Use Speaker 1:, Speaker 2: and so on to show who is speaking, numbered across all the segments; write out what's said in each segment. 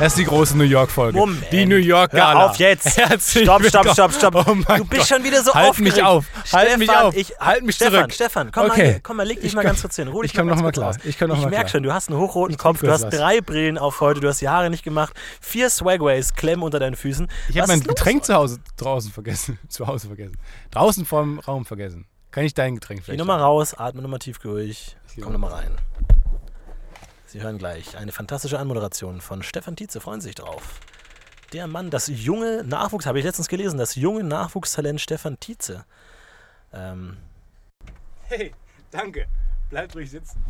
Speaker 1: Das ist die große New York-Folge.
Speaker 2: Moment.
Speaker 1: Die New York-Gala.
Speaker 2: Hör auf jetzt.
Speaker 1: Herzlich
Speaker 2: Stopp, stopp,
Speaker 1: willkommen.
Speaker 2: stopp, stopp.
Speaker 1: Oh mein
Speaker 2: du bist
Speaker 1: Gott.
Speaker 2: schon wieder so
Speaker 1: halt
Speaker 2: aufgeregt.
Speaker 1: mich auf. Halt
Speaker 2: Stefan,
Speaker 1: mich auf.
Speaker 2: Ich,
Speaker 1: halt mich
Speaker 2: Stefan,
Speaker 1: zurück.
Speaker 2: Stefan, komm
Speaker 1: okay.
Speaker 2: mal hier. Komm mal, leg dich
Speaker 1: Ich
Speaker 2: mal
Speaker 1: komm-
Speaker 2: ganz kurz hin. Ruh dich
Speaker 1: ich komm
Speaker 2: mal
Speaker 1: noch mal
Speaker 2: ganz
Speaker 1: klar.
Speaker 2: kurz auf.
Speaker 1: Ich komm noch
Speaker 2: Ich
Speaker 1: mal
Speaker 2: merk
Speaker 1: klar.
Speaker 2: schon, du hast einen hochroten
Speaker 1: Ich
Speaker 2: Kopf,
Speaker 1: trink
Speaker 2: du hast
Speaker 1: kurz was.
Speaker 2: drei Brillen auf heute, du hast die Haare nicht gemacht, vier Swagways klemmen unter deinen Füßen.
Speaker 1: Ich habe
Speaker 2: Was
Speaker 1: mein
Speaker 2: ist los?
Speaker 1: Getränk zu Hause draußen vergessen. zu Hause vergessen. Draußen vorm Raum vergessen. Kann ich dein Getränk
Speaker 2: Geh
Speaker 1: vielleicht?
Speaker 2: nochmal raus, atme nochmal tief durch,
Speaker 1: hier
Speaker 2: komm nochmal rein. Sie hören gleich eine fantastische Anmoderation von Stefan Tietze, freuen Sie sich drauf. Der Mann, das junge Nachwuchs, habe ich letztens gelesen, das junge Nachwuchstalent Stefan Tietze. Ähm,
Speaker 1: Hey, danke. Bleib ruhig sitzen.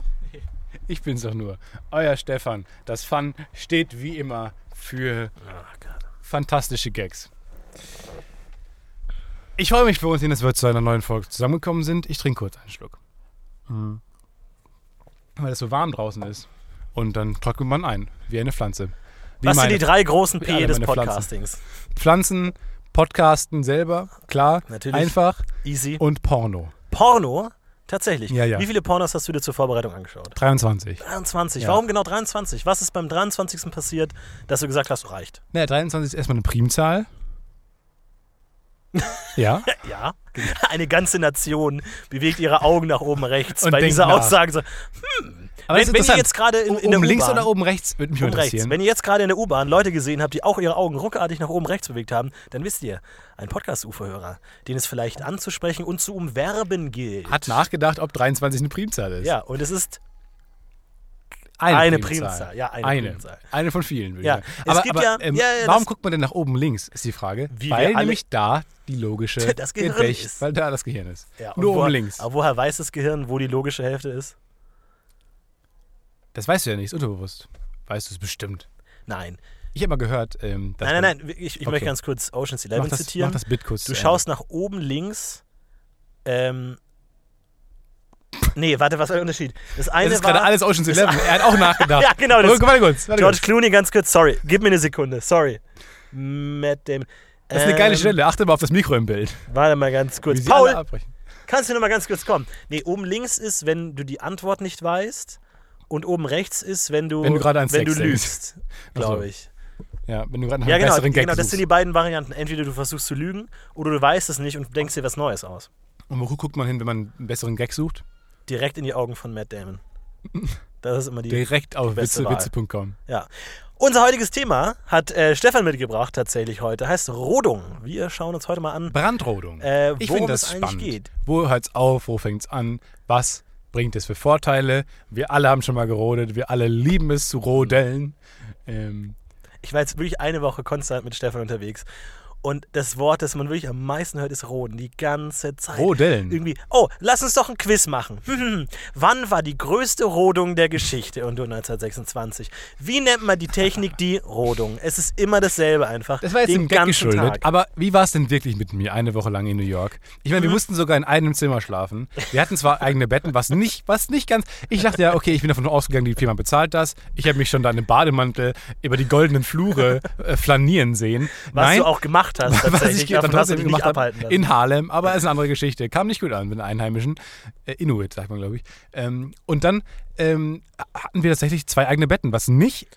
Speaker 1: Ich bin's doch nur. Euer Stefan. Das Fun steht wie immer für
Speaker 2: ach ah, Gott.
Speaker 1: fantastische Gags. Ich freue mich für uns, dass wir zu einer neuen Folge zusammengekommen sind. Ich trinke kurz einen Schluck.
Speaker 2: Mhm.
Speaker 1: Weil es so warm draußen ist. Und dann trocknet man ein, wie eine Pflanze. Wie
Speaker 2: Was sind
Speaker 1: meine
Speaker 2: die drei großen
Speaker 1: alle
Speaker 2: P des
Speaker 1: meine Pflanzen.
Speaker 2: Podcastings?
Speaker 1: Pflanzen, Podcasten selber, klar,
Speaker 2: Natürlich.
Speaker 1: einfach
Speaker 2: Easy.
Speaker 1: und Porno.
Speaker 2: Porno? Tatsächlich.
Speaker 1: Ja, ja.
Speaker 2: Wie viele Pornos hast du dir zur Vorbereitung angeschaut?
Speaker 1: 23.
Speaker 2: 23.
Speaker 1: Ja.
Speaker 2: Warum genau 23? Was ist beim 23. passiert, dass du gesagt hast, reicht?
Speaker 1: Naja, 23 ist erstmal eine Primzahl. ja.
Speaker 2: Ja.
Speaker 1: Genau.
Speaker 2: Eine ganze Nation bewegt ihre Augen nach oben rechts
Speaker 1: Und
Speaker 2: bei
Speaker 1: denkt
Speaker 2: dieser
Speaker 1: nach.
Speaker 2: Aussage. So,
Speaker 1: Aber das ist
Speaker 2: wenn, wenn ihr
Speaker 1: interessant.
Speaker 2: jetzt gerade in, in der
Speaker 1: oben links
Speaker 2: U-Bahn-
Speaker 1: oder oben rechts würde mich
Speaker 2: Um oben rechts,
Speaker 1: interessieren.
Speaker 2: wenn ihr jetzt gerade in der U-Bahn Leute gesehen habt, die auch ihre Augen ruckartig nach oben rechts bewegt haben, dann wisst ihr, ein Podcast-Uferhörer, den es vielleicht anzusprechen und zu umwerben gilt.
Speaker 1: Hat nachgedacht, ob 23 eine Primzahl ist.
Speaker 2: ja, und es ist
Speaker 1: eine,
Speaker 2: eine
Speaker 1: Primzahl.
Speaker 2: Primzahl. Ja, eine
Speaker 1: eine.
Speaker 2: Primzahl.
Speaker 1: Eine von vielen, würde
Speaker 2: Ja.
Speaker 1: ich
Speaker 2: Es
Speaker 1: sagen. Aber,
Speaker 2: gibt
Speaker 1: aber
Speaker 2: ja-
Speaker 1: ähm,
Speaker 2: ja, ja,
Speaker 1: warum
Speaker 2: das-
Speaker 1: guckt man denn nach oben links, ist die Frage.
Speaker 2: Wie wir
Speaker 1: weil
Speaker 2: alle-
Speaker 1: nämlich da die logische
Speaker 2: Das Gehirn
Speaker 1: Gedächt-
Speaker 2: ist.
Speaker 1: Weil da das Gehirn ist.
Speaker 2: Ja, und
Speaker 1: Nur oben
Speaker 2: woher,
Speaker 1: links.
Speaker 2: Aber woher weiß das Gehirn, wo die logische Hälfte ist?
Speaker 1: Das weißt du ja nicht, ist unterbewusst. Weißt du es bestimmt.
Speaker 2: Nein.
Speaker 1: Ich habe mal gehört, ähm, dass
Speaker 2: Nein,
Speaker 1: man-
Speaker 2: nein, nein. Ich, ich
Speaker 1: Okay.
Speaker 2: möchte ganz kurz Ocean's
Speaker 1: mach
Speaker 2: Eleven
Speaker 1: das,
Speaker 2: zitieren.
Speaker 1: Mach das Bit kurz.
Speaker 2: du
Speaker 1: zu
Speaker 2: schaust nach oben links. Ähm, nee, warte, was war der Unterschied? Das
Speaker 1: Ende.
Speaker 2: eine
Speaker 1: Das ist gerade
Speaker 2: war
Speaker 1: alles Ocean's Eleven. Er hat auch nachgedacht.
Speaker 2: Ja, genau, das-
Speaker 1: Oh, warte kurz. Warte
Speaker 2: George
Speaker 1: kurz.
Speaker 2: Clooney, ganz kurz, sorry. Gib mir eine Sekunde, sorry. Matt Damon. Ähm,
Speaker 1: Das ist eine geile Stelle. Achte mal auf das Mikro im Bild.
Speaker 2: Warte mal ganz
Speaker 1: Wie
Speaker 2: kurz.
Speaker 1: sie alle
Speaker 2: Paul,
Speaker 1: abbrechen.
Speaker 2: kannst du noch mal ganz kurz kommen? Nee, oben links ist, wenn du die Antwort nicht weißt. Und oben rechts ist, wenn du,
Speaker 1: Wenn du gerade an
Speaker 2: wenn
Speaker 1: Sex
Speaker 2: du lügst,
Speaker 1: Ach so.
Speaker 2: glaube ich.
Speaker 1: Ja, wenn du gerade nach
Speaker 2: Ja,
Speaker 1: einem
Speaker 2: genau,
Speaker 1: besseren Gag
Speaker 2: genau das sind
Speaker 1: suchst.
Speaker 2: die beiden Varianten. Entweder du versuchst zu lügen oder du weißt es nicht und denkst dir was Neues aus.
Speaker 1: Und wo guckt man hin, wenn man einen besseren Gag sucht?
Speaker 2: Direkt in die Augen von Matt Damon. Das ist immer die.
Speaker 1: Direkt auf
Speaker 2: beste
Speaker 1: witze-
Speaker 2: Wahl.
Speaker 1: witze.com.
Speaker 2: Ja. Unser heutiges Thema hat äh, Stefan mitgebracht, tatsächlich heute. Heißt Rodung. Wir schauen uns heute mal an.
Speaker 1: Brandrodung.
Speaker 2: Äh,
Speaker 1: ich
Speaker 2: worum
Speaker 1: finde das
Speaker 2: es eigentlich
Speaker 1: spannend.
Speaker 2: geht.
Speaker 1: Wo hört's auf? Wo fängt's an? Was bringt es für Vorteile? Wir alle haben schon mal gerodet. Wir alle lieben es zu rodeln. Ähm,
Speaker 2: Ich war jetzt wirklich eine Woche konstant mit Stefan unterwegs. Und das Wort, das man wirklich am meisten hört, ist Roden. Die ganze Zeit.
Speaker 1: Rodeln.
Speaker 2: Irgendwie, oh, lass uns doch ein Quiz machen. Hm, wann war die größte Rodung der Geschichte? Und du 1926. Wie nennt man die Technik die Rodung? Es ist immer dasselbe einfach.
Speaker 1: Das war jetzt
Speaker 2: den
Speaker 1: dem Gag
Speaker 2: ganzen
Speaker 1: geschuldet.
Speaker 2: Tag.
Speaker 1: Aber wie war es denn wirklich mit mir eine Woche lang in New York? Ich
Speaker 2: Mhm.
Speaker 1: meine, wir mussten sogar in einem Zimmer schlafen. Wir hatten zwar eigene Betten, was nicht, was nicht ganz. Ich dachte ja, okay, ich bin davon ausgegangen, die Firma bezahlt das. Ich habe mich schon da in einem Bademantel über die goldenen Flure äh, flanieren sehen.
Speaker 2: Was
Speaker 1: Nein,
Speaker 2: du auch gemacht hast,
Speaker 1: was
Speaker 2: tatsächlich.
Speaker 1: ich dann
Speaker 2: Davon hast du
Speaker 1: trotzdem
Speaker 2: dich
Speaker 1: gemacht
Speaker 2: nicht
Speaker 1: habe
Speaker 2: abhalten lassen.
Speaker 1: in Harlem, aber ist eine andere Geschichte. Kam nicht gut an mit den Einheimischen. Äh, Inuit, sagt man, glaube ich. Ähm, und dann ähm, hatten wir tatsächlich zwei eigene Betten, was nicht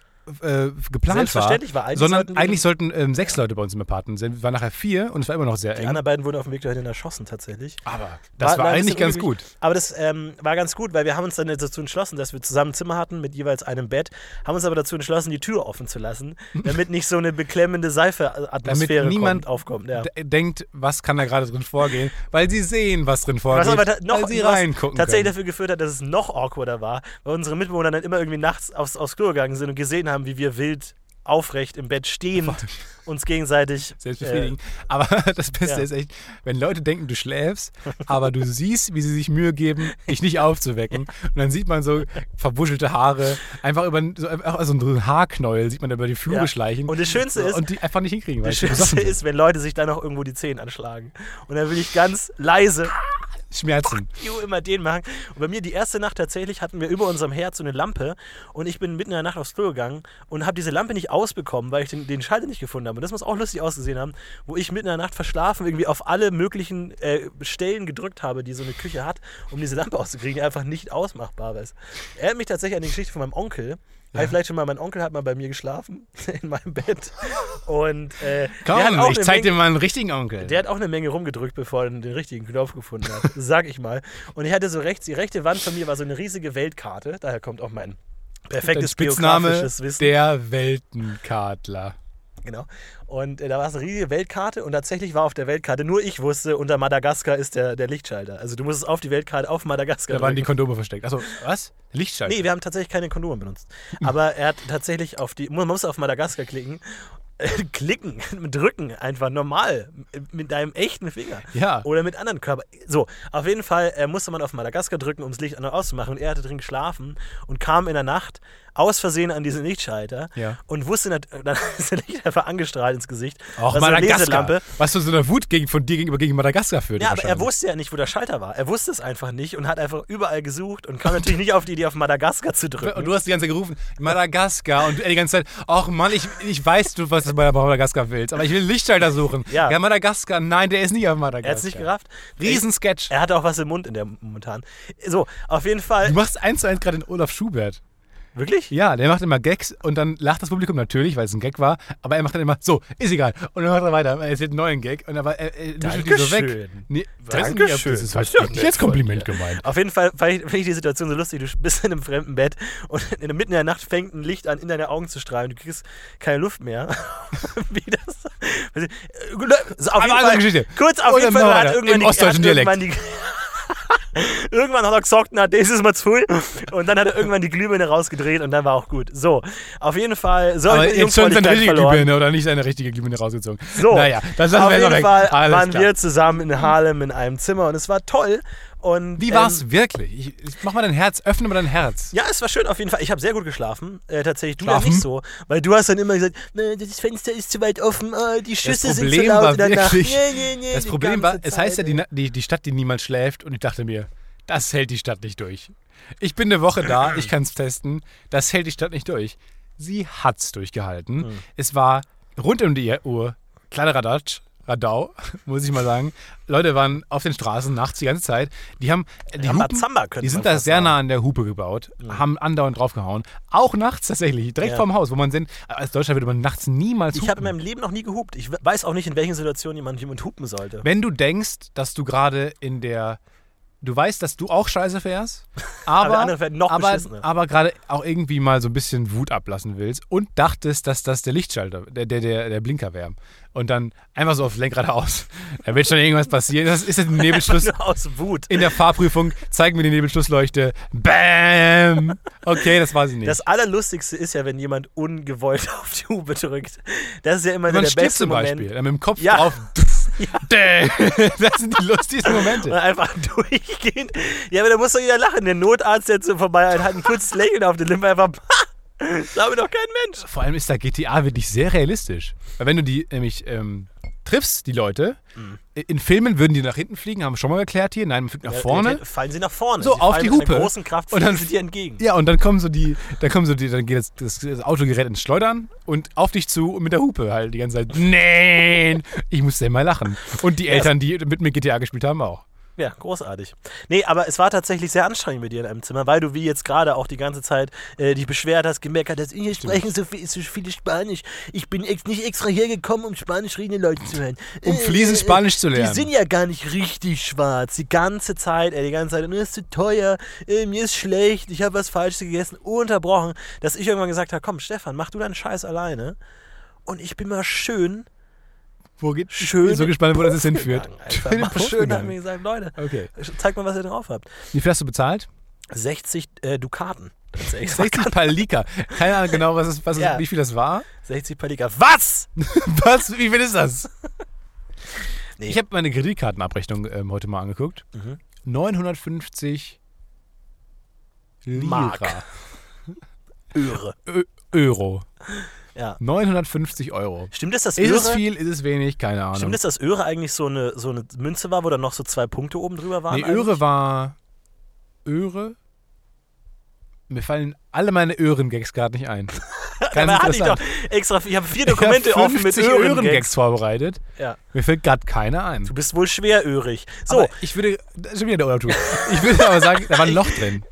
Speaker 1: äh, geplant war,
Speaker 2: Selbstverständlich war, eigentlich
Speaker 1: sondern
Speaker 2: sollten wir-
Speaker 1: eigentlich sollten ähm, sechs Leute bei uns im Apartment sein. Wir waren nachher vier und es war immer noch sehr
Speaker 2: Die
Speaker 1: eng.
Speaker 2: anderen beiden wurden auf dem Weg dahin erschossen, tatsächlich.
Speaker 1: Aber das war,
Speaker 2: ein
Speaker 1: eigentlich
Speaker 2: bisschen
Speaker 1: ganz
Speaker 2: unglücklich.
Speaker 1: gut.
Speaker 2: Aber das ähm, war ganz gut, weil wir haben uns dann dazu entschlossen, dass wir zusammen ein Zimmer hatten mit jeweils einem Bett, haben uns aber dazu entschlossen, die Tür offen zu lassen, damit nicht so eine beklemmende Seife-Atmosphäre
Speaker 1: Damit niemand
Speaker 2: kommt, aufkommt. Ja.
Speaker 1: D- Denkt, was kann da gerade drin vorgehen? Weil sie sehen, was drin vorgeht.
Speaker 2: Was aber ta- noch
Speaker 1: weil sie
Speaker 2: was
Speaker 1: reingucken
Speaker 2: tatsächlich
Speaker 1: können.
Speaker 2: dafür geführt hat, dass es noch awkwarder war, weil unsere Mitbewohner dann immer irgendwie nachts aufs, aufs Klo gegangen sind und gesehen haben, wie wir wild aufrecht im Bett stehend uns gegenseitig äh,
Speaker 1: Selbst befriedigen. aber das Beste
Speaker 2: ja.
Speaker 1: ist echt, wenn Leute denken, du schläfst, aber du siehst, wie sie sich Mühe geben, dich nicht aufzuwecken. Und dann sieht man so verbuschelte Haare, einfach über so, einfach so einen Haarknäuel sieht man über die Flure
Speaker 2: Ja.
Speaker 1: schleichen.
Speaker 2: Und das Schönste ist-
Speaker 1: Und die einfach nicht hinkriegen, weil
Speaker 2: Das
Speaker 1: sie
Speaker 2: Schönste
Speaker 1: besoffen sind.
Speaker 2: ist, wenn Leute sich dann noch irgendwo die Zehen anschlagen. Und dann will ich ganz leise
Speaker 1: Schmerzen.
Speaker 2: Piu, immer den machen. Und bei mir die erste Nacht tatsächlich hatten wir über unserem Herd so eine Lampe und ich bin mitten in der Nacht aufs Klo gegangen und habe diese Lampe nicht ausbekommen, weil ich den, den Schalter nicht gefunden habe. Und das muss auch lustig ausgesehen haben, wo ich mitten in der Nacht verschlafen irgendwie auf alle möglichen äh, Stellen gedrückt habe, die so eine Küche hat, um diese Lampe auszukriegen, die einfach nicht ausmachbar war. Es Erinnert mich tatsächlich an die Geschichte von meinem Onkel, Habe ich vielleicht schon mal, mein Onkel hat mal bei mir geschlafen, in meinem Bett. Und äh,
Speaker 1: Komm,
Speaker 2: der, hat auch
Speaker 1: ich
Speaker 2: eine
Speaker 1: zeig dir
Speaker 2: Menge,
Speaker 1: mal einen richtigen Onkel.
Speaker 2: der hat auch eine Menge rumgedrückt, bevor er den richtigen Knopf gefunden hat, sag ich mal. Und ich hatte so rechts, die rechte Wand von mir war so eine riesige Weltkarte, daher kommt auch mein
Speaker 1: Dein
Speaker 2: perfektes
Speaker 1: Spitzname
Speaker 2: geografisches Wissen.
Speaker 1: der Weltenkadler.
Speaker 2: Genau. Und äh, da war es eine riesige Weltkarte und tatsächlich war auf der Weltkarte nur ich wusste, unter Madagaskar ist der, der Lichtschalter. Also du musst es auf die Weltkarte auf Madagaskar
Speaker 1: Da waren die
Speaker 2: drücken.
Speaker 1: Kondome versteckt. Achso, was? Lichtschalter?
Speaker 2: Genau. Nee, wir haben tatsächlich keine Kondome benutzt. Aber er hat tatsächlich auf die. Man muss auf Madagaskar klicken. Klicken, drücken, einfach normal. Mit deinem echten Finger.
Speaker 1: Ja.
Speaker 2: Oder mit anderen Körper. So, auf jeden Fall äh, musste man auf Madagaskar drücken, um das Licht an und auszumachen. Und er hatte drin geschlafen und kam in der Nacht aus Versehen an diesen Lichtschalter
Speaker 1: Ja.
Speaker 2: und wusste, nat- dann ist der Licht einfach angestrahlt ins Gesicht.
Speaker 1: Auch
Speaker 2: war so eine
Speaker 1: Madagaskar.
Speaker 2: also Leselampe.
Speaker 1: Was zu so einer Wut gegen, von dir gegenüber gegen Madagaskar führt.
Speaker 2: Ja, aber er wusste ja nicht, wo der Schalter war. Er wusste es einfach nicht und hat einfach überall gesucht und kam natürlich nicht auf die Idee, auf Madagaskar zu drücken.
Speaker 1: Und du hast die ganze Zeit gerufen, Madagaskar. Und er die ganze Zeit, ach Mann, ich, ich weiß, du was du bei Madagaskar willst, aber ich will Lichtschalter suchen.
Speaker 2: Ja.
Speaker 1: ja, Madagaskar. Nein, der ist nicht auf Madagaskar.
Speaker 2: Er hat es nicht gerafft.
Speaker 1: Riesensketch.
Speaker 2: Er hat auch was im Mund in der momentan. So, auf jeden Fall.
Speaker 1: Du machst eins zu eins gerade den Olaf Schubert.
Speaker 2: Wirklich?
Speaker 1: Ja, der macht immer Gags und dann lacht das Publikum natürlich, weil es ein Gag war, aber er macht dann immer so, ist egal. Und dann macht er weiter, er erzählt einen neuen Gag und aber er, er nuschelt die so weg.
Speaker 2: Dankeschön.
Speaker 1: Nee, weiß nicht, ob-
Speaker 2: Dankeschön.
Speaker 1: das ist halt
Speaker 2: Ja,
Speaker 1: nicht
Speaker 2: nett
Speaker 1: als
Speaker 2: von
Speaker 1: Kompliment gemeint.
Speaker 2: Auf jeden Fall fand ich, fand ich die Situation so lustig. Du bist in einem fremden Bett und in, mitten in der Nacht fängt ein Licht an, in deine Augen zu strahlen. Du kriegst keine Luft mehr. Wie das? äh, So, auf
Speaker 1: Aber andere Geschichte.
Speaker 2: Kurz auf
Speaker 1: Oder
Speaker 2: jeden Fall
Speaker 1: machen wir
Speaker 2: hat
Speaker 1: das.
Speaker 2: irgendwann
Speaker 1: Im
Speaker 2: die-
Speaker 1: ostdeutschen
Speaker 2: hat irgendwann Die, irgendwann hat er gesagt, na, das ist mal zu viel. Und dann hat er irgendwann die Glühbirne rausgedreht und dann war auch gut. So, auf jeden Fall. So,
Speaker 1: Aber jetzt schon seine
Speaker 2: Jungfräulichkeit
Speaker 1: richtige
Speaker 2: verloren.
Speaker 1: Glühbirne oder nicht seine richtige Glühbirne rausgezogen.
Speaker 2: So,
Speaker 1: naja, das lassen
Speaker 2: auf
Speaker 1: wir jetzt
Speaker 2: jeden
Speaker 1: auch weg.
Speaker 2: Fall
Speaker 1: Alles
Speaker 2: waren
Speaker 1: klar.
Speaker 2: wir zusammen in Harlem in einem Zimmer und es war toll. Und, ähm,
Speaker 1: Wie war's wirklich? Ich, ich mach mal dein Herz, öffne mal dein Herz.
Speaker 2: Ja, es war schön auf jeden Fall. Ich habe sehr gut geschlafen. Äh, tatsächlich, du
Speaker 1: Schlafen?
Speaker 2: ja nicht so. Weil du hast dann immer gesagt, "Ne, das Fenster ist zu weit offen, äh, die Schüsse sind zu
Speaker 1: Problem
Speaker 2: laut.
Speaker 1: war
Speaker 2: in der Nacht."
Speaker 1: wirklich-
Speaker 2: Nee, nee, nee,
Speaker 1: Das
Speaker 2: die
Speaker 1: Problem war,
Speaker 2: ganze
Speaker 1: es heißt ja
Speaker 2: Zeit, äh,
Speaker 1: die, Na- die, die Stadt, die niemals schläft und ich dachte mir, das hält die Stadt nicht durch. Ich bin eine Woche da, ich kann es testen, das hält die Stadt nicht durch. Sie hat's durchgehalten.
Speaker 2: Hm.
Speaker 1: Es war rund um die Uhr, kleiner Radatsch, Radau, muss ich mal sagen. Leute waren auf den Straßen nachts die ganze Zeit. Die haben die
Speaker 2: haben
Speaker 1: Hupen,
Speaker 2: Mazamba, könnte
Speaker 1: die
Speaker 2: man
Speaker 1: sind da
Speaker 2: fast
Speaker 1: sehr
Speaker 2: sagen.
Speaker 1: nah an der Hupe gebaut, haben andauernd draufgehauen. Auch nachts tatsächlich, direkt
Speaker 2: Ja.
Speaker 1: vorm Haus, wo man sind. Als Deutscher würde man nachts niemals
Speaker 2: Ich habe in meinem Leben noch nie gehupt. Ich we- weiß auch nicht, in welchen Situationen jemand jemand hupen sollte.
Speaker 1: wenn du denkst, dass du gerade in der. Du weißt, dass du auch scheiße fährst, aber,
Speaker 2: der andere fährt noch
Speaker 1: aber,
Speaker 2: beschissener.
Speaker 1: aber gerade auch irgendwie mal so ein bisschen Wut ablassen willst und dachtest, dass das der Lichtschalter, der, der, der, der Blinker wäre. Und dann einfach so aufs Lenkrad aus. Da wird schon irgendwas passieren. Das ist jetzt ein Nebelschluss.
Speaker 2: Nur aus Wut.
Speaker 1: In der Fahrprüfung zeigen wir die Nebelschlussleuchte. Bam! Okay, das war sie nicht.
Speaker 2: Das Allerlustigste ist ja, wenn jemand ungewollt auf die Hupe drückt. Das ist ja immer
Speaker 1: Man
Speaker 2: der
Speaker 1: stirbt
Speaker 2: beste
Speaker 1: zum
Speaker 2: Moment.
Speaker 1: Beispiel. Dann mit dem Kopf
Speaker 2: Ja.
Speaker 1: drauf. Das sind die lustigsten Momente.
Speaker 2: Und einfach durchgehen. Ja, aber da muss doch jeder lachen. Der Notarzt, der zu vorbei hat, hat ein kurzes Lächeln auf den Lippen. Einfach, glaube doch kein Mensch.
Speaker 1: Vor allem ist da GTA wirklich sehr realistisch. Weil wenn du die nämlich ähm, triffst, die Leute, in Filmen würden die nach hinten fliegen, haben wir schon mal erklärt hier. Nein, man fliegt nach vorne.
Speaker 2: Fallen sie nach vorne.
Speaker 1: So,
Speaker 2: sie
Speaker 1: auf
Speaker 2: fallen
Speaker 1: die
Speaker 2: mit einer
Speaker 1: Hupe.
Speaker 2: großen Kraft
Speaker 1: Und dann-
Speaker 2: fliegen sie dir entgegen.
Speaker 1: Ja, und dann kommen so die, dann kommen so die, dann geht das, das, das Autogerät ins Schleudern und auf dich zu und mit der Hupe halt die ganze Zeit. Nein! Ich muss selber mal lachen. Und die Eltern, die mit mir GTA gespielt haben, auch.
Speaker 2: Ja, großartig. Nee, aber es war tatsächlich sehr anstrengend mit dir in einem Zimmer, weil du wie jetzt gerade auch die ganze Zeit äh, dich beschwert hast, gemeckert hast, hier sprechen so, viel, so viele Spanisch. Ich bin ex nicht extra hergekommen, um Spanisch redende Leute zu hören.
Speaker 1: Um
Speaker 2: Äh,
Speaker 1: fließend
Speaker 2: äh, äh,
Speaker 1: Spanisch zu lernen.
Speaker 2: Die sind ja gar nicht richtig schwarz. Die ganze Zeit, ey, die ganze Zeit. Mir ist zu teuer, äh, mir ist schlecht, ich habe was Falsches gegessen, unterbrochen. Dass ich irgendwann gesagt habe, komm Stefan, mach du deinen Scheiß alleine. Und ich bin mal schön
Speaker 1: Wo geht
Speaker 2: Schön
Speaker 1: ich bin so gespannt, wo das jetzt hinführt.
Speaker 2: gegangen,
Speaker 1: Schön
Speaker 2: Alter.
Speaker 1: in den
Speaker 2: Mal
Speaker 1: Puff
Speaker 2: schön, hat
Speaker 1: gegangen.
Speaker 2: mir gesagt, Leute,
Speaker 1: Okay.
Speaker 2: zeigt mal, was ihr drauf habt.
Speaker 1: Wie viel hast du bezahlt?
Speaker 2: 60 äh, Dukaten. Tatsächlich.
Speaker 1: 60 Palika. Keine Ahnung genau, was es, was es,
Speaker 2: Ja.
Speaker 1: wie viel das war.
Speaker 2: 60 Palika. Was?
Speaker 1: Was? Wie viel ist das?
Speaker 2: Nee. Mhm.
Speaker 1: Ich habe meine Kreditkartenabrechnung ähm, heute mal angeguckt. 950 Lira.
Speaker 2: Mark. Öre.
Speaker 1: Ö Euro.
Speaker 2: Ja.
Speaker 1: 950 Euro.
Speaker 2: Stimmt es, dass
Speaker 1: Ist es
Speaker 2: Öre,
Speaker 1: viel, ist es wenig? Keine Ahnung.
Speaker 2: stimmt es, dass Öre eigentlich so eine, so eine Münze war, wo dann noch so zwei Punkte oben drüber waren?
Speaker 1: nee, Öre
Speaker 2: eigentlich?
Speaker 1: war. Öre? Mir fallen alle meine Öhren-Gags gerade nicht ein. Ganz
Speaker 2: Dabei hatte ich
Speaker 1: interessant.
Speaker 2: doch extra. Ich habe vier Dokumente
Speaker 1: ich hab
Speaker 2: offen mit
Speaker 1: 50
Speaker 2: Öhrengags.
Speaker 1: vorbereitet.
Speaker 2: Ja.
Speaker 1: Mir fällt gerade keiner ein.
Speaker 2: Du bist wohl schweröhrig. So,
Speaker 1: Aber ich würde. das ist Schon wieder der Urlaub. Ich würde aber sagen, da war ein Loch drin.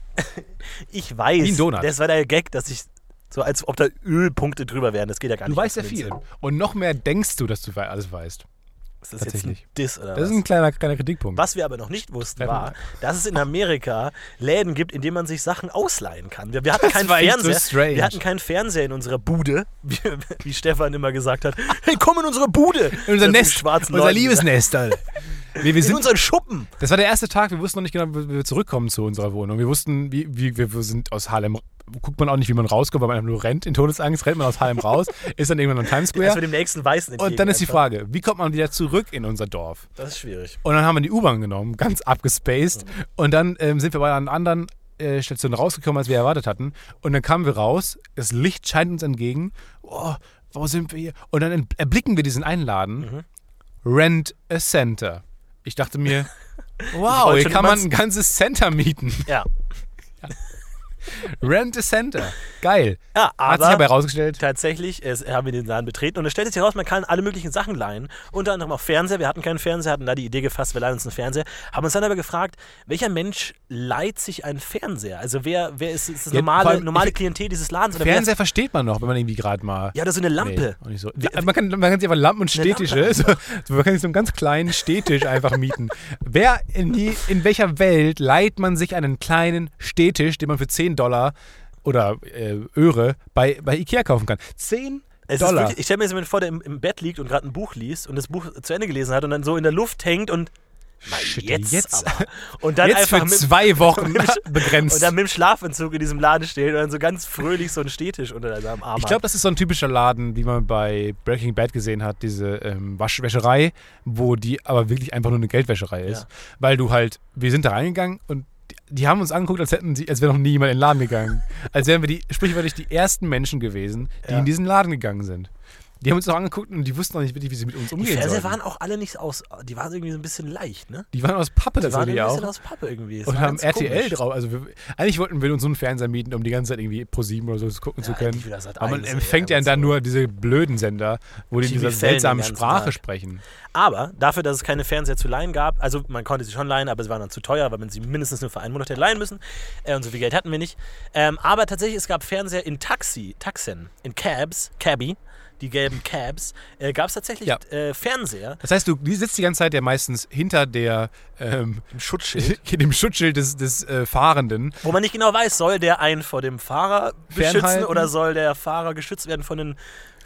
Speaker 2: ich weiß.
Speaker 1: Wie ein Donut.
Speaker 2: Das war der Gag, dass ich So als ob da Ölpunkte drüber wären. Das geht ja gar
Speaker 1: Du
Speaker 2: nicht.
Speaker 1: weißt ja
Speaker 2: als Minze.
Speaker 1: viel. Und noch mehr denkst du, dass du we- alles weißt.
Speaker 2: Ist das jetzt ein
Speaker 1: Tatsächlich.
Speaker 2: Diss oder
Speaker 1: Das
Speaker 2: was?
Speaker 1: ist ein kleiner, kleiner Kritikpunkt.
Speaker 2: was wir aber noch nicht wussten,
Speaker 1: Treffen
Speaker 2: war, dass es in Amerika Läden gibt, in denen man sich Sachen ausleihen kann. Wir, wir hatten
Speaker 1: Das
Speaker 2: keinen
Speaker 1: war echt so
Speaker 2: Fernseher.
Speaker 1: strange.
Speaker 2: wir hatten keinen Fernseher in unserer Bude, wie, wie Stefan immer gesagt hat. Hey, komm in unsere Bude!
Speaker 1: In unser
Speaker 2: Das
Speaker 1: Nest,
Speaker 2: schwarzen
Speaker 1: unser
Speaker 2: Leuten.
Speaker 1: Liebesnest, Alter. Wir, wir
Speaker 2: In
Speaker 1: sind
Speaker 2: unseren Schuppen!
Speaker 1: Das war der erste Tag, wir wussten noch nicht genau, wie wir zurückkommen zu unserer Wohnung. Wir wussten, wie, wie wir, wir sind aus Harlem, guckt man auch nicht, wie man rauskommt, weil man einfach nur rennt. In Todesangst rennt man aus Harlem raus, ist dann irgendwann am Times
Speaker 2: Dass wir
Speaker 1: Square.
Speaker 2: dem nächsten Weißen
Speaker 1: Und dann ist die
Speaker 2: entgegen einfach.
Speaker 1: Frage, wie kommt man wieder zurück in unser Dorf?
Speaker 2: Das ist schwierig.
Speaker 1: Und dann haben wir die U-Bahn genommen, ganz abgespaced. Und dann ähm, sind wir bei einer anderen äh, Station rausgekommen, als wir erwartet hatten. Und dann kamen wir raus, das Licht scheint uns entgegen. Oh, wo sind wir hier? Und dann ent- erblicken wir diesen Einladen.
Speaker 2: Mhm.
Speaker 1: Rent a Center. Ich dachte mir, wow, hier
Speaker 2: wollte schon
Speaker 1: kann
Speaker 2: immer
Speaker 1: man
Speaker 2: s-
Speaker 1: ein ganzes Center mieten.
Speaker 2: Ja.
Speaker 1: Rent a Center. Geil.
Speaker 2: Ja,
Speaker 1: Hat sich dabei
Speaker 2: aber
Speaker 1: herausgestellt,
Speaker 2: tatsächlich es, haben wir den Laden betreten und es stellt sich heraus, man kann alle möglichen Sachen leihen. Unter anderem auch Fernseher. Wir hatten keinen Fernseher, hatten da die Idee gefasst, wir leihen uns einen Fernseher. Haben uns dann aber gefragt, welcher Mensch leiht sich einen Fernseher? Also wer, wer ist, ist das
Speaker 1: Ja, vor
Speaker 2: normale,
Speaker 1: allem,
Speaker 2: normale
Speaker 1: ich-
Speaker 2: Klientel dieses Ladens? Oder
Speaker 1: Fernseher versteht man noch, wenn man irgendwie gerade mal.
Speaker 2: Wer, ja, oder so eine
Speaker 1: Nee,
Speaker 2: Lampe.
Speaker 1: auch nicht so. Man kann, man kann sich einfach Lampen und
Speaker 2: Eine Lampe
Speaker 1: Städtische, so, so, man kann sich so einen ganz kleinen Städtisch einfach mieten. Wer in, die, in welcher Welt leiht man sich einen kleinen Städtisch, den man für 10 Dollar oder äh, Öre bei, bei Ikea kaufen kann? 10
Speaker 2: Es ist
Speaker 1: Dollar.
Speaker 2: wirklich, ich stelle mir jetzt jemand vor, der im, im Bett liegt und gerade ein Buch liest und das Buch zu Ende gelesen hat und dann so in der Luft hängt und. Na,
Speaker 1: Shit,
Speaker 2: jetzt,
Speaker 1: jetzt-
Speaker 2: aber. Und dann
Speaker 1: Jetzt
Speaker 2: einfach
Speaker 1: für
Speaker 2: mit,
Speaker 1: zwei Wochen
Speaker 2: und
Speaker 1: begrenzt.
Speaker 2: dann mit dem Schlafanzug in diesem Laden steht und dann so ganz fröhlich so einen Stehtisch unter seinem Arm
Speaker 1: Ich
Speaker 2: hat.
Speaker 1: glaube, das ist so ein typischer Laden, wie man bei Breaking Bad gesehen hat, diese ähm, Waschwäscherei, wo die aber wirklich einfach nur eine Geldwäscherei ist.
Speaker 2: Ja.
Speaker 1: Weil du halt, wir sind da reingegangen und die, die haben uns angeguckt, als hätten sie, als wäre noch nie jemand in den Laden gegangen. als wären wir die, sprichwörtlich die ersten Menschen gewesen, die
Speaker 2: Ja.
Speaker 1: in diesen Laden gegangen sind. Die haben uns noch angeguckt und die wussten noch nicht wirklich, wie sie mit uns
Speaker 2: Die
Speaker 1: umgehen
Speaker 2: Fernseher
Speaker 1: sollen.
Speaker 2: waren auch alle nicht aus, die waren irgendwie so ein bisschen leicht, ne?
Speaker 1: die waren aus Pappe
Speaker 2: Die waren ein
Speaker 1: tatsächlich
Speaker 2: bisschen
Speaker 1: auch.
Speaker 2: aus Pappe irgendwie. Es
Speaker 1: Und
Speaker 2: war
Speaker 1: haben
Speaker 2: ganz
Speaker 1: RTL
Speaker 2: komisch.
Speaker 1: drauf. Also wir, eigentlich wollten wir uns so einen Fernseher mieten, um die ganze Zeit irgendwie pro 7 oder so zu gucken zu
Speaker 2: Ja,
Speaker 1: können.
Speaker 2: endlich wieder Sat.1,
Speaker 1: Aber man
Speaker 2: ey,
Speaker 1: empfängt ja
Speaker 2: und
Speaker 1: dann
Speaker 2: so.
Speaker 1: nur diese blöden Sender, wo die in
Speaker 2: TV
Speaker 1: dieser
Speaker 2: fällen den
Speaker 1: seltsamen
Speaker 2: ganzen
Speaker 1: Sprache
Speaker 2: Tag.
Speaker 1: sprechen.
Speaker 2: Aber dafür, dass es keine Fernseher zu leihen gab, also man konnte sie schon leihen, aber sie waren dann zu teuer, weil man sie mindestens nur für einen Monat hätte leihen müssen. Äh, und so viel Geld hatten wir nicht. Ähm, aber tatsächlich, es gab Fernseher in Taxi, Taxen, in Cabs, Cabby, die gelben Cabs, äh, gab es tatsächlich
Speaker 1: Ja.
Speaker 2: äh, Fernseher.
Speaker 1: Das heißt, du die sitzt die ganze Zeit ja meistens hinter der ähm,
Speaker 2: Im Schutzschild.
Speaker 1: in dem Schutzschild des, des äh, Fahrenden.
Speaker 2: Wo man nicht genau weiß, soll der einen vor dem Fahrer beschützen
Speaker 1: Fernhalten.
Speaker 2: oder soll der Fahrer geschützt werden von den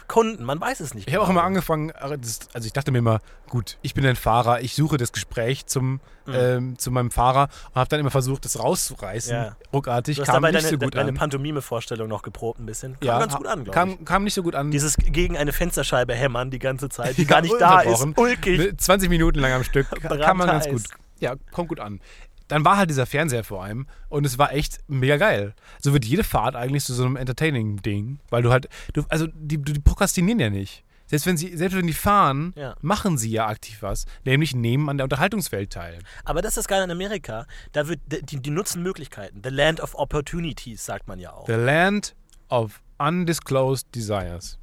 Speaker 2: Kunden? Man weiß es nicht.
Speaker 1: Ich habe auch
Speaker 2: genau.
Speaker 1: immer angefangen, äh, das- also ich dachte mir immer, gut, ich bin ein Fahrer, ich suche das Gespräch zum,
Speaker 2: Mhm.
Speaker 1: ähm, zu meinem Fahrer und habe dann immer versucht, das rauszureißen.
Speaker 2: Ja.
Speaker 1: Ruckartig,
Speaker 2: Du hast
Speaker 1: kam
Speaker 2: dabei
Speaker 1: nicht
Speaker 2: deine,
Speaker 1: so gut
Speaker 2: deine
Speaker 1: an.
Speaker 2: Pantomime-Vorstellung noch geprobt ein bisschen. Kam
Speaker 1: Ja,
Speaker 2: ganz gut an, glaube ich.
Speaker 1: kam, kam nicht so gut an.
Speaker 2: Dieses gegen eine Fensterscheibe hämmern die ganze Zeit, die
Speaker 1: Ja,
Speaker 2: gar nicht da ist.
Speaker 1: ununterbrochen.
Speaker 2: Ulkig.
Speaker 1: 20 Minuten lang am Stück kann man ganz gut.
Speaker 2: Brandheiß.
Speaker 1: Ja, kommt gut an. Dann war halt dieser Fernseher vor allem und es war echt mega geil. So wird jede Fahrt eigentlich zu so einem Entertaining-Ding, weil du halt, du, also die, du- die prokrastinieren ja nicht. Selbst wenn, sie, selbst wenn die fahren,
Speaker 2: Ja.
Speaker 1: machen sie ja aktiv was, nämlich nehmen an der Unterhaltungswelt teil.
Speaker 2: Aber das ist geil an Amerika. Da wird, die, die- die nutzen Möglichkeiten. The Land of Opportunities, sagt man ja auch.
Speaker 1: The Land of Undisclosed Desires.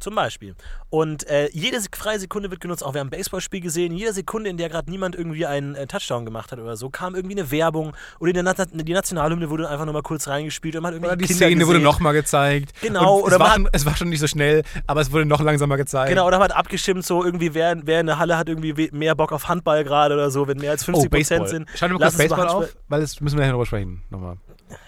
Speaker 2: Zum Beispiel. Und äh, jede Sek- freie Sekunde wird genutzt. Auch wir haben ein Baseballspiel gesehen. Jede Sekunde, in der gerade niemand irgendwie einen äh, Touchdown gemacht hat oder so, kam irgendwie eine Werbung. Oder in der Na die Nationalhymne wurde einfach nochmal kurz reingespielt. Und man hat irgendwie
Speaker 1: Oder die Szene wurde nochmal gezeigt.
Speaker 2: Genau,
Speaker 1: Und es,
Speaker 2: oder man
Speaker 1: war,
Speaker 2: hat-
Speaker 1: schon- es war schon nicht so schnell, aber es wurde noch langsamer gezeigt.
Speaker 2: Genau, oder man hat abgestimmt, so irgendwie, wer, wer in der Halle hat irgendwie we- mehr Bock auf Handball gerade oder so, wenn mehr als 50 Prozent sind.
Speaker 1: Schau dir Oh, mal
Speaker 2: lass
Speaker 1: kurz
Speaker 2: uns
Speaker 1: Baseball
Speaker 2: Handball-
Speaker 1: auf, weil das müssen wir nachher drüber sprechen. Nochmal.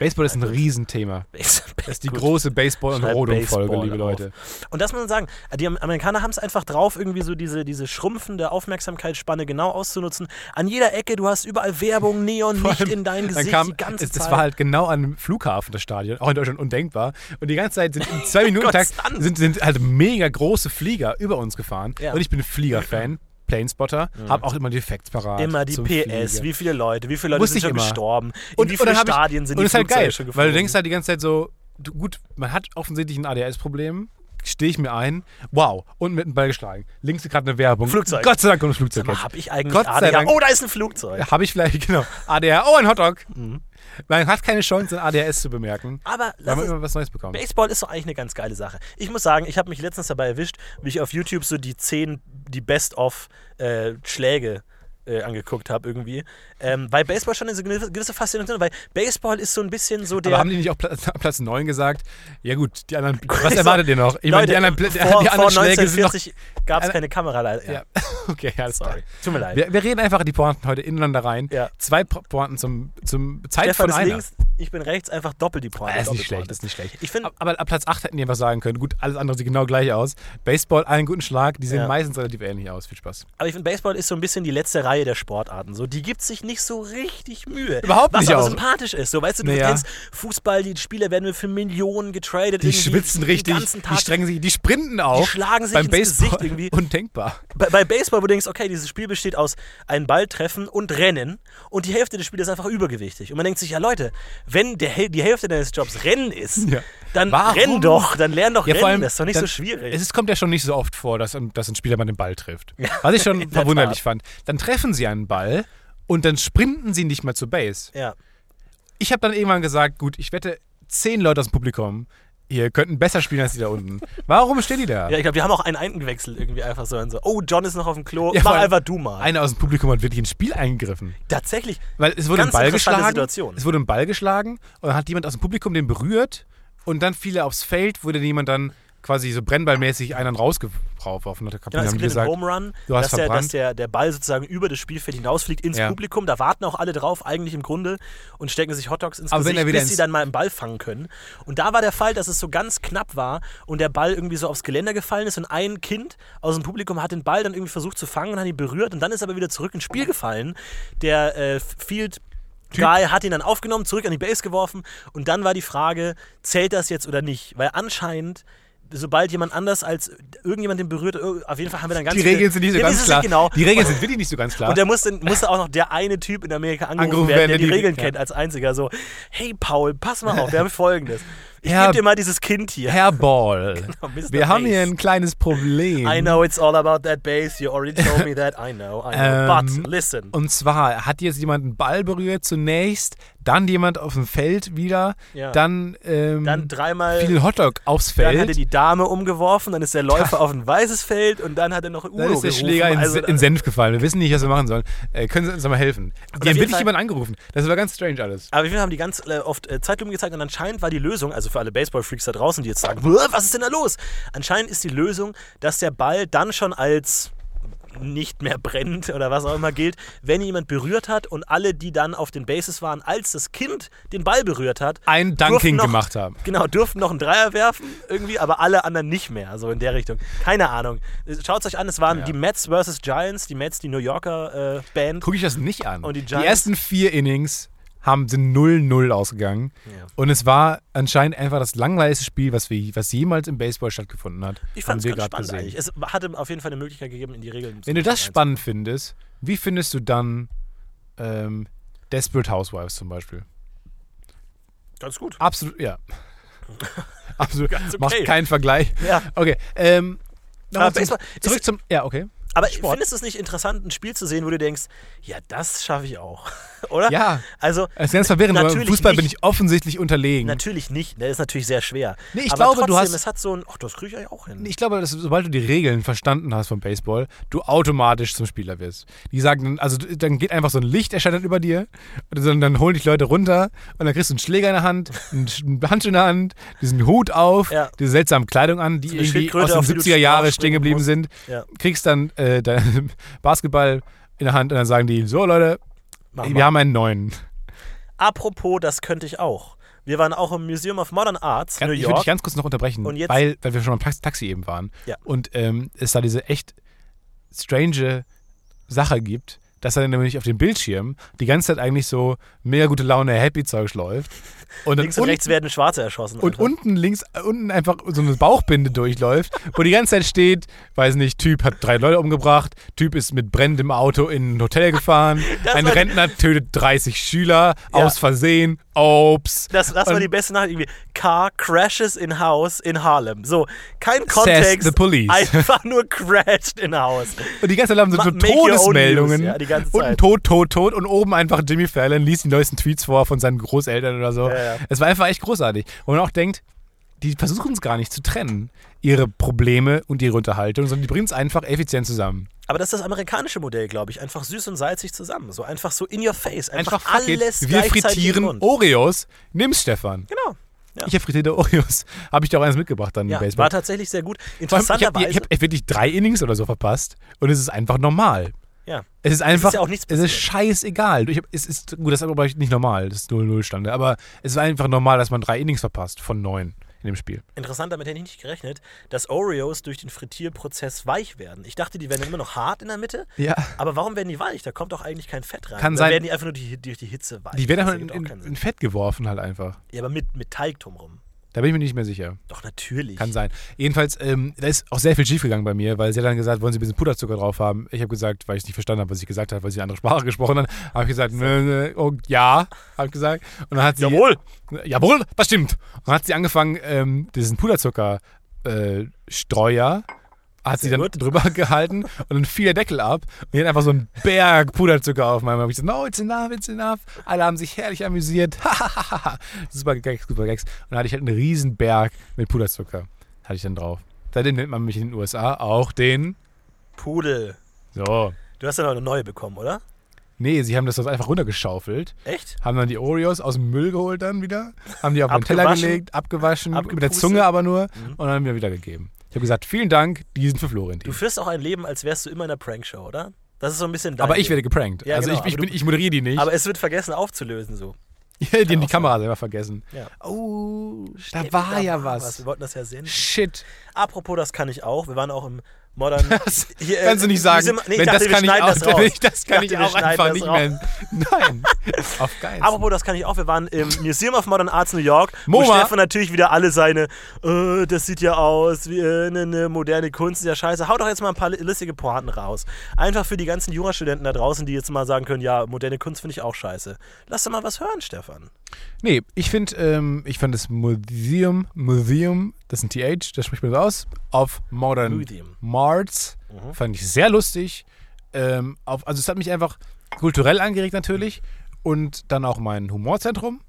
Speaker 1: Baseball ist ein Riesenthema.
Speaker 2: Baseball.
Speaker 1: Das ist die
Speaker 2: Also, Gut.
Speaker 1: große Baseball- und
Speaker 2: Schreib
Speaker 1: Rodung-Folge,
Speaker 2: Baseball
Speaker 1: liebe
Speaker 2: auf.
Speaker 1: Leute.
Speaker 2: Und das muss man sagen, die Am- Amerikaner haben es einfach drauf, irgendwie so diese, diese schrumpfende Aufmerksamkeitsspanne genau auszunutzen. An jeder Ecke, du hast überall Werbung, Neon,
Speaker 1: Vor
Speaker 2: Licht
Speaker 1: allem,
Speaker 2: in dein
Speaker 1: Dann
Speaker 2: Gesicht,
Speaker 1: kam,
Speaker 2: die ganze
Speaker 1: es,
Speaker 2: Zeit.
Speaker 1: das war halt genau am Flughafen das Stadion, auch in Deutschland undenkbar. Und die ganze Zeit sind in zwei Minuten Tag
Speaker 2: Konstant.
Speaker 1: sind, sind halt mega große Flieger über uns gefahren.
Speaker 2: Ja.
Speaker 1: Und ich bin Flieger-Fan, Planespotter, habe auch immer die Facts parat.
Speaker 2: Immer die
Speaker 1: zum
Speaker 2: PS,
Speaker 1: Flieger.
Speaker 2: wie viele Leute, wie viele Leute
Speaker 1: Wusste
Speaker 2: sind
Speaker 1: ich
Speaker 2: schon
Speaker 1: immer.
Speaker 2: gestorben, in wie
Speaker 1: und
Speaker 2: viele
Speaker 1: dann hab ich-
Speaker 2: Stadien sind
Speaker 1: und
Speaker 2: die
Speaker 1: ist halt
Speaker 2: Flugzeuge
Speaker 1: geil,
Speaker 2: schon geflogen.
Speaker 1: weil du denkst halt die ganze Zeit so, du, gut, man hat offensichtlich ein ADS-Problem, stehe ich mir ein, wow, und mit dem Ball geschlagen. Links ist gerade eine Werbung.
Speaker 2: Flugzeug.
Speaker 1: Gott sei Dank kommt das Flugzeug
Speaker 2: Sag mal,
Speaker 1: jetzt.
Speaker 2: hab ich eigentlich
Speaker 1: Gott sei
Speaker 2: ADR?
Speaker 1: Dank.
Speaker 2: Oh, da ist ein Flugzeug.
Speaker 1: Habe ich vielleicht, genau. ADR, oh, ein Hotdog.
Speaker 2: Mhm.
Speaker 1: Man hat keine Chance, ein ADS zu bemerken.
Speaker 2: Aber
Speaker 1: Weil
Speaker 2: lass
Speaker 1: man
Speaker 2: uns,
Speaker 1: immer was Neues bekommt.
Speaker 2: Baseball ist so eigentlich eine ganz geile Sache. Ich muss sagen, ich habe mich letztens dabei erwischt, wie ich auf YouTube so die 10, die Best-of-Schläge äh, angeguckt habe irgendwie. Ähm, weil Baseball schon eine gewisse gewisse Faszination, weil Baseball ist so ein bisschen so der.
Speaker 1: Aber haben die nicht auch Platz, Platz 9 gesagt? Ja gut, die anderen, was
Speaker 2: Ich
Speaker 1: erwartet ihr noch? Ich meine, die
Speaker 2: Leute,
Speaker 1: anderen, Pla-
Speaker 2: vor,
Speaker 1: die anderen
Speaker 2: vor
Speaker 1: Schläge sind noch...
Speaker 2: 1940 gab es
Speaker 1: Alle-
Speaker 2: keine Kamera leider. Ja.
Speaker 1: Ja. Okay, alles klar.
Speaker 2: Sorry. Tut mir leid.
Speaker 1: Wir, wir reden einfach die Pointen heute ineinander rein.
Speaker 2: Ja.
Speaker 1: Zwei Po- Pointen zum, zum Zeit
Speaker 2: Stefan
Speaker 1: von
Speaker 2: ist
Speaker 1: einer.
Speaker 2: links, ich bin rechts, einfach doppelt die Pointe.
Speaker 1: Ah, ist nicht
Speaker 2: doppelt
Speaker 1: schlecht,
Speaker 2: Pointe.
Speaker 1: ist nicht schlecht.
Speaker 2: Ich finde,
Speaker 1: Ab- Aber ab Platz 8 hätten die was sagen können. Gut, alles andere sieht genau gleich aus. Baseball, einen guten Schlag, die sehen
Speaker 2: Ja.
Speaker 1: meistens relativ ähnlich aus. Viel Spaß.
Speaker 2: Aber ich finde, Baseball ist so ein bisschen die letzte Reihe der Sportarten. So, die gibt sich nicht so richtig Mühe.
Speaker 1: Überhaupt
Speaker 2: was
Speaker 1: nicht
Speaker 2: aber
Speaker 1: auch.
Speaker 2: sympathisch ist. So, weißt du, du
Speaker 1: Naja.
Speaker 2: kennst Fußball, die Spieler werden für Millionen getradet.
Speaker 1: Die
Speaker 2: irgendwie
Speaker 1: schwitzen
Speaker 2: den
Speaker 1: richtig,
Speaker 2: ganzen
Speaker 1: die
Speaker 2: Tag.
Speaker 1: strengen sich, die sprinten auch.
Speaker 2: schlagen sich
Speaker 1: beim
Speaker 2: ins Gesicht
Speaker 1: Baseball
Speaker 2: irgendwie.
Speaker 1: Undenkbar.
Speaker 2: bei, bei Baseball, wo du denkst, okay, dieses Spiel besteht aus einem Ball treffen und rennen und die Hälfte des Spiels ist einfach übergewichtig. Und man denkt sich, ja Leute, wenn der, Häl- die Hälfte deines Jobs Rennen ist,
Speaker 1: Ja.
Speaker 2: dann
Speaker 1: Warum?
Speaker 2: renn doch, dann lern doch
Speaker 1: Ja,
Speaker 2: rennen.
Speaker 1: vor allem,
Speaker 2: das ist doch nicht
Speaker 1: dann-
Speaker 2: so schwierig.
Speaker 1: Es ist- kommt ja schon nicht so oft vor, dass, ein- dass ein Spieler mal den Ball trifft. Was ich schon
Speaker 2: der
Speaker 1: verwunderlich fand. Dann treffen sie einen Ball und dann sprinten sie nicht mehr zur Base.
Speaker 2: ja.
Speaker 1: Ich habe dann irgendwann gesagt, gut, ich wette, zehn Leute aus dem Publikum hier könnten besser spielen als die da unten. Warum stehen die da?
Speaker 2: ja, ich glaube, wir haben auch einen eingewechselt irgendwie einfach so. Und so. Oh, John ist noch auf dem Klo,
Speaker 1: Ja,
Speaker 2: mach
Speaker 1: vor allem-
Speaker 2: einfach du mal.
Speaker 1: Einer aus dem Publikum hat wirklich ins Spiel eingegriffen.
Speaker 2: Tatsächlich.
Speaker 1: Weil es wurde
Speaker 2: Ganz
Speaker 1: ein Ball
Speaker 2: interessante
Speaker 1: geschlagen.
Speaker 2: Situation.
Speaker 1: Es wurde ein Ball geschlagen und dann hat jemand aus dem Publikum den berührt und dann fiel er aufs Feld, wurde jemand dann quasi so brennballmäßig einen rausgeworfen. Da
Speaker 2: Genau,
Speaker 1: haben
Speaker 2: es
Speaker 1: die
Speaker 2: gibt ja den
Speaker 1: gesagt,
Speaker 2: Home Run,
Speaker 1: du hast
Speaker 2: dass, der, dass
Speaker 1: verbrannt.
Speaker 2: der, der Ball sozusagen über das Spielfeld hinausfliegt ins
Speaker 1: Ja.
Speaker 2: Publikum. Da warten auch alle drauf, eigentlich im Grunde, und stecken sich Hotdogs ins
Speaker 1: Aber wenn
Speaker 2: Gesicht,
Speaker 1: er wieder
Speaker 2: bis sie
Speaker 1: ins-
Speaker 2: dann mal einen Ball fangen können. Und da war der Fall, dass es so ganz knapp war und der Ball irgendwie so aufs Geländer gefallen ist und ein Kind aus dem Publikum hat den Ball dann irgendwie versucht zu fangen und hat ihn berührt und dann ist er aber wieder zurück ins Spiel gefallen. Der äh, Field Guy hat ihn dann aufgenommen, zurück an die Base geworfen und dann war die Frage, zählt das jetzt oder nicht? Weil anscheinend, sobald jemand anders als irgendjemand den berührt, äh, auf jeden Fall haben wir dann ganz
Speaker 1: die
Speaker 2: viele-
Speaker 1: Regeln sind nicht so
Speaker 2: Ja,
Speaker 1: ganz
Speaker 2: dieses-
Speaker 1: klar.
Speaker 2: Genau.
Speaker 1: Die Regeln sind wirklich nicht so ganz klar.
Speaker 2: und da musste, musste auch noch der eine Typ in Amerika angerufen,
Speaker 1: Angerufen
Speaker 2: werden,
Speaker 1: werden,
Speaker 2: der die,
Speaker 1: die-
Speaker 2: Regeln
Speaker 1: ja.
Speaker 2: kennt als einziger. So, hey Paul, pass mal auf, wir haben folgendes. Ich
Speaker 1: Herr-
Speaker 2: gebe dir mal dieses Kind hier.
Speaker 1: Herr Ball,
Speaker 2: Mr.
Speaker 1: wir haben
Speaker 2: Base.
Speaker 1: hier ein kleines Problem.
Speaker 2: I know it's all about that base, you already told me that, I know, I know.
Speaker 1: Ähm,
Speaker 2: But listen.
Speaker 1: Und zwar hat jetzt jemand einen Ball berührt zunächst, dann jemand auf dem Feld wieder,
Speaker 2: Ja.
Speaker 1: dann, ähm,
Speaker 2: Dann dreimal-
Speaker 1: viel Hotdog aufs
Speaker 2: Dann hat er
Speaker 1: Feld.
Speaker 2: die Dame umgeworfen, dann ist der Läufer auf ein weißes Feld und dann hat er noch Udo
Speaker 1: Dann ist der
Speaker 2: gerufen.
Speaker 1: Schläger in,
Speaker 2: Also,
Speaker 1: Se- in Senf gefallen. Wir wissen nicht, was wir machen sollen. Äh, können Sie uns da mal helfen? Die
Speaker 2: jeden
Speaker 1: haben wirklich
Speaker 2: Fall-
Speaker 1: jemand angerufen. Das war ganz strange alles.
Speaker 2: Aber wir haben die ganz äh, oft äh, Zeitlupen gezeigt und anscheinend war die Lösung, also für alle Baseball-Freaks da draußen, die jetzt sagen, "Buh, was ist denn da los? Anscheinend ist die Lösung, dass der Ball dann schon als nicht mehr brennt oder was auch immer gilt, wenn ihn jemand berührt hat und alle, die dann auf den Bases waren, als das Kind den Ball berührt hat,
Speaker 1: Ein
Speaker 2: durften
Speaker 1: Dunking
Speaker 2: noch,
Speaker 1: gemacht haben.
Speaker 2: Genau, durften noch einen Dreier werfen irgendwie, aber alle anderen nicht mehr, so in der Richtung. Keine Ahnung. Schaut es euch an, es waren
Speaker 1: Ja.
Speaker 2: die Mets versus Giants, die Mets, die New Yorker äh, Band.
Speaker 1: Gucke ich das nicht an.
Speaker 2: Und die
Speaker 1: die,
Speaker 2: Giants-
Speaker 1: ersten vier Innings haben sind 0-0 ausgegangen.
Speaker 2: Ja.
Speaker 1: Und es war anscheinend einfach das langweiligste Spiel, was, wir, was jemals im Baseball stattgefunden hat.
Speaker 2: Ich
Speaker 1: Haben
Speaker 2: fand es
Speaker 1: wir
Speaker 2: ganz
Speaker 1: gerade
Speaker 2: spannend
Speaker 1: gesehen.
Speaker 2: eigentlich. Es hatte auf jeden Fall eine Möglichkeit gegeben, in die Regeln zu
Speaker 1: Wenn du das
Speaker 2: einzugehen.
Speaker 1: spannend findest, wie findest du dann ähm, Desperate Housewives zum Beispiel?
Speaker 2: Ganz gut.
Speaker 1: Absolut, ja. Absolut.
Speaker 2: Ganz okay.
Speaker 1: Macht keinen Vergleich.
Speaker 2: Ja.
Speaker 1: Okay. Ähm, noch
Speaker 2: Aber
Speaker 1: mal zum,
Speaker 2: Baseball ist-
Speaker 1: zurück zum. Ja, okay.
Speaker 2: Aber
Speaker 1: Sport.
Speaker 2: findest du es nicht interessant, ein Spiel zu sehen, wo du denkst, ja, das schaffe ich auch, oder?
Speaker 1: Ja.
Speaker 2: Also,
Speaker 1: Es ist ganz verwirrend, aber im
Speaker 2: Natürlich
Speaker 1: Fußball bin
Speaker 2: nicht.
Speaker 1: ich offensichtlich unterlegen.
Speaker 2: natürlich nicht, ne? ist natürlich sehr schwer.
Speaker 1: Nee, ich
Speaker 2: aber
Speaker 1: glaube, du
Speaker 2: trotzdem,
Speaker 1: hast-
Speaker 2: es hat so ein, ach, das kriege ich eigentlich auch hin.
Speaker 1: Ich glaube, dass sobald du die Regeln verstanden hast vom Baseball, du automatisch zum Spieler wirst. Die sagen, dann- also dann geht einfach so ein Licht erscheint über dir, und dann, dann holen dich Leute runter und dann kriegst du einen Schläger in der Hand, einen Sch- einen Handschuh in der Hand, diesen Hut auf,
Speaker 2: Ja.
Speaker 1: diese seltsame Kleidung an, die
Speaker 2: eine
Speaker 1: irgendwie
Speaker 2: Schildkröte,
Speaker 1: aus den
Speaker 2: auf die du
Speaker 1: 70er Jahren
Speaker 2: draufspringen
Speaker 1: stehen geblieben
Speaker 2: musst.
Speaker 1: sind,
Speaker 2: Ja.
Speaker 1: kriegst dann äh, deinen Basketball in der Hand und dann sagen die, so Leute,
Speaker 2: Mach mal.
Speaker 1: wir haben einen neuen.
Speaker 2: Apropos, das könnte ich auch. Wir waren auch im Museum of Modern Arts,
Speaker 1: Ganz,
Speaker 2: New
Speaker 1: ich würde
Speaker 2: York.
Speaker 1: dich ganz kurz noch unterbrechen,
Speaker 2: Und jetzt-
Speaker 1: weil, weil wir schon mal im Tax- Taxi eben waren.
Speaker 2: Ja.
Speaker 1: Und ähm, es da diese echt strange Sache gibt, dass er nämlich auf dem Bildschirm die ganze Zeit eigentlich so mega gute Laune Happy Zeug läuft. Und, dann
Speaker 2: Links und,
Speaker 1: unten-
Speaker 2: rechts werden Schwarze erschossen. Also,
Speaker 1: und
Speaker 2: Alter.
Speaker 1: unten links, äh, unten einfach so eine Bauchbinde durchläuft, wo die ganze Zeit steht, weiß nicht, Typ hat drei Leute umgebracht, Typ ist mit brennendem Auto in ein Hotel gefahren,
Speaker 2: Das
Speaker 1: ein
Speaker 2: war-
Speaker 1: Rentner tötet 30 Schüler
Speaker 2: Ja.
Speaker 1: aus Versehen, Ops.
Speaker 2: das, das war
Speaker 1: Und-
Speaker 2: die beste Nachricht irgendwie. Car crashes in house in Harlem. So, kein
Speaker 1: Says
Speaker 2: Kontext.
Speaker 1: the police.
Speaker 2: Einfach nur crashed in house.
Speaker 1: Und die ganze Zeit haben so,
Speaker 2: Ma-
Speaker 1: so
Speaker 2: make your own
Speaker 1: Todesmeldungen.
Speaker 2: news, ja, die ganze Zeit.
Speaker 1: Unten tot, tot, tot. Und oben einfach Jimmy Fallon liest die neuesten Tweets vor von seinen Großeltern oder so.
Speaker 2: Ja, ja.
Speaker 1: Es war einfach echt großartig. Und man auch denkt, die versuchen es gar nicht zu trennen, ihre Probleme und ihre Unterhaltung, sondern die bringen es einfach effizient zusammen.
Speaker 2: Aber das ist das amerikanische Modell, glaube ich. Einfach süß und salzig zusammen. So einfach so in your face. Einfach,
Speaker 1: Einfach fuck it,
Speaker 2: alles
Speaker 1: Wir
Speaker 2: gleichzeitig
Speaker 1: frittieren
Speaker 2: im Mund.
Speaker 1: Oreos. Nimm's, Stefan.
Speaker 2: Genau. Ja.
Speaker 1: Ich habe frittierte Oreos. Habe ich dir auch eins mitgebracht dann im
Speaker 2: ja,
Speaker 1: Baseball.
Speaker 2: war tatsächlich sehr gut.
Speaker 1: Vor allem, ich habe
Speaker 2: Interessanterweise.
Speaker 1: hab wirklich drei Innings oder so verpasst und es ist einfach normal.
Speaker 2: ja.
Speaker 1: Es ist einfach, es ist,
Speaker 2: ja auch nichts
Speaker 1: scheißegal. Ich hab, es ist, gut, das ist aber nicht normal, das ist 0-0 stande, aber es ist einfach normal, dass man drei Innings verpasst von neun in dem Spiel.
Speaker 2: Interessant, damit hätte ich nicht gerechnet, dass Oreos durch den Frittierprozess weich werden. Ich dachte, die werden immer noch hart in der Mitte.
Speaker 1: Ja.
Speaker 2: Aber warum werden die weich? Da kommt doch eigentlich kein Fett rein.
Speaker 1: Kann
Speaker 2: Dann
Speaker 1: sein-
Speaker 2: werden die einfach nur die, durch die Hitze weich.
Speaker 1: Die werden
Speaker 2: Das
Speaker 1: einfach in,
Speaker 2: ergibt auch
Speaker 1: in,
Speaker 2: keinen
Speaker 1: in
Speaker 2: Sinn.
Speaker 1: Fett geworfen halt einfach.
Speaker 2: Ja, aber mit, mit Teig drumrum.
Speaker 1: Da bin ich mir nicht mehr sicher.
Speaker 2: Doch, natürlich.
Speaker 1: Kann sein. Jedenfalls, ähm, da ist auch sehr viel schief gegangen bei mir, weil sie hat dann gesagt, wollen Sie ein bisschen Puderzucker drauf haben? Ich habe gesagt, weil ich nicht verstanden habe, was ich gesagt habe, weil sie eine andere Sprache gesprochen hat, habe ich gesagt, nö, nö, oh, ja, habe ich gesagt. Und dann hat sie,
Speaker 2: Jawohl.
Speaker 1: Jawohl, das stimmt. Und dann hat sie angefangen, ähm, diesen Puderzucker äh, Streuer hat sie
Speaker 2: Sehr
Speaker 1: dann
Speaker 2: gut.
Speaker 1: drüber gehalten und dann fiel der Deckel ab und die hat einfach so einen Berg Puderzucker auf meinem. Hab ich gesagt, no, it's enough, it's enough. Alle haben sich herrlich amüsiert. super Gags, super Gags. Und dann hatte ich halt einen riesen Berg mit Puderzucker. Hatte ich dann drauf. Seitdem nennt man mich in den USA auch den.
Speaker 2: Pudel.
Speaker 1: So.
Speaker 2: Du hast ja noch eine neue bekommen, oder?
Speaker 1: Nee, sie haben das sonst einfach runtergeschaufelt.
Speaker 2: Echt?
Speaker 1: Haben dann die Oreos aus dem Müll geholt dann wieder, haben die auf den Teller
Speaker 2: Abgewaschen.
Speaker 1: gelegt, abgewaschen, mit der
Speaker 2: Abgepustet. Mhm.
Speaker 1: Zunge aber nur und dann mir wieder gegeben. Ich habe gesagt, vielen Dank, die sind für Florentin.
Speaker 2: Du führst auch ein Leben, als wärst du immer in einer Prankshow, oder? Das ist so ein bisschen dein
Speaker 1: Aber ich
Speaker 2: Leben.
Speaker 1: werde geprankt.
Speaker 2: Ja,
Speaker 1: also
Speaker 2: genau,
Speaker 1: ich, ich,
Speaker 2: aber
Speaker 1: bin, ich moderiere die nicht.
Speaker 2: Aber es wird vergessen aufzulösen so.
Speaker 1: die haben die Kamera selber vergessen.
Speaker 2: Ja.
Speaker 1: Oh, da
Speaker 2: Ey,
Speaker 1: war
Speaker 2: da
Speaker 1: ja
Speaker 2: war
Speaker 1: was.
Speaker 2: Wir wollten das ja sehen.
Speaker 1: Shit.
Speaker 2: Apropos, das kann ich auch. Wir waren auch im Modern.
Speaker 1: Das
Speaker 2: Hier, äh,
Speaker 1: kannst du nicht sagen.
Speaker 2: wir sind- nee, ich
Speaker 1: wenn
Speaker 2: dachte,
Speaker 1: das
Speaker 2: wir
Speaker 1: kann ich
Speaker 2: schneiden
Speaker 1: auch,
Speaker 2: das raus.
Speaker 1: wenn ich- das kann
Speaker 2: Ich
Speaker 1: ich,
Speaker 2: dachte, wir
Speaker 1: auch einfach
Speaker 2: schneiden
Speaker 1: nicht
Speaker 2: das
Speaker 1: mehr. Nein. Auf keinen
Speaker 2: Apropos, das kann ich auch. Wir waren im Museum of Modern Arts New York, wo
Speaker 1: MoMA.
Speaker 2: Stefan natürlich wieder alle seine, äh, das sieht ja aus wie äh, ne, ne, moderne Kunst, ist ja scheiße. Hau doch jetzt mal ein paar li- listige Pointen raus. Einfach für die ganzen Jurastudenten da draußen, die jetzt mal sagen können, ja, moderne Kunst finde ich auch scheiße. Lass doch mal was hören, Stefan.
Speaker 1: Nee, ich finde, ähm, ich fand das Museum, Museum, das ist ein TH, das spricht man so aus, auf Modern
Speaker 2: Museum. Mhm.
Speaker 1: Marts. Fand ich sehr lustig. Ähm, auf, also es hat mich einfach kulturell angeregt natürlich und dann auch mein Humorzentrum.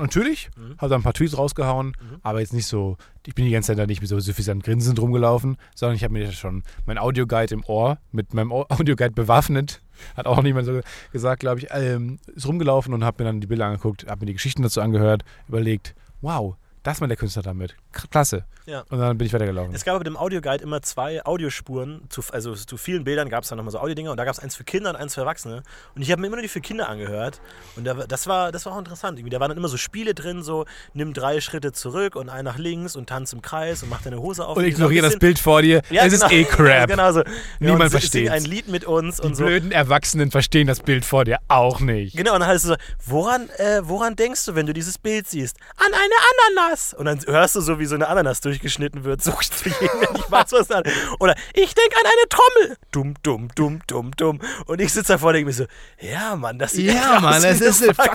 Speaker 1: Natürlich,
Speaker 2: Mhm.
Speaker 1: habe da ein paar Tweets rausgehauen, aber jetzt nicht so, ich bin die ganze Zeit da nicht mit so suffisant grinsend rumgelaufen, sondern ich habe mir schon mein Audioguide im Ohr, mit meinem Au- Audioguide bewaffnet, hat auch niemand so gesagt, glaube ich, ähm, ist rumgelaufen und habe mir dann die Bilder angeguckt, habe mir die Geschichten dazu angehört, überlegt, wow, das war der Künstler damit, K- klasse.
Speaker 2: Ja.
Speaker 1: Und dann bin ich weitergelaufen.
Speaker 2: Es gab aber dem Audioguide immer zwei Audiospuren, zu, also zu vielen Bildern gab es dann nochmal so Audiodinger und da gab es eins für Kinder und eins für Erwachsene. Und ich habe mir immer nur die für Kinder angehört und da, war- das, war, das war auch interessant. Irgendwie, da waren dann immer so Spiele drin, so nimm drei Schritte zurück und einen nach links und tanz im Kreis und mach deine Hose auf.
Speaker 1: und
Speaker 2: Irgendwie so ein
Speaker 1: ignoriere das
Speaker 2: bisschen-
Speaker 1: Bild vor dir,
Speaker 2: Ja,
Speaker 1: es ist
Speaker 2: genau.
Speaker 1: eh crap.
Speaker 2: genau so. Ja,
Speaker 1: Niemand
Speaker 2: und si-
Speaker 1: versteht's.
Speaker 2: Sing ein Lied mit uns und so.
Speaker 1: Blöden Erwachsenen verstehen das Bild vor dir auch nicht.
Speaker 2: Genau, und dann heißt es so, woran, äh, woran denkst du, wenn du dieses Bild siehst? An eine Ananas! Und dann hörst du so, wie so eine Ananas durchgeschnitten wird. So, für jeden, der nicht weiß, was an. Oder ich denke an eine Trommel! Dumm, dumm, dumm, dumm, dumm. Und ich sitze da vorne und denke mir so, ja, Mann, das sieht echt aus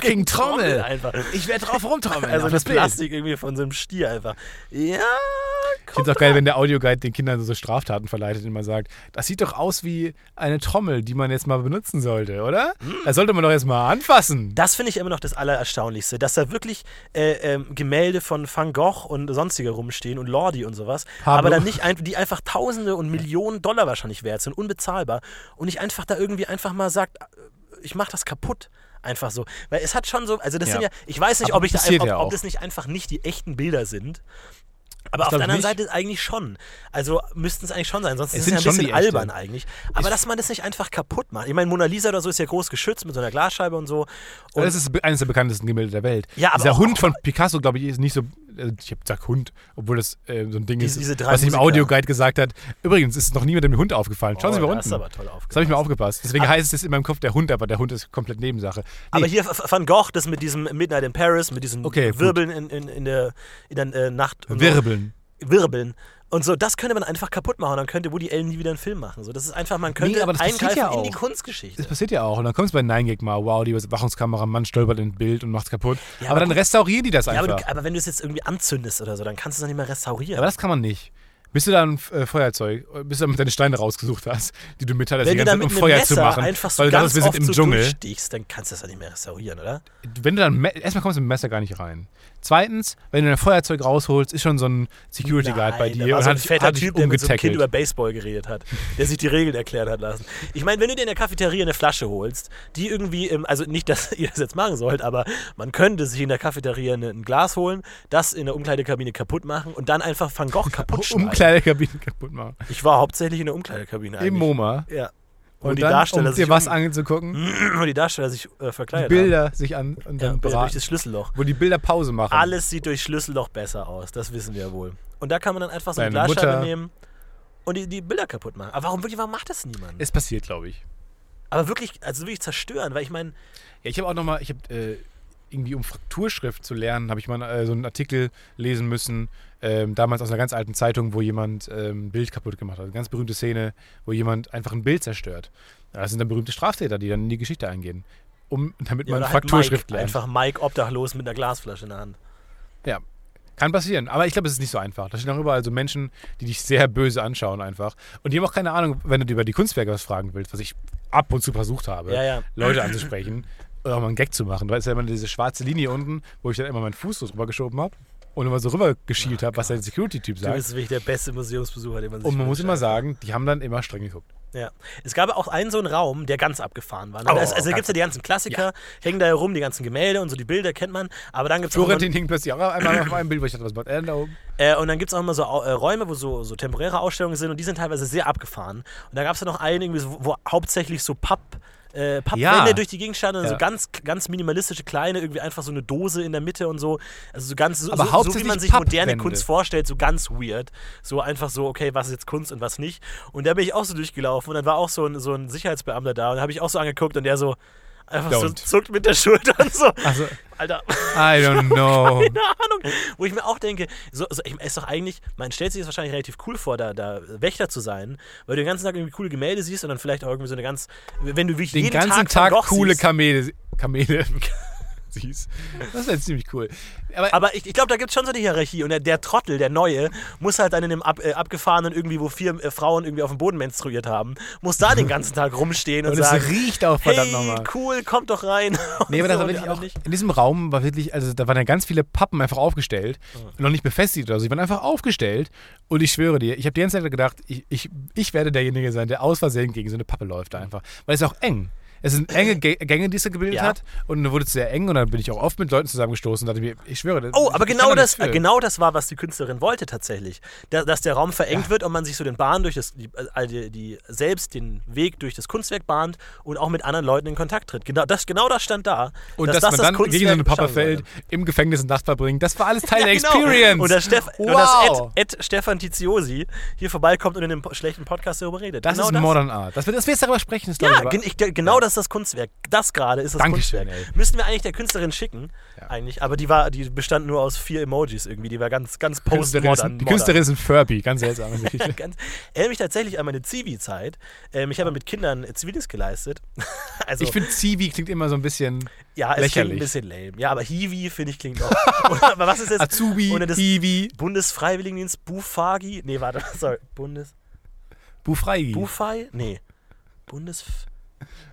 Speaker 2: wie einfach.
Speaker 1: Ich werde drauf rumtrommeln.
Speaker 2: Also
Speaker 1: auf
Speaker 2: das Plastik irgendwie von so einem Stier einfach. Ja,
Speaker 1: Ich finde es auch geil, wenn der Audioguide den Kindern so Straftaten verleitet und man sagt, das sieht doch aus wie eine Trommel, die man jetzt mal benutzen sollte, oder?
Speaker 2: Hm.
Speaker 1: Das sollte man doch jetzt mal anfassen.
Speaker 2: Das finde ich immer noch das Allererstaunlichste, dass da wirklich äh, ähm, Gemälde von Van Gogh und sonstige rumstehen und Lordi und sowas,
Speaker 1: Pablo.
Speaker 2: aber dann nicht einfach, die einfach Tausende und Millionen Dollar wahrscheinlich wert sind, unbezahlbar und nicht einfach da irgendwie einfach mal sagt, äh, ich mach das kaputt. Einfach so. Weil es hat schon so, also das
Speaker 1: Ja.
Speaker 2: sind ja, ich weiß nicht,
Speaker 1: Aber
Speaker 2: ob, ich da
Speaker 1: passiert
Speaker 2: einfach,
Speaker 1: ja
Speaker 2: ob
Speaker 1: auch.
Speaker 2: das nicht einfach nicht die echten Bilder sind. Aber auf
Speaker 1: glaub
Speaker 2: der
Speaker 1: ich
Speaker 2: anderen
Speaker 1: nicht.
Speaker 2: Seite eigentlich schon. Also müssten es eigentlich schon sein, sonst
Speaker 1: Es
Speaker 2: ist
Speaker 1: sind
Speaker 2: es ja
Speaker 1: schon
Speaker 2: ein
Speaker 1: die
Speaker 2: bisschen
Speaker 1: echten.
Speaker 2: albern eigentlich. Aber dass man das nicht einfach kaputt macht. Ich meine, Mona Lisa oder so ist ja groß geschützt mit so einer Glasscheibe und so. Und
Speaker 1: das ist be- eines der bekanntesten Gemälde der Welt.
Speaker 2: Ja, aber
Speaker 1: Dieser
Speaker 2: auch-
Speaker 1: Hund von Picasso, glaube ich, ist nicht so. also Ich habe gesagt Hund, obwohl das äh, so ein Ding
Speaker 2: Diese-
Speaker 1: ist,
Speaker 2: diese drei
Speaker 1: was ich im
Speaker 2: Musiker.
Speaker 1: Audioguide gesagt hat. Übrigens ist noch niemand mit dem Hund aufgefallen. Schauen Sie mal
Speaker 2: Oh,
Speaker 1: unten.
Speaker 2: Das ist aber
Speaker 1: Das
Speaker 2: toll
Speaker 1: habe ich
Speaker 2: aufgefallen.
Speaker 1: mir aufgepasst. Deswegen heißt es jetzt in meinem Kopf der Hund, aber der Hund ist komplett Nebensache. Nee,
Speaker 2: Aber hier F- Van Gogh, das mit diesem Midnight in Paris, mit diesen
Speaker 1: Okay, gut.
Speaker 2: Wirbeln in, in, in der, in der äh, Nacht. Und
Speaker 1: Wirbeln.
Speaker 2: So. Wirbeln. Und so, das könnte man einfach kaputt machen. Dann könnte Woody Allen nie wieder einen Film machen. So, das ist einfach, man könnte
Speaker 1: aber das passiert
Speaker 2: eingreifen
Speaker 1: ja
Speaker 2: in die
Speaker 1: auch.
Speaker 2: Kunstgeschichte.
Speaker 1: Das passiert ja auch. Und dann kommt es bei Nine Gag mal, wow, die Überwachungskamera, Mann stolpert ins Bild und macht's kaputt.
Speaker 2: Ja,
Speaker 1: aber
Speaker 2: aber
Speaker 1: dann restaurieren die das
Speaker 2: Ja,
Speaker 1: einfach.
Speaker 2: aber,
Speaker 1: aber,
Speaker 2: du, aber wenn du es jetzt irgendwie anzündest oder so, dann kannst du es doch nicht mehr restaurieren.
Speaker 1: das kann man nicht. Bist du da ein äh, Feuerzeug, bis du damit deine Steine rausgesucht hast, die du mit hattest,
Speaker 2: Wenn
Speaker 1: die ganze
Speaker 2: du da
Speaker 1: Zeit,
Speaker 2: mit
Speaker 1: um
Speaker 2: einem
Speaker 1: Feuer
Speaker 2: Messer
Speaker 1: zu machen.
Speaker 2: einfach so
Speaker 1: weil du
Speaker 2: ganz
Speaker 1: dachtest, wir sind
Speaker 2: oft
Speaker 1: im
Speaker 2: so
Speaker 1: Dschungel.
Speaker 2: durchstichst, dann kannst du das ja nicht mehr restaurieren, oder?
Speaker 1: Wenn du dann, Me- erstmal kommst du mit dem Messer gar nicht rein. Zweitens, wenn du ein Feuerzeug rausholst, ist schon so ein Security Guard bei
Speaker 2: Nein,
Speaker 1: dir
Speaker 2: da war
Speaker 1: und
Speaker 2: so ein
Speaker 1: hat, dich-
Speaker 2: fetter
Speaker 1: hat dich
Speaker 2: Typ, der mit so einem
Speaker 1: umgetackelt.
Speaker 2: Kind über Baseball geredet hat, der sich die Regeln erklärt hat lassen. Ich meine, wenn du dir in der Cafeteria eine Flasche holst, die irgendwie, im, also nicht, dass ihr das jetzt machen sollt, aber man könnte sich in der Cafeteria eine, ein Glas holen, das in der Umkleidekabine kaputt machen und dann einfach Van Gogh kaputt schneiden.
Speaker 1: Umkleidekabinen Um kaputt machen.
Speaker 2: ich war hauptsächlich in der Umkleidekabine
Speaker 1: Im
Speaker 2: eigentlich.
Speaker 1: MoMA.
Speaker 2: Ja. Und,
Speaker 1: Und,
Speaker 2: die
Speaker 1: dann,
Speaker 2: Darsteller
Speaker 1: um
Speaker 2: sich
Speaker 1: dir was
Speaker 2: um-
Speaker 1: anzugucken,
Speaker 2: und die Darsteller sich äh,
Speaker 1: die
Speaker 2: verkleidet
Speaker 1: Bilder sich an und dann
Speaker 2: haben. Ja, durch
Speaker 1: beraten.
Speaker 2: das Schlüsselloch.
Speaker 1: Wo die Bilder Pause machen.
Speaker 2: Alles sieht durch Schlüsselloch besser aus, das wissen wir wohl. Und da kann man dann einfach so eine
Speaker 1: Deine
Speaker 2: Glasscheibe
Speaker 1: Mutter-
Speaker 2: nehmen und die, die Bilder kaputt machen. Aber warum wirklich, warum macht das niemand?
Speaker 1: Es passiert, glaube ich.
Speaker 2: Aber wirklich, also wirklich zerstören, weil ich meine,
Speaker 1: Ja, ich habe auch nochmal, ich habe äh, irgendwie um Frakturschrift zu lernen, habe ich mal äh, so einen Artikel lesen müssen, ähm, damals aus einer ganz alten Zeitung, wo jemand ähm, ein Bild kaputt gemacht hat. Eine ganz berühmte Szene, wo jemand einfach ein Bild zerstört. Das sind dann berühmte Straftäter, die dann in die Geschichte eingehen, um, damit man
Speaker 2: oder halt
Speaker 1: Frakturschrift
Speaker 2: Mike,
Speaker 1: lernt.
Speaker 2: einfach Mike obdachlos mit einer Glasflasche in der Hand.
Speaker 1: Ja. Kann passieren, aber ich glaube, es ist nicht so einfach. Da stehen auch überall so Menschen, die dich sehr böse anschauen einfach. Und die haben auch keine Ahnung, wenn du dir über die Kunstwerke was fragen willst, was ich ab und zu versucht habe,
Speaker 2: Ja, ja.
Speaker 1: Leute anzusprechen oder mal einen Gag zu machen. Da ist ja immer diese schwarze Linie unten, wo ich dann immer meinen Fuß so drüber geschoben habe und immer so rüber geschielt habe, was der Security-Typ
Speaker 2: Du
Speaker 1: sagt.
Speaker 2: bist wirklich der beste Museumsbesucher, den man sich
Speaker 1: Und man muss
Speaker 2: wünschen
Speaker 1: immer
Speaker 2: kann.
Speaker 1: sagen, die haben dann immer streng geguckt.
Speaker 2: Ja. Es gab auch einen so einen Raum, der ganz abgefahren war.
Speaker 1: Oh,
Speaker 2: also also da
Speaker 1: ganz
Speaker 2: gibt es ja die ganzen Klassiker, hängen da herum, die ganzen Gemälde und so, die Bilder kennt man. Aber dann gibt es auch immer
Speaker 1: Florentin hing plötzlich auch einmal auf einem Bild, wo ich dachte, was macht er denn da um? oben?
Speaker 2: Äh, und dann gibt es auch immer so Au- äh, Räume, wo so, so temporäre Ausstellungen sind und die sind teilweise sehr abgefahren. Und da gab es ja noch einen, irgendwie so, wo hauptsächlich so Papp. Äh, Pappwände
Speaker 1: Ja.
Speaker 2: durch die Gegend standen, und
Speaker 1: Ja.
Speaker 2: so ganz, ganz minimalistische kleine, irgendwie einfach so eine Dose in der Mitte und so. Also so ganz, so,
Speaker 1: Aber
Speaker 2: so, so wie
Speaker 1: hauptsächlich
Speaker 2: man sich moderne
Speaker 1: Pappwände.
Speaker 2: Kunst vorstellt, so ganz weird. So einfach so, okay, was ist jetzt Kunst und was nicht. Und da bin ich auch so durchgelaufen und dann war auch so ein, so ein Sicherheitsbeamter da und da habe ich auch so angeguckt und der so einfach so
Speaker 1: Don't.
Speaker 2: zuckt mit der Schulter und so.
Speaker 1: Also,
Speaker 2: Alter.
Speaker 1: I don't know.
Speaker 2: keine Ahnung. Wo ich mir auch denke, so, so, ich, ist doch eigentlich, man stellt sich das wahrscheinlich relativ cool vor, da, da Wächter zu sein, weil du den ganzen Tag irgendwie coole Gemälde siehst und dann vielleicht auch irgendwie so eine ganz, wenn du wirklich
Speaker 1: den
Speaker 2: jeden
Speaker 1: ganzen
Speaker 2: Van
Speaker 1: Tag,
Speaker 2: Gogh
Speaker 1: coole
Speaker 2: siehst.
Speaker 1: Kamele, Kamele siehst. Das wäre ziemlich cool. Aber,
Speaker 2: Aber ich, ich glaube, da gibt es schon so eine Hierarchie und der, der Trottel, der Neue, muss halt dann in dem ab, äh, abgefahrenen irgendwie, wo vier äh, Frauen irgendwie auf dem Boden menstruiert haben, muss da den ganzen Tag rumstehen und,
Speaker 1: und
Speaker 2: sagen,
Speaker 1: es riecht auch verdammt
Speaker 2: hey,
Speaker 1: nochmal.
Speaker 2: cool, kommt doch rein.
Speaker 1: Nee, aber das
Speaker 2: So,
Speaker 1: war
Speaker 2: und die
Speaker 1: wirklich auch,
Speaker 2: anderen nicht.
Speaker 1: in diesem Raum war wirklich, also da waren ja ganz viele Pappen einfach aufgestellt,
Speaker 2: Mhm.
Speaker 1: noch nicht befestigt oder so, die waren einfach aufgestellt und ich schwöre dir, ich habe die ganze Zeit gedacht, ich, ich, ich werde derjenige sein, der aus Versehen gegen so eine Pappe läuft da einfach, weil es ist auch eng. Es sind enge Gä- Gänge, die es da gebildet
Speaker 2: Ja.
Speaker 1: hat und dann wurde es sehr eng und dann bin ich auch oft mit Leuten zusammengestoßen und dachte mir, ich schwöre.
Speaker 2: Oh, aber
Speaker 1: ich kann
Speaker 2: genau
Speaker 1: doch
Speaker 2: das,
Speaker 1: nichts für.
Speaker 2: genau das war, was die Künstlerin wollte tatsächlich. Da, dass der Raum verengt wird und man sich so den Bahn durch das, die, all die, die, selbst den Weg durch das Kunstwerk bahnt und auch mit anderen Leuten in Kontakt tritt. Genau das, genau das stand da.
Speaker 1: Und dass, man dann gegen so eine Pappe
Speaker 2: schaffen sollte.
Speaker 1: fällt, im Gefängnis eine Nacht verbringt, das war alles Teil der
Speaker 2: Ja, genau.
Speaker 1: Experience.
Speaker 2: Und dass, Steff und dass
Speaker 1: wow.
Speaker 2: Ed, Ed Stefan Tiziosi hier vorbeikommt und in dem po- schlechten Podcast darüber redet.
Speaker 1: das
Speaker 2: genau
Speaker 1: ist Modern Art. Das wir, dass wir jetzt darüber sprechen, ist
Speaker 2: Ja,
Speaker 1: glaube
Speaker 2: gen
Speaker 1: ich.
Speaker 2: ich, genau das ist das Kunstwerk. Das gerade ist das
Speaker 1: Dankeschön,
Speaker 2: Kunstwerk.
Speaker 1: ey.
Speaker 2: Müssten wir eigentlich der Künstlerin schicken,
Speaker 1: Ja.
Speaker 2: eigentlich. Aber die war, die bestand nur aus vier Emojis irgendwie. Die war ganz, ganz
Speaker 1: Die Künstlerin ist-
Speaker 2: postmodern.
Speaker 1: Die Künstlerin ist ein Furby, ganz seltsame Geschichte.
Speaker 2: Ganz, erinnere mich tatsächlich an meine Zivi-Zeit. Ähm, ich habe mit Kindern äh, Zivilis geleistet. also,
Speaker 1: Ich finde, Zivi klingt immer so ein bisschen
Speaker 2: ja, es
Speaker 1: lächerlich.
Speaker 2: klingt ein bisschen lame. Ja, aber Hiwi finde ich klingt auch. Oder, aber was ist jetzt?
Speaker 1: Azubi,
Speaker 2: Ohne das
Speaker 1: Hiwi,
Speaker 2: Bundesfreiwilligendienst, Bufagi? Nee, warte, sorry. Bundes.
Speaker 1: Bufreidi.
Speaker 2: Bufai? Nee. Bundes.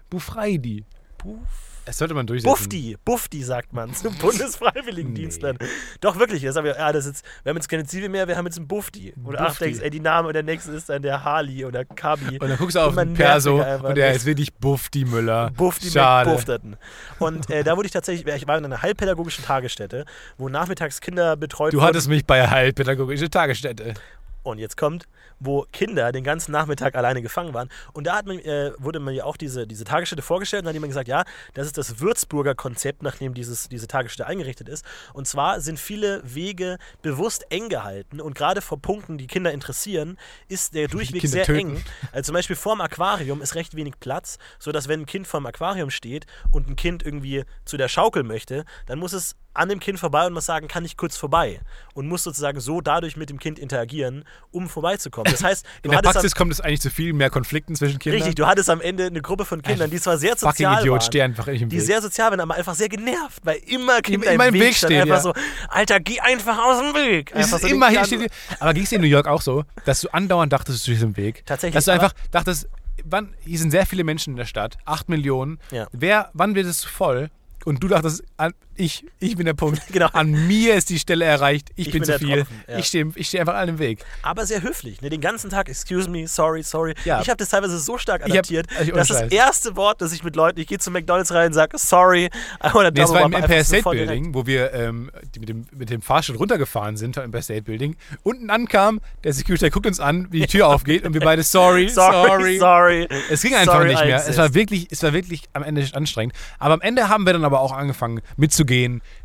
Speaker 1: Bufreidi.
Speaker 2: Buf.
Speaker 1: Das sollte man durchsetzen.
Speaker 2: Bufti, Bufti sagt man zu Bundesfreiwilligendienstlern. Doch wirklich, das haben wir, ja, das ist, wir haben jetzt keine Zivi mehr, wir haben jetzt einen Bufti. Und ach,
Speaker 1: Bufti.
Speaker 2: denkst, ey, die Namen und der nächste ist dann der Harley oder Kabi.
Speaker 1: Und dann guckst du auf
Speaker 2: Immer
Speaker 1: den Perso
Speaker 2: nerviger einfach.
Speaker 1: und der ist wirklich Bufti Müller.
Speaker 2: Bufti
Speaker 1: Schade.
Speaker 2: McBufterten. Und äh, da wurde ich tatsächlich, ich war in einer heilpädagogischen Tagesstätte, wo nachmittags Kinder betreut
Speaker 1: Du
Speaker 2: wurden.
Speaker 1: hattest mich bei Heilpädagogische Tagesstätte.
Speaker 2: und jetzt kommt, wo Kinder den ganzen Nachmittag alleine gefangen waren. Und da hat man, äh, wurde mir ja auch diese, diese Tagesstätte vorgestellt und dann hat jemand gesagt, ja, das ist das Würzburger Konzept, nachdem dieses, diese Tagesstätte eingerichtet ist. Und zwar sind viele Wege bewusst eng gehalten und gerade vor Punkten, die Kinder interessieren, ist der Durchweg
Speaker 1: Kinder
Speaker 2: sehr
Speaker 1: töten.
Speaker 2: eng. Also zum Beispiel vorm Aquarium ist recht wenig Platz, sodass wenn ein Kind vorm Aquarium steht und ein Kind irgendwie zu der Schaukel möchte, dann muss es an dem Kind vorbei und muss sagen, kann ich kurz vorbei? Und muss sozusagen so dadurch mit dem Kind interagieren, um vorbeizukommen. Das heißt,
Speaker 1: In
Speaker 2: du
Speaker 1: der
Speaker 2: hattest am,
Speaker 1: Praxis kommt es eigentlich zu viel mehr Konflikten zwischen Kindern.
Speaker 2: richtig, du hattest am Ende eine Gruppe von Kindern, die zwar sehr sozial
Speaker 1: Fucking Idiot,
Speaker 2: waren,
Speaker 1: steh einfach nicht im
Speaker 2: die
Speaker 1: Weg.
Speaker 2: sehr sozial waren, aber einfach sehr genervt, weil immer Kinder
Speaker 1: immer
Speaker 2: im Weg stehen. Einfach
Speaker 1: ja.
Speaker 2: so, Alter, geh einfach aus dem Weg.
Speaker 1: Es
Speaker 2: Einfach
Speaker 1: ist
Speaker 2: so die
Speaker 1: immer hier
Speaker 2: ganze-
Speaker 1: steht, aber ging es dir in New York auch so, dass du andauernd dachtest, du stehst im Weg?
Speaker 2: Tatsächlich,
Speaker 1: Dass du
Speaker 2: aber-
Speaker 1: einfach dachtest, wann, hier sind sehr viele Menschen in der Stadt, 8 Millionen.
Speaker 2: Ja.
Speaker 1: Wer, wann wird es voll? Und du dachtest, an, ich, ich bin der Punkt.
Speaker 2: Genau.
Speaker 1: An mir ist die Stelle erreicht, ich,
Speaker 2: Ich
Speaker 1: bin
Speaker 2: bin
Speaker 1: zu
Speaker 2: der
Speaker 1: viel.
Speaker 2: Tropfen, ja.
Speaker 1: Ich stehe ich steh einfach allen im Weg.
Speaker 2: aber sehr höflich. Ne? Den ganzen Tag, excuse me, sorry, sorry.
Speaker 1: Ja.
Speaker 2: Ich habe das teilweise so stark
Speaker 1: hab-
Speaker 2: adaptiert,
Speaker 1: ich- ohne
Speaker 2: dass das
Speaker 1: Scheiß.
Speaker 2: erste Wort, das ich mit Leuten, ich gehe zu McDonalds rein und sage, sorry, I want a
Speaker 1: Nee, es war im
Speaker 2: double whopper, einfach
Speaker 1: Empire State
Speaker 2: sofort direkt.
Speaker 1: Building, wo wir ähm, die mit, dem, mit dem Fahrstuhl runtergefahren sind, vom Empire State Building. Unten ankam, der Security guckt uns an, wie die Tür aufgeht und wir beide, sorry,
Speaker 2: Sorry,
Speaker 1: sorry,
Speaker 2: sorry.
Speaker 1: Es ging einfach
Speaker 2: Sorry,
Speaker 1: nicht
Speaker 2: I
Speaker 1: mehr. Es
Speaker 2: exist.
Speaker 1: war, wirklich, es war wirklich am Ende anstrengend. Aber am Ende haben wir dann aber auch angefangen mitzugehen,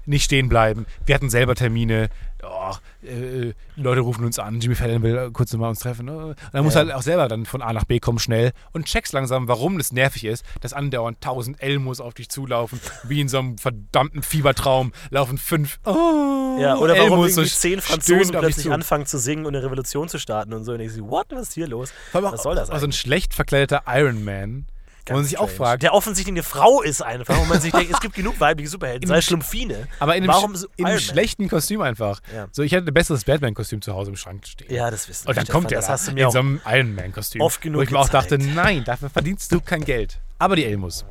Speaker 1: nicht stehen bleiben. Wir hatten selber Termine. Oh, äh, Leute rufen uns an, Jimmy Fallon will äh, kurz nochmal uns treffen. Oh. Und dann muss
Speaker 2: Ja.
Speaker 1: halt auch selber dann von A nach B kommen schnell und checkst langsam, warum das nervig ist, dass andauernd 1000 Elmos auf dich zulaufen, wie in so einem verdammten Fiebertraum laufen fünf oh,
Speaker 2: Ja, oder warum
Speaker 1: Elmos so
Speaker 2: irgendwie zehn
Speaker 1: stöhnend
Speaker 2: Franzosen
Speaker 1: auf dich
Speaker 2: plötzlich
Speaker 1: zu.
Speaker 2: anfangen zu singen und eine Revolution zu starten und so. Und ich so, what, was ist hier los?
Speaker 1: Vor allem auch-
Speaker 2: Was soll das
Speaker 1: auch so
Speaker 2: eigentlich?
Speaker 1: ein schlecht verkleideter Iron Man, wo man
Speaker 2: Ganz
Speaker 1: sich auch
Speaker 2: strange.
Speaker 1: fragt,
Speaker 2: Der offensichtlich eine Frau ist einfach, wo man sich denkt, es gibt genug weibliche Superhelden, sei
Speaker 1: Im
Speaker 2: es Schlumpfine.
Speaker 1: Aber in einem,
Speaker 2: Warum
Speaker 1: sch-
Speaker 2: so
Speaker 1: in einem
Speaker 2: Iron Man?
Speaker 1: schlechten Kostüm einfach.
Speaker 2: Ja.
Speaker 1: So, ich hätte ein besseres Batman-Kostüm zu Hause im Schrank stehen.
Speaker 2: Ja, das wissen wir.
Speaker 1: Und Oh, dann
Speaker 2: Stefan,
Speaker 1: kommt der
Speaker 2: Das
Speaker 1: da
Speaker 2: hast du
Speaker 1: in
Speaker 2: mir auch
Speaker 1: so einem Iron Man-Kostüm.
Speaker 2: oft genug
Speaker 1: Wo ich mir auch
Speaker 2: gezeigt.
Speaker 1: dachte, nein, dafür verdienst du kein Geld. Aber die Elmus.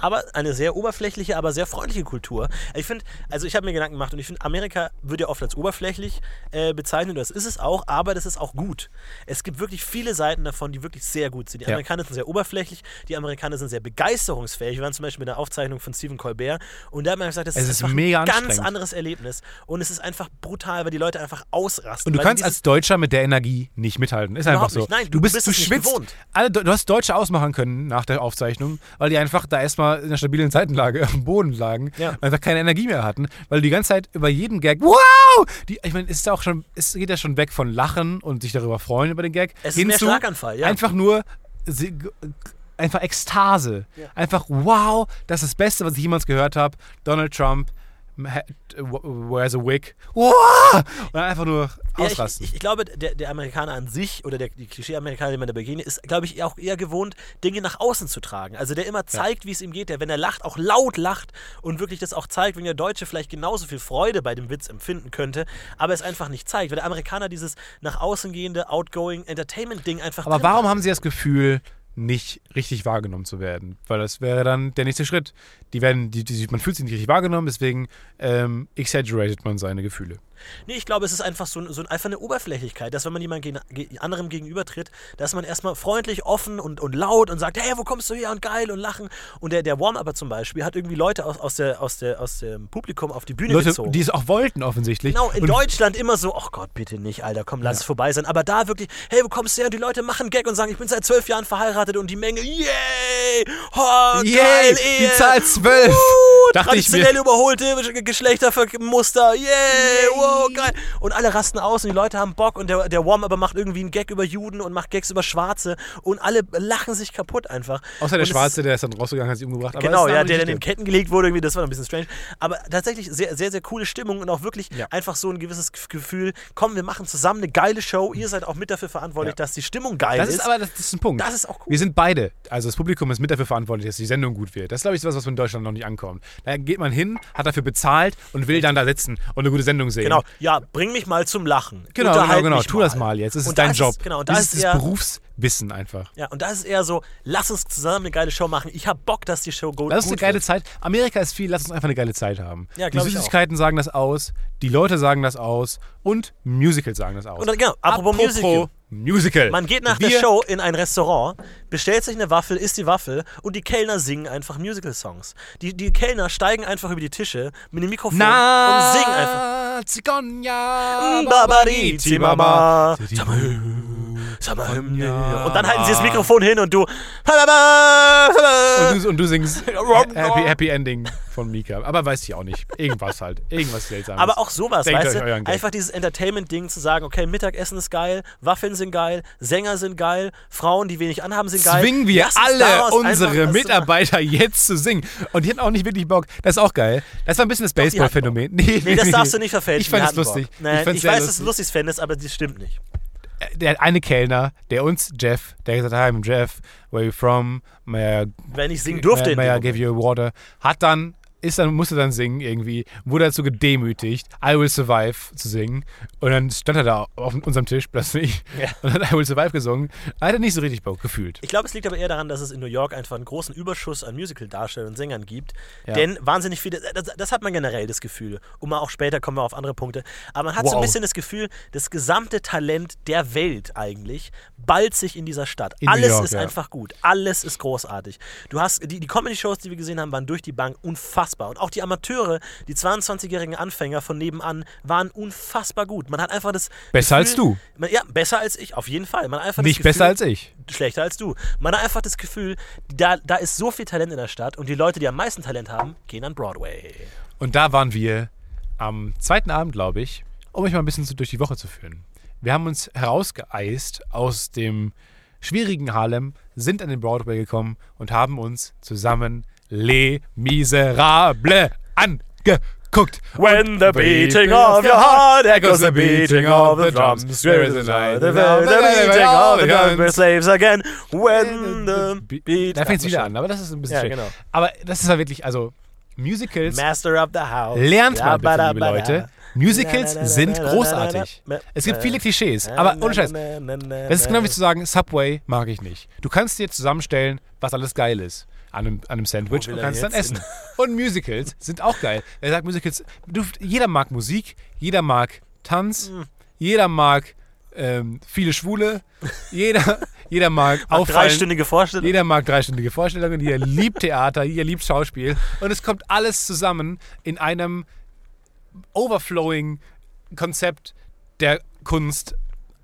Speaker 2: aber eine sehr oberflächliche, aber sehr freundliche Kultur. Ich finde, also ich habe mir Gedanken gemacht und ich finde, Amerika wird ja oft als oberflächlich äh, bezeichnet und das ist es auch, aber das ist auch gut. Es gibt wirklich viele Seiten davon, die wirklich sehr gut sind. Die
Speaker 1: Ja.
Speaker 2: Amerikaner sind sehr oberflächlich, die Amerikaner sind sehr begeisterungsfähig. Wir waren zum Beispiel mit einer Aufzeichnung von Stephen Colbert und da hat man gesagt, das
Speaker 1: Es
Speaker 2: ist,
Speaker 1: ist
Speaker 2: einfach
Speaker 1: mega
Speaker 2: ein ganz
Speaker 1: anstrengend.
Speaker 2: anderes Erlebnis und es ist einfach brutal, weil die Leute einfach ausrasten.
Speaker 1: Und du
Speaker 2: weil
Speaker 1: kannst
Speaker 2: dieses-
Speaker 1: als Deutscher mit der Energie nicht mithalten. Ist einfach
Speaker 2: Überhaupt
Speaker 1: so.
Speaker 2: nicht. Nein,
Speaker 1: du
Speaker 2: du
Speaker 1: bist,
Speaker 2: bist
Speaker 1: du
Speaker 2: es nicht
Speaker 1: schwitzt.
Speaker 2: gewohnt.
Speaker 1: Alle, du hast Deutsche ausmachen können nach der Aufzeichnung, weil die einfach da erstmal in einer stabilen Seitenlage am Boden lagen
Speaker 2: Ja.
Speaker 1: und einfach keine Energie mehr hatten, weil die ganze Zeit über jeden Gag, wow! Die, ich meine, es ist auch schon, es geht ja schon weg von Lachen und sich darüber freuen über den Gag.
Speaker 2: Es ist mehr Schlaganfall, ja.
Speaker 1: Einfach nur sie- g- einfach Ekstase. Einfach, wow, das ist das Beste, was ich jemals gehört habe. Donald Trump. ha- Wears a wig. Wow! Und dann einfach nur
Speaker 2: Ja,
Speaker 1: ausrasten.
Speaker 2: Ich, ich, ich glaube, der, der Amerikaner an sich oder der die Klischee-Amerikaner, den man da begegnet, ist, glaube ich, auch eher gewohnt, Dinge nach außen zu tragen. Also der immer zeigt, wie es ihm geht, der, wenn er lacht, auch laut lacht und wirklich das auch zeigt, wenn der Deutsche vielleicht genauso viel Freude bei dem Witz empfinden könnte, aber es einfach nicht zeigt. Weil der Amerikaner dieses nach außen gehende, outgoing Entertainment-Ding einfach.
Speaker 1: Aber
Speaker 2: drin
Speaker 1: warum
Speaker 2: hat.
Speaker 1: haben sie das Gefühl, nicht richtig wahrgenommen zu werden? Weil das wäre dann der nächste Schritt. Die werden, die, die, man fühlt sich nicht richtig wahrgenommen, deswegen ähm, exaggerated man seine Gefühle.
Speaker 2: Nee, ich glaube, es ist einfach so, ein, so ein, einfach eine Oberflächlichkeit, dass wenn man jemandem gegen, ge anderem gegenübertritt, dass man erstmal freundlich, offen und, und laut und sagt, hey, wo kommst du her und geil und lachen. Und der, der Warm-Upper zum Beispiel hat irgendwie Leute aus, aus, der, aus, der, aus dem Publikum auf die Bühne
Speaker 1: Leute,
Speaker 2: gezogen.
Speaker 1: die es auch wollten offensichtlich.
Speaker 2: Genau, in
Speaker 1: Und
Speaker 2: Deutschland immer so, ach Gott, bitte nicht, Alter, komm, lass es vorbei sein. Aber da wirklich, hey, wo kommst du her? Und die Leute machen Gag und sagen, ich bin seit zwölf Jahren verheiratet und die Menge, yay, oh,
Speaker 1: Yay,
Speaker 2: geil,
Speaker 1: die
Speaker 2: Ehe.
Speaker 1: Zahl 12.
Speaker 2: Uh,
Speaker 1: Dachte ich mir.
Speaker 2: traditionell überholte Ge- Geschlechtermuster, yay, wow, geil. Und alle rasten aus und die Leute haben Bock und der, der Warm aber macht irgendwie einen Gag über Juden und macht Gags über Schwarze und alle lachen sich kaputt einfach.
Speaker 1: Außer der
Speaker 2: und es ist-
Speaker 1: Schwarze, der ist dann rausgegangen, hat sie umgebracht. Aber das
Speaker 2: Genau,
Speaker 1: ist eine
Speaker 2: ja,
Speaker 1: andere
Speaker 2: der dann in
Speaker 1: Geschichte.
Speaker 2: Ketten gelegt wurde, irgendwie, das war ein bisschen strange. Aber tatsächlich sehr, sehr, sehr coole Stimmung und auch wirklich
Speaker 1: Ja.
Speaker 2: einfach so ein gewisses Gef- Gefühl, komm, wir machen zusammen eine geile Show, ihr seid auch mit dafür verantwortlich,
Speaker 1: Ja.
Speaker 2: dass die Stimmung geil
Speaker 1: Das
Speaker 2: ist.
Speaker 1: ist aber das ist ein Punkt.
Speaker 2: Das ist auch cool.
Speaker 1: Wir sind beide. Also das Publikum ist mit dafür verantwortlich, dass die Sendung gut wird. Das glaube ich ist was, was in Deutschland noch nicht ankommt. Da geht man hin, hat dafür bezahlt und will dann da sitzen und eine gute Sendung sehen.
Speaker 2: genau, ja, bring mich mal zum Lachen.
Speaker 1: Genau, genau,
Speaker 2: Unterhalt
Speaker 1: genau.
Speaker 2: mich
Speaker 1: Tu das mal jetzt. Es ist
Speaker 2: Und da
Speaker 1: dein
Speaker 2: es-
Speaker 1: Job.
Speaker 2: Genau, und da
Speaker 1: das
Speaker 2: ist
Speaker 1: ist
Speaker 2: eher,
Speaker 1: das Berufswissen einfach.
Speaker 2: ja, und da ist eher so, lass uns zusammen eine geile Show machen. Ich hab Bock, dass die Show go
Speaker 1: Lass uns
Speaker 2: gut
Speaker 1: eine geile
Speaker 2: wird.
Speaker 1: Zeit. Amerika ist viel, lass uns einfach eine geile Zeit haben.
Speaker 2: Ja,
Speaker 1: die
Speaker 2: glaub ich
Speaker 1: Süßigkeiten sagen das aus, die Leute sagen das aus und Musicals sagen das aus.
Speaker 2: Und dann, genau, apropos, Musical.
Speaker 1: Musical.
Speaker 2: Man geht nach
Speaker 1: wir,
Speaker 2: der Show in ein Restaurant, bestellt sich eine Waffel, isst die Waffel und die Kellner singen einfach Musical-Songs. Die, die Kellner steigen einfach über die Tische mit dem Mikrofon
Speaker 1: Na,
Speaker 2: und singen einfach.
Speaker 1: Zigogna,
Speaker 2: Babarizi, Mama.
Speaker 1: Zigogna.
Speaker 2: Sommerhymne.
Speaker 1: Ja.
Speaker 2: Und dann halten sie das Mikrofon hin und du. Und
Speaker 1: Und du, und du singst Happy, Happy Ending von Mika. Aber weiß ich auch nicht. Irgendwas halt. Irgendwas seltsames.
Speaker 2: Aber auch sowas,
Speaker 1: Denkt
Speaker 2: weißt
Speaker 1: euch
Speaker 2: du?
Speaker 1: euren Gag.
Speaker 2: Einfach dieses Entertainment-Ding zu sagen, okay, Mittagessen ist geil, Waffeln sind geil, Sänger sind geil, Frauen, die wenig anhaben, sind geil.
Speaker 1: zwingen wir
Speaker 2: Lass uns
Speaker 1: alle
Speaker 2: daraus
Speaker 1: unsere
Speaker 2: einfach was zu machen.
Speaker 1: Mitarbeiter jetzt zu singen. Und die hatten auch nicht wirklich Bock. Das ist auch geil. Das war ein bisschen das
Speaker 2: die hatten
Speaker 1: Baseball-Phänomen. Nee,
Speaker 2: Nee, das darfst du nicht verfälschen.
Speaker 1: Ich fand
Speaker 2: wir
Speaker 1: es
Speaker 2: hatten Bock.
Speaker 1: lustig.
Speaker 2: Nein,
Speaker 1: ich
Speaker 2: ich,
Speaker 1: fand's sehr
Speaker 2: weiß, dass
Speaker 1: lustig.
Speaker 2: du es lustig fändest, aber das stimmt nicht.
Speaker 1: Der eine Kellner, der uns, Jeff, der gesagt hat, hi, I'm Jeff, where you from? May I,
Speaker 2: Wenn ich singen durfte.
Speaker 1: may,
Speaker 2: in
Speaker 1: may I
Speaker 2: dem
Speaker 1: Äh, give you water? Hat dann, ist dann, musste dann singen irgendwie, wurde dazu gedemütigt, I Will Survive zu singen. Und dann stand er da auf unserem Tisch plötzlich
Speaker 2: Ja.
Speaker 1: und hat I Will Survive gesungen. Er hatte nicht so richtig Bock gefühlt.
Speaker 2: Ich glaube, es liegt aber eher daran, dass es in New York einfach einen großen Überschuss an Musical-Darstellern und Sängern gibt.
Speaker 1: Ja.
Speaker 2: Denn wahnsinnig viele, das, das hat man generell das Gefühl. Und mal auch später kommen wir auf andere Punkte. Aber man hat so ein
Speaker 1: Wow.
Speaker 2: bisschen das Gefühl, das gesamte Talent der Welt eigentlich ballt sich in dieser Stadt.
Speaker 1: In New
Speaker 2: Alles
Speaker 1: York,
Speaker 2: ist
Speaker 1: ja.
Speaker 2: einfach gut. Alles ist großartig. Du hast, die, die Comedy-Shows, die wir gesehen haben, waren durch die Bank unfassbar. Und auch die Amateure, die 22-jährigen Anfänger von nebenan, waren unfassbar gut. Man hat einfach das.
Speaker 1: Besser als
Speaker 2: Gefühl-
Speaker 1: du.
Speaker 2: Man, ja, besser als ich, auf jeden Fall. Man hat einfach
Speaker 1: Nicht
Speaker 2: das Gefühl,
Speaker 1: besser als ich.
Speaker 2: schlechter als du. Man hat einfach das Gefühl, da, da ist so viel Talent in der Stadt und die Leute, die am meisten Talent haben, gehen an Broadway.
Speaker 1: Und da waren wir am zweiten Abend, glaube ich, um euch mal ein bisschen so durch die Woche zu führen. Wir haben uns herausgeeist aus dem schwierigen Harlem, sind an den Broadway gekommen und haben uns zusammen Les Miserables angeguckt.
Speaker 2: When the beating of your heart echoes the beating of the drums, there is a night the beating of the drums slaves again. When the Hm, ne, beat.
Speaker 1: Äh, Da fängt es wieder an, aber das ist ein bisschen
Speaker 2: Ja,
Speaker 1: schön.
Speaker 2: genau.
Speaker 1: Aber das ist ja wirklich, also Musicals
Speaker 2: Master of the house.
Speaker 1: Lernt mal bitte,
Speaker 2: Jabba
Speaker 1: liebe
Speaker 2: dabba
Speaker 1: Leute.
Speaker 2: da.
Speaker 1: Musicals
Speaker 2: Na, na, na,
Speaker 1: sind
Speaker 2: na, na,
Speaker 1: großartig.
Speaker 2: na, na, na,
Speaker 1: Es gibt
Speaker 2: na,
Speaker 1: viele Klischees,
Speaker 2: na,
Speaker 1: aber
Speaker 2: na,
Speaker 1: ohne Scheiß.
Speaker 2: na, na, na,
Speaker 1: Das ist genau
Speaker 2: na.
Speaker 1: wie zu sagen, Subway mag ich nicht. Du kannst dir zusammenstellen, was alles geil ist an einem, an einem Sandwich
Speaker 2: Wo will
Speaker 1: und
Speaker 2: er
Speaker 1: kannst dann
Speaker 2: jetzt hin?
Speaker 1: essen. Und Musicals sind auch geil. Er sagt, Musicals, du, jeder mag Musik, jeder mag Tanz,
Speaker 2: Hm.
Speaker 1: jeder mag ähm, viele Schwule, jeder, jeder mag auffallen,
Speaker 2: Dreistündige Vorstellung.
Speaker 1: jeder mag dreistündige Vorstellungen, jeder liebt Theater, jeder liebt Schauspiel. Und es kommt alles zusammen in einem overflowing Konzept der Kunst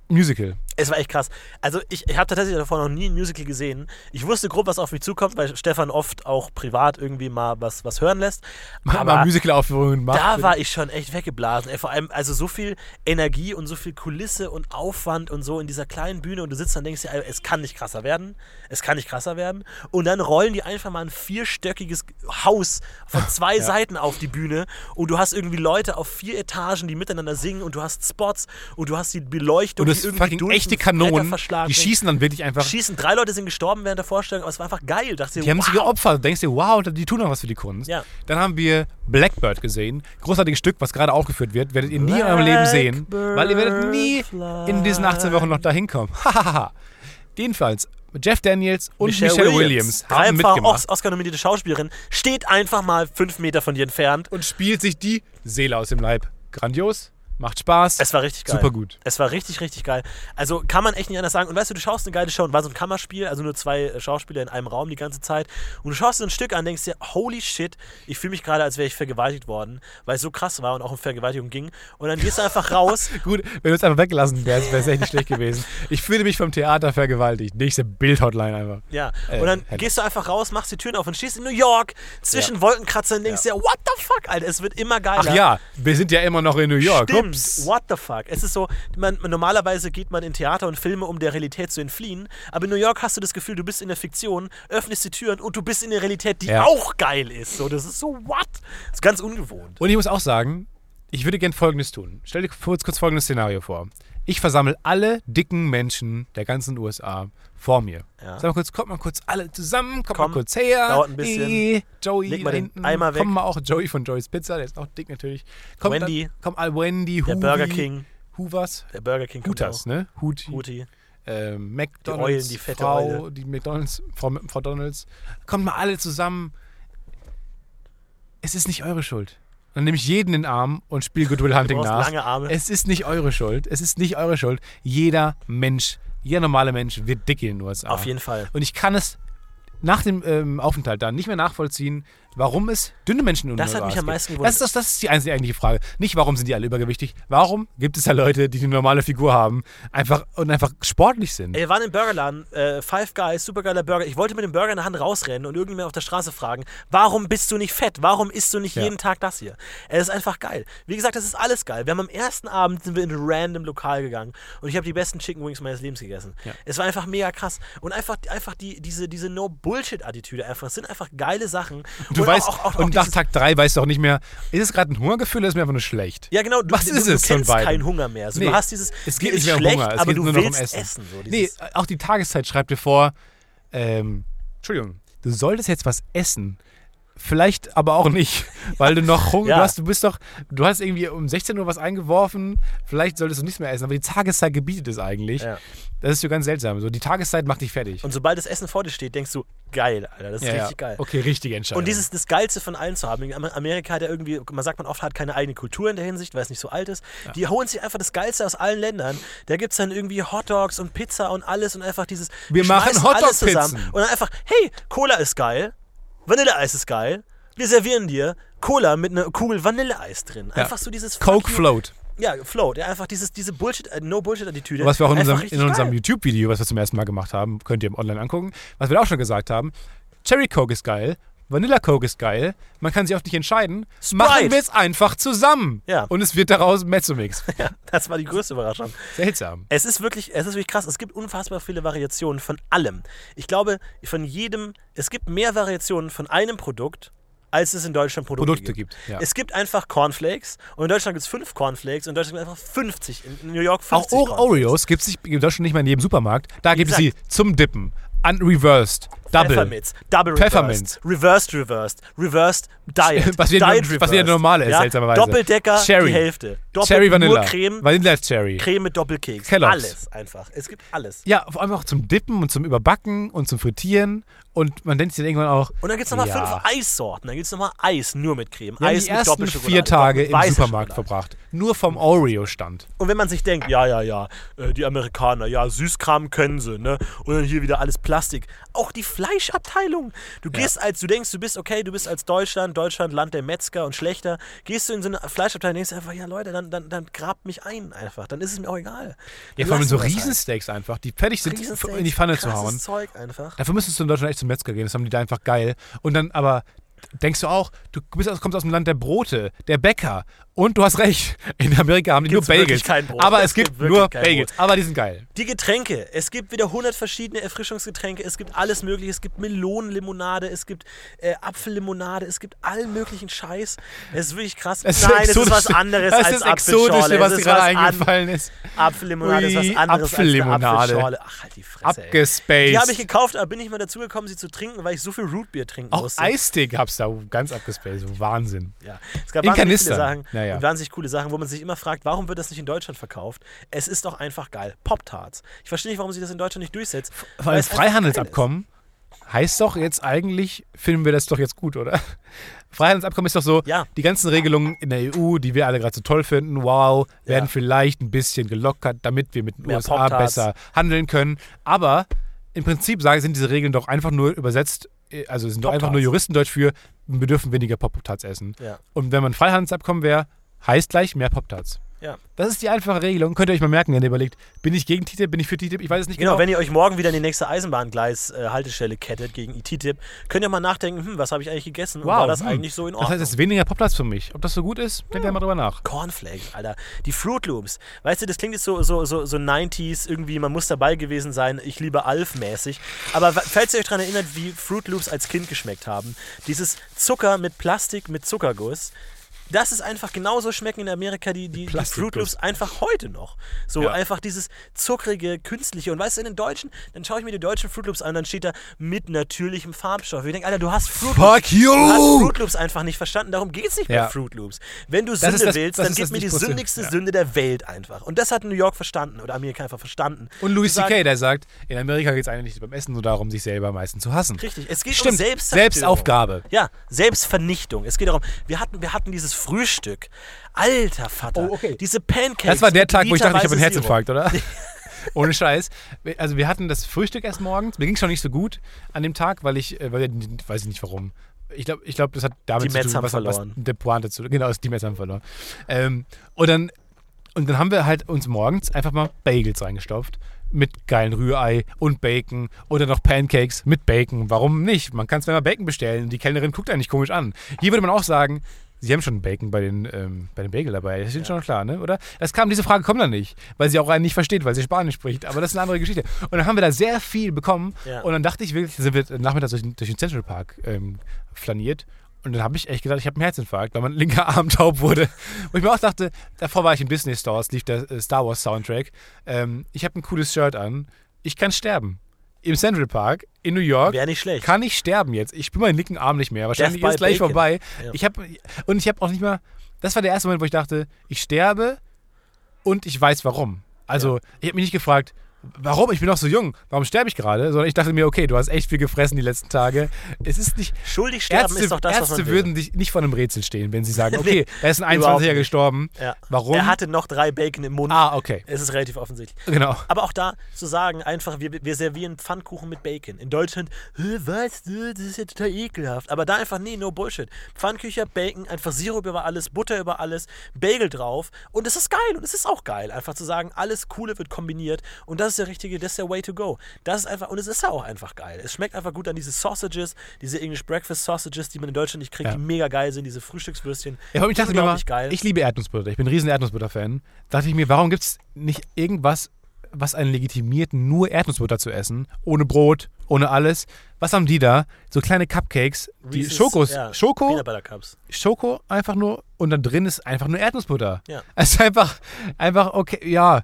Speaker 1: Musical.
Speaker 2: Es war echt krass. Also ich, ich habe tatsächlich davor noch nie ein Musical gesehen. Ich wusste grob, was auf mich zukommt, weil Stefan oft auch privat irgendwie mal was, was hören lässt.
Speaker 1: Aber
Speaker 2: Aber
Speaker 1: Musical-Aufführungen macht.
Speaker 2: da war ich schon echt weggeblasen. Ey, vor allem, also so viel Energie und so viel Kulisse und Aufwand und so in dieser kleinen Bühne und du sitzt dann und denkst dir, ey, es kann nicht krasser werden. Es kann nicht krasser werden. Und dann rollen die einfach mal ein vierstöckiges Haus von zwei Seiten auf die Bühne und du hast irgendwie Leute auf vier Etagen, die miteinander singen und du hast Spots und du hast die Beleuchtung.
Speaker 1: und
Speaker 2: die
Speaker 1: das
Speaker 2: irgendwie
Speaker 1: fucking echte
Speaker 2: durch ein Bretter
Speaker 1: Kanonen,
Speaker 2: verschlagen
Speaker 1: die
Speaker 2: sind.
Speaker 1: schießen dann wirklich einfach.
Speaker 2: Schießen, drei Leute sind gestorben während der Vorstellung, aber es war einfach geil. Dachte ich,
Speaker 1: Die haben
Speaker 2: wow.
Speaker 1: sich geopfert. Du denkst dir, wow, die tun noch was für die Kunst.
Speaker 2: Ja.
Speaker 1: Dann haben wir Blackbird gesehen. Großartiges Stück, was gerade aufgeführt wird. Werdet ihr nie in eurem Leben sehen. Weil ihr werdet nie in diesen 18 Wochen noch dahin kommen. Hahaha. Jedenfalls, Jeff Daniels und Michelle, Williams, haben
Speaker 2: Dreifach
Speaker 1: mitgemacht.
Speaker 2: Os- Oscar-nominierte Schauspielerin, steht einfach mal fünf Meter von dir entfernt.
Speaker 1: Und spielt sich die Seele aus dem Leib. Grandios, macht Spaß.
Speaker 2: Es war richtig geil.
Speaker 1: Super gut.
Speaker 2: Es war richtig, richtig geil. Also kann man echt nicht anders sagen. Und weißt du, du schaust eine geile Show und war so ein Kammerspiel, also nur zwei äh, Schauspieler in einem Raum die ganze Zeit. Und du schaust so ein Stück an, denkst dir, holy shit, ich fühle mich gerade, als wäre ich vergewaltigt worden, weil es so krass war und auch um Vergewaltigung ging. Und dann gehst du einfach raus
Speaker 1: Gut, wenn wir es einfach weggelassen wären, wäre es echt nicht schlecht gewesen. Ich fühle mich vom Theater vergewaltigt. Nächste Bild-Hotline einfach.
Speaker 2: Ja,
Speaker 1: Äh,
Speaker 2: und dann
Speaker 1: Henry.
Speaker 2: gehst du einfach raus, machst die Türen auf und stehst in New York zwischen Wolkenkratzern und denkst dir, what the fuck, Alter, es wird immer geiler.
Speaker 1: Ach ja, wir sind ja immer noch in New York.
Speaker 2: Stimmt,
Speaker 1: Ups.
Speaker 2: what the fuck. Es ist so, man, man- normalerweise geht man in Theater und Filme, um der Realität zu entfliehen, aber in New York hast du das Gefühl, du bist in der Fiktion, öffnest die Türen und du bist in der Realität, die
Speaker 1: Ja.
Speaker 2: auch geil ist. So, das ist so, what? Das ist ganz ungewohnt.
Speaker 1: Und ich muss auch sagen, ich würde gern Folgendes tun. Stell dir kurz, kurz folgendes Szenario vor. Ich versammle alle dicken Menschen der ganzen USA vor mir.
Speaker 2: Ja.
Speaker 1: Sag mal kurz, kommt mal kurz alle zusammen, kommt
Speaker 2: Komm,
Speaker 1: mal kurz her.
Speaker 2: dauert ein bisschen.
Speaker 1: Hey, Joey,
Speaker 2: Leg mal
Speaker 1: da
Speaker 2: den
Speaker 1: hinten.
Speaker 2: Eimer weg.
Speaker 1: Kommt mal auch Joey von Joey's Pizza, der ist auch dick natürlich. Kommt
Speaker 2: Wendy.
Speaker 1: Dann, kommt all Wendy,
Speaker 2: Der
Speaker 1: Hoovy,
Speaker 2: Burger King, Genau.
Speaker 1: Hoovers,
Speaker 2: der Burger King kommt
Speaker 1: Hutas,
Speaker 2: auch.
Speaker 1: ne? Hut,
Speaker 2: Huti.
Speaker 1: äh, McDonalds,
Speaker 2: Eulen, die fette
Speaker 1: Frau,
Speaker 2: Eule.
Speaker 1: die McDonalds, Frau, Frau Donalds. Kommt mal alle zusammen. Es ist nicht eure Schuld. Dann nehme ich jeden in den Arm und spiele Good Will Hunting
Speaker 2: brauchst
Speaker 1: nach.
Speaker 2: lange Arme.
Speaker 1: Es ist nicht eure Schuld. Es ist nicht eure Schuld. Jeder Mensch, jeder normale Mensch wird dick in den USA.
Speaker 2: Auf jeden Fall.
Speaker 1: Und ich kann es nach dem ähm, Aufenthalt da nicht mehr nachvollziehen, warum es dünne Menschen in
Speaker 2: Das hat
Speaker 1: Oasen
Speaker 2: mich am
Speaker 1: gibt.
Speaker 2: meisten gewundert.
Speaker 1: das, ist das, das ist die einzige eigentliche Frage. Nicht, warum sind die alle übergewichtig? Warum gibt es da Leute, die eine normale Figur haben einfach und einfach sportlich sind?
Speaker 2: Ey, Wir waren im Burgerladen, äh, Five Guys, supergeiler Burger. Ich wollte mit dem Burger in der Hand rausrennen und irgendjemand auf der Straße fragen, warum bist du nicht fett? Warum isst du nicht
Speaker 1: Ja.
Speaker 2: jeden Tag das hier? Es ist einfach geil. Wie gesagt, das ist alles geil. Wir haben am ersten Abend sind wir in ein random Lokal gegangen und ich habe die besten Chicken Wings meines Lebens gegessen.
Speaker 1: Ja.
Speaker 2: Es war einfach mega krass. Und einfach, einfach die, diese, diese No-Bullshit-Attitüde einfach. Es sind einfach geile Sachen.
Speaker 1: Du
Speaker 2: und
Speaker 1: weißt,
Speaker 2: auch, auch, auch,
Speaker 1: und nach
Speaker 2: dieses-
Speaker 1: Tag 3 weißt du auch nicht mehr, ist es gerade ein Hungergefühl oder ist mir einfach nur schlecht?
Speaker 2: ja, genau, du,
Speaker 1: Was
Speaker 2: du,
Speaker 1: ist
Speaker 2: du,
Speaker 1: es
Speaker 2: du
Speaker 1: von
Speaker 2: kennst
Speaker 1: beiden?
Speaker 2: keinen Hunger mehr. Also,
Speaker 1: Nee,
Speaker 2: du hast dieses,
Speaker 1: es
Speaker 2: mir
Speaker 1: geht nicht
Speaker 2: ist
Speaker 1: mehr um
Speaker 2: schlecht,
Speaker 1: Hunger, es
Speaker 2: aber
Speaker 1: geht
Speaker 2: du
Speaker 1: nur noch um
Speaker 2: willst
Speaker 1: Essen.
Speaker 2: so
Speaker 1: Nee,
Speaker 2: dieses-
Speaker 1: auch die Tageszeit schreibt dir vor, ähm, Entschuldigung, du solltest jetzt was essen. Vielleicht aber auch nicht, weil du noch Hunger
Speaker 2: Ja.
Speaker 1: du hast. Du bist doch, du hast irgendwie um 16 Uhr was eingeworfen. Vielleicht solltest du nichts mehr essen, aber die Tageszeit gebietet es eigentlich.
Speaker 2: Ja.
Speaker 1: Das ist so ganz seltsam. So, die Tageszeit macht dich fertig.
Speaker 2: Und sobald das Essen vor dir steht, denkst du, geil, Alter, das ist
Speaker 1: Ja, ja.
Speaker 2: richtig geil.
Speaker 1: Okay, richtige Entscheidung.
Speaker 2: Und dieses das Geilste von allen zu haben. In Amer- Amerika hat ja irgendwie, man sagt man oft, hat keine eigene Kultur in der Hinsicht, weil es nicht so alt ist. Die holen sich einfach das Geilste aus allen Ländern. Da gibt es dann irgendwie Hotdogs und Pizza und alles und einfach dieses.
Speaker 1: Wir
Speaker 2: die
Speaker 1: machen
Speaker 2: schmeißen
Speaker 1: Hotdog-Pizzen.
Speaker 2: alles zusammen Und dann einfach, hey, Cola ist geil, Vanilleeis ist geil. Wir servieren dir Cola mit einer Kugel Vanilleeis drin. Einfach so dieses
Speaker 1: Coke
Speaker 2: fucking-
Speaker 1: Float.
Speaker 2: Ja, Float. Ja, einfach dieses, diese Bullshit, äh, No Bullshit-Attitüde.
Speaker 1: Was wir auch in
Speaker 2: Einfach
Speaker 1: unserem,
Speaker 2: richtig
Speaker 1: in unserem
Speaker 2: geil.
Speaker 1: YouTube-Video, was wir zum ersten Mal gemacht haben, könnt ihr online angucken, was wir da auch schon gesagt haben. Cherry Coke ist geil, Vanilla Coke ist geil, man kann sich oft nicht entscheiden. Machen wir es einfach zusammen.
Speaker 2: Ja.
Speaker 1: Und es wird daraus Mezzomix.
Speaker 2: Ja, das war die größte Überraschung.
Speaker 1: Seltsam.
Speaker 2: Es ist wirklich, es ist wirklich krass. Es gibt unfassbar viele Variationen von allem. Ich glaube, von jedem, es gibt mehr Variationen von einem Produkt, als es in Deutschland Produkte,
Speaker 1: Produkte
Speaker 2: gibt.
Speaker 1: gibt. Ja.
Speaker 2: Es gibt einfach Cornflakes und in Deutschland gibt es fünf Cornflakes und in Deutschland gibt es einfach 50. In in New York
Speaker 1: Auch
Speaker 2: 50.
Speaker 1: o
Speaker 2: Cornflakes.
Speaker 1: Oreos gibt es in Deutschland nicht mal in jedem Supermarkt. Da gibt es sie
Speaker 2: Exakt.
Speaker 1: zum Dippen. Unreversed. Double.
Speaker 2: Pfefferminz, Double
Speaker 1: Pfefferminz.
Speaker 2: Reversed, Reversed, Reversed, Reversed, Diet.
Speaker 1: Was wir-
Speaker 2: Diet
Speaker 1: was wir
Speaker 2: reversed.
Speaker 1: normale ist, seltsamerweise.
Speaker 2: Doppeldecker,
Speaker 1: Cherry.
Speaker 2: die Hälfte. Doppel,
Speaker 1: Cherry Vanilla.
Speaker 2: Nur Creme,
Speaker 1: Vanilla Cherry.
Speaker 2: Creme mit Doppelkeks.
Speaker 1: Kellogg's.
Speaker 2: Alles einfach. Es gibt alles.
Speaker 1: Ja, vor allem auch zum Dippen und zum Überbacken und zum Frittieren. Und man denkt sich dann irgendwann auch.
Speaker 2: Und dann gibt es nochmal
Speaker 1: ja.
Speaker 2: fünf Eissorten. Dann gibt es nochmal Eis nur mit Creme.
Speaker 1: Wir haben
Speaker 2: Eis
Speaker 1: die
Speaker 2: mit
Speaker 1: ersten
Speaker 2: Doppelschokolade.
Speaker 1: vier Tage im
Speaker 2: weiße
Speaker 1: Supermarkt
Speaker 2: Schokolade.
Speaker 1: verbracht. Nur vom Oreo-Stand.
Speaker 2: Und wenn man sich denkt, ja, ja, ja, äh, die Amerikaner, ja, Süßkram können sie, ne? Und dann hier wieder alles Plastik. Auch die Fleischabteilung. Du gehst als, du denkst, du bist okay, du bist als Deutschland, Deutschland, Land der Metzger und Schlechter. Gehst du in so eine Fleischabteilung und denkst einfach, ja, Leute, dann, dann, dann grabt mich ein einfach. Dann ist es mir auch egal.
Speaker 1: Ja, vor allem so
Speaker 2: Lassen wir das
Speaker 1: Riesensteaks einfach, die fertig
Speaker 2: halt.
Speaker 1: sind,
Speaker 2: Riesensteaks,
Speaker 1: in die Pfanne zu
Speaker 2: krasses
Speaker 1: hauen.
Speaker 2: Zeug einfach.
Speaker 1: Dafür müsstest du in Deutschland echt zum Metzger gehen, das haben die da einfach geil. Und dann aber denkst du auch, du bist, aus- kommst aus dem Land der Brote, der Bäcker. Und du hast recht, in Amerika haben die
Speaker 2: Gibt's
Speaker 1: nur Bagels.
Speaker 2: wirklich kein Brot.
Speaker 1: Aber es
Speaker 2: Es gibt
Speaker 1: gibt
Speaker 2: wirklich
Speaker 1: nur
Speaker 2: kein
Speaker 1: Bagels. Aber die sind geil.
Speaker 2: Die Getränke. Es gibt wieder 100 verschiedene Erfrischungsgetränke. Es gibt alles Mögliche. Es gibt Melonenlimonade. Es gibt äh, Apfellimonade. Es gibt allen möglichen Scheiß. Es ist wirklich krass.
Speaker 1: Es ist
Speaker 2: Nein, es ist was
Speaker 1: Exotischste-
Speaker 2: anderes
Speaker 1: das
Speaker 2: als
Speaker 1: ist das Exotischste,
Speaker 2: Apfelschorle.
Speaker 1: was
Speaker 2: es
Speaker 1: dir
Speaker 2: ist
Speaker 1: gerade
Speaker 2: an-
Speaker 1: eingefallen ist.
Speaker 2: Apfellimonade ist
Speaker 1: Ui,
Speaker 2: was anderes als eine
Speaker 1: Apfellimonade.
Speaker 2: Apfelschorle. Ach, halt die Fresse. ey.
Speaker 1: Abgespaced.
Speaker 2: Die habe ich gekauft, aber bin ich mal dazu gekommen, sie zu trinken, weil ich so viel Rootbier trinken
Speaker 1: Auch
Speaker 2: musste.
Speaker 1: Eistee gab es da, ganz abgespaced. Wahnsinn.
Speaker 2: Ja. Es gab
Speaker 1: In
Speaker 2: wahnsinnig viele
Speaker 1: Kanistern.
Speaker 2: Sachen,
Speaker 1: Ja, ja.
Speaker 2: und wahnsinnig coole Sachen, wo man sich immer fragt, warum wird das nicht in Deutschland verkauft? Es ist doch einfach geil. Pop-Tarts. Ich verstehe nicht, warum sich das in Deutschland nicht durchsetzt.
Speaker 1: Vor
Speaker 2: weil
Speaker 1: allem
Speaker 2: es einfach geil
Speaker 1: Freihandelsabkommen heißt doch jetzt eigentlich, finden wir das doch jetzt gut, oder? Freihandelsabkommen ist doch so,
Speaker 2: Ja.
Speaker 1: die ganzen Regelungen in der EU, die wir alle gerade so toll finden, wow, werden
Speaker 2: Ja.
Speaker 1: vielleicht ein bisschen gelockert, damit wir mit den
Speaker 2: Mehr
Speaker 1: USA
Speaker 2: Pop-Tarts.
Speaker 1: besser handeln können. Aber im Prinzip sagen, sind diese Regeln doch einfach nur übersetzt, äh, also sind doch einfach nur
Speaker 2: Pop-Tarts.
Speaker 1: Juristendeutsch für, wir dürfen weniger Pop-Tarts essen.
Speaker 2: Ja.
Speaker 1: Und wenn man Freihandelsabkommen wäre, heißt gleich mehr Pop-Tarts.
Speaker 2: Ja.
Speaker 1: Das ist die einfache Regelung. Könnt ihr euch mal merken, wenn ihr überlegt, bin ich gegen TTIP, bin ich für TTIP, ich weiß es nicht
Speaker 2: Genau,
Speaker 1: genau.
Speaker 2: wenn ihr euch morgen wieder in die nächste Eisenbahngleis-Haltestelle kettet gegen ITTIP, könnt ihr mal nachdenken, hm, was habe ich eigentlich gegessen und war das
Speaker 1: hm.
Speaker 2: eigentlich so in
Speaker 1: Das
Speaker 2: Ordnung?
Speaker 1: heißt, es ist weniger Poplatz für mich. Ob das so gut ist, denkt ja. mal drüber nach.
Speaker 2: Cornflakes, Alter. Die Fruit Loops. Weißt du, das klingt jetzt so, so, so, so 90s, irgendwie, man muss dabei gewesen sein, ich liebe Alf-mäßig. Aber wa- falls ihr euch daran erinnert, wie Fruit Loops als Kind geschmeckt haben, dieses Zucker mit Plastik, mit Zuckerguss, das ist einfach genauso schmecken in Amerika die, die, die
Speaker 1: Plastikguss.
Speaker 2: Fruit Loops einfach heute noch. So
Speaker 1: Ja.
Speaker 2: einfach dieses zuckrige, künstliche. Und weißt du, in den Deutschen, dann schaue ich mir die deutschen Fruit Loops an, dann steht da mit natürlichem Farbstoff. Ich denke, Alter, du hast Fruit Loops.
Speaker 1: Fuck you!
Speaker 2: Du hast Fruit Loops einfach nicht verstanden. Darum geht es nicht
Speaker 1: Ja.
Speaker 2: bei Fruit Loops. Wenn du
Speaker 1: ist
Speaker 2: Sünde
Speaker 1: das-
Speaker 2: willst,
Speaker 1: das
Speaker 2: dann
Speaker 1: ist
Speaker 2: gib
Speaker 1: das
Speaker 2: mir die
Speaker 1: 70%,
Speaker 2: sündigste
Speaker 1: ja.
Speaker 2: Sünde der Welt einfach. Und das hat New York verstanden oder Amerika einfach verstanden.
Speaker 1: Und Louis
Speaker 2: Die sagen-
Speaker 1: C.K., der sagt, in Amerika geht es eigentlich beim Essen nur darum, sich selber am meisten zu hassen.
Speaker 2: Richtig, es geht um
Speaker 1: Stimmt,
Speaker 2: Selbstzerstörung.
Speaker 1: Selbstaufgabe.
Speaker 2: Ja, Selbstvernichtung. Es geht darum, wir hatten, wir hatten dieses Frühstück. Alter Vater,
Speaker 1: Oh, okay.
Speaker 2: diese Pancakes.
Speaker 1: Das war der
Speaker 2: mit
Speaker 1: Tag, wo ich dachte, ich habe einen
Speaker 2: literweise Sirup.
Speaker 1: Herzinfarkt, oder? Ohne Scheiß. Also wir hatten das Frühstück erst morgens. Mir ging es schon nicht so gut an dem Tag, weil ich, äh, weil, wir- weiß ich nicht warum. Ich glaube, ich glaub, das hat damit
Speaker 2: Die
Speaker 1: zu
Speaker 2: Mets
Speaker 1: tun,
Speaker 2: haben
Speaker 1: was, was
Speaker 2: verloren.
Speaker 1: der Pointe zu Genau, die Mets haben verloren. Ähm, und, dann, und dann haben wir halt uns morgens einfach mal Bagels reingestopft. Mit geilen Rührei und Bacon oder noch Pancakes mit Bacon. Warum nicht? Man kann es mal Bacon bestellen. Die Kellnerin guckt eigentlich komisch an. Hier würde man auch sagen, sie haben schon Bacon bei den, ähm, bei den Bagel dabei. Das ist Ihnen schon klar, ne? oder? Das kam, diese Frage kommt dann nicht, weil sie auch einen nicht versteht, weil sie Spanisch spricht. Aber das ist eine andere Geschichte. Und dann haben wir da sehr viel bekommen.
Speaker 2: Ja.
Speaker 1: Und dann dachte ich wirklich, sind wir nachmittags durch, den- durch den Central Park ähm, flaniert. Und dann habe ich echt gedacht, ich habe einen Herzinfarkt, weil mein linker Arm taub wurde. Wo ich mir auch dachte, davor war ich in Disney Stores, lief der äh, Star Wars Soundtrack. Ähm, ich habe ein cooles Shirt an. Ich kann sterben. Im Central Park, in New York.
Speaker 2: Wäre nicht schlecht.
Speaker 1: Kann ich sterben jetzt? Ich bin meinen linken Arm nicht mehr. Wahrscheinlich
Speaker 2: by
Speaker 1: ist gleich
Speaker 2: Bacon.
Speaker 1: vorbei.
Speaker 2: Ja.
Speaker 1: Ich hab, und ich habe auch nicht mal. Das war der erste Moment, wo ich dachte, ich sterbe und ich weiß warum. Also, ich habe mich nicht gefragt, warum? Ich bin noch so jung. Warum sterbe ich gerade? Sondern ich dachte mir, okay, du hast echt viel gefressen die letzten Tage. Es ist nicht.
Speaker 2: Schuldig sterben
Speaker 1: Ärzte,
Speaker 2: ist doch das, was man
Speaker 1: Ärzte
Speaker 2: will.
Speaker 1: würden dich nicht vor einem Rätsel stehen, wenn sie sagen,
Speaker 2: Nee,
Speaker 1: okay, da ist ein
Speaker 2: überhaupt
Speaker 1: 21er
Speaker 2: nicht.
Speaker 1: gestorben.
Speaker 2: ja.
Speaker 1: Warum?
Speaker 2: Er Äh, hatte noch drei Bacon im Mund.
Speaker 1: ah, okay.
Speaker 2: Es ist relativ offensichtlich.
Speaker 1: Genau.
Speaker 2: Aber auch da zu sagen, einfach, wir, wir servieren Pfannkuchen mit Bacon. In Deutschland, "Hä, was? Hä, Das ist ja total ekelhaft. Aber da einfach, nee, no bullshit. Pfannküche, Bacon, einfach Sirup über alles, Butter über alles, Bagel drauf. Und es ist geil. Und es ist auch geil, einfach zu sagen, alles Coole wird kombiniert. Und das ist der richtige, das ist der Way to go. Das ist einfach, und es ist ja auch einfach geil. Es schmeckt einfach gut an diese Sausages, diese English Breakfast Sausages, die man in Deutschland nicht kriegt,
Speaker 1: Ja.
Speaker 2: die mega geil sind, diese Frühstückswürstchen.
Speaker 1: Ja, aber ich dachte mir mal,
Speaker 2: Unglaublich geil.
Speaker 1: ich liebe Erdnussbutter. Ich bin ein riesen Erdnussbutter-Fan. Dachte ich mir, warum gibt es nicht irgendwas, was einen legitimiert, nur Erdnussbutter zu essen? Ohne Brot, ohne alles. Was haben die da? So kleine Cupcakes, die
Speaker 2: Reese's,
Speaker 1: Schokos.
Speaker 2: ja,
Speaker 1: Schoko,
Speaker 2: Peanut Butter Cups.
Speaker 1: Schoko einfach nur und dann drin ist einfach nur Erdnussbutter.
Speaker 2: Ja.
Speaker 1: Es ist einfach, einfach, okay, ja.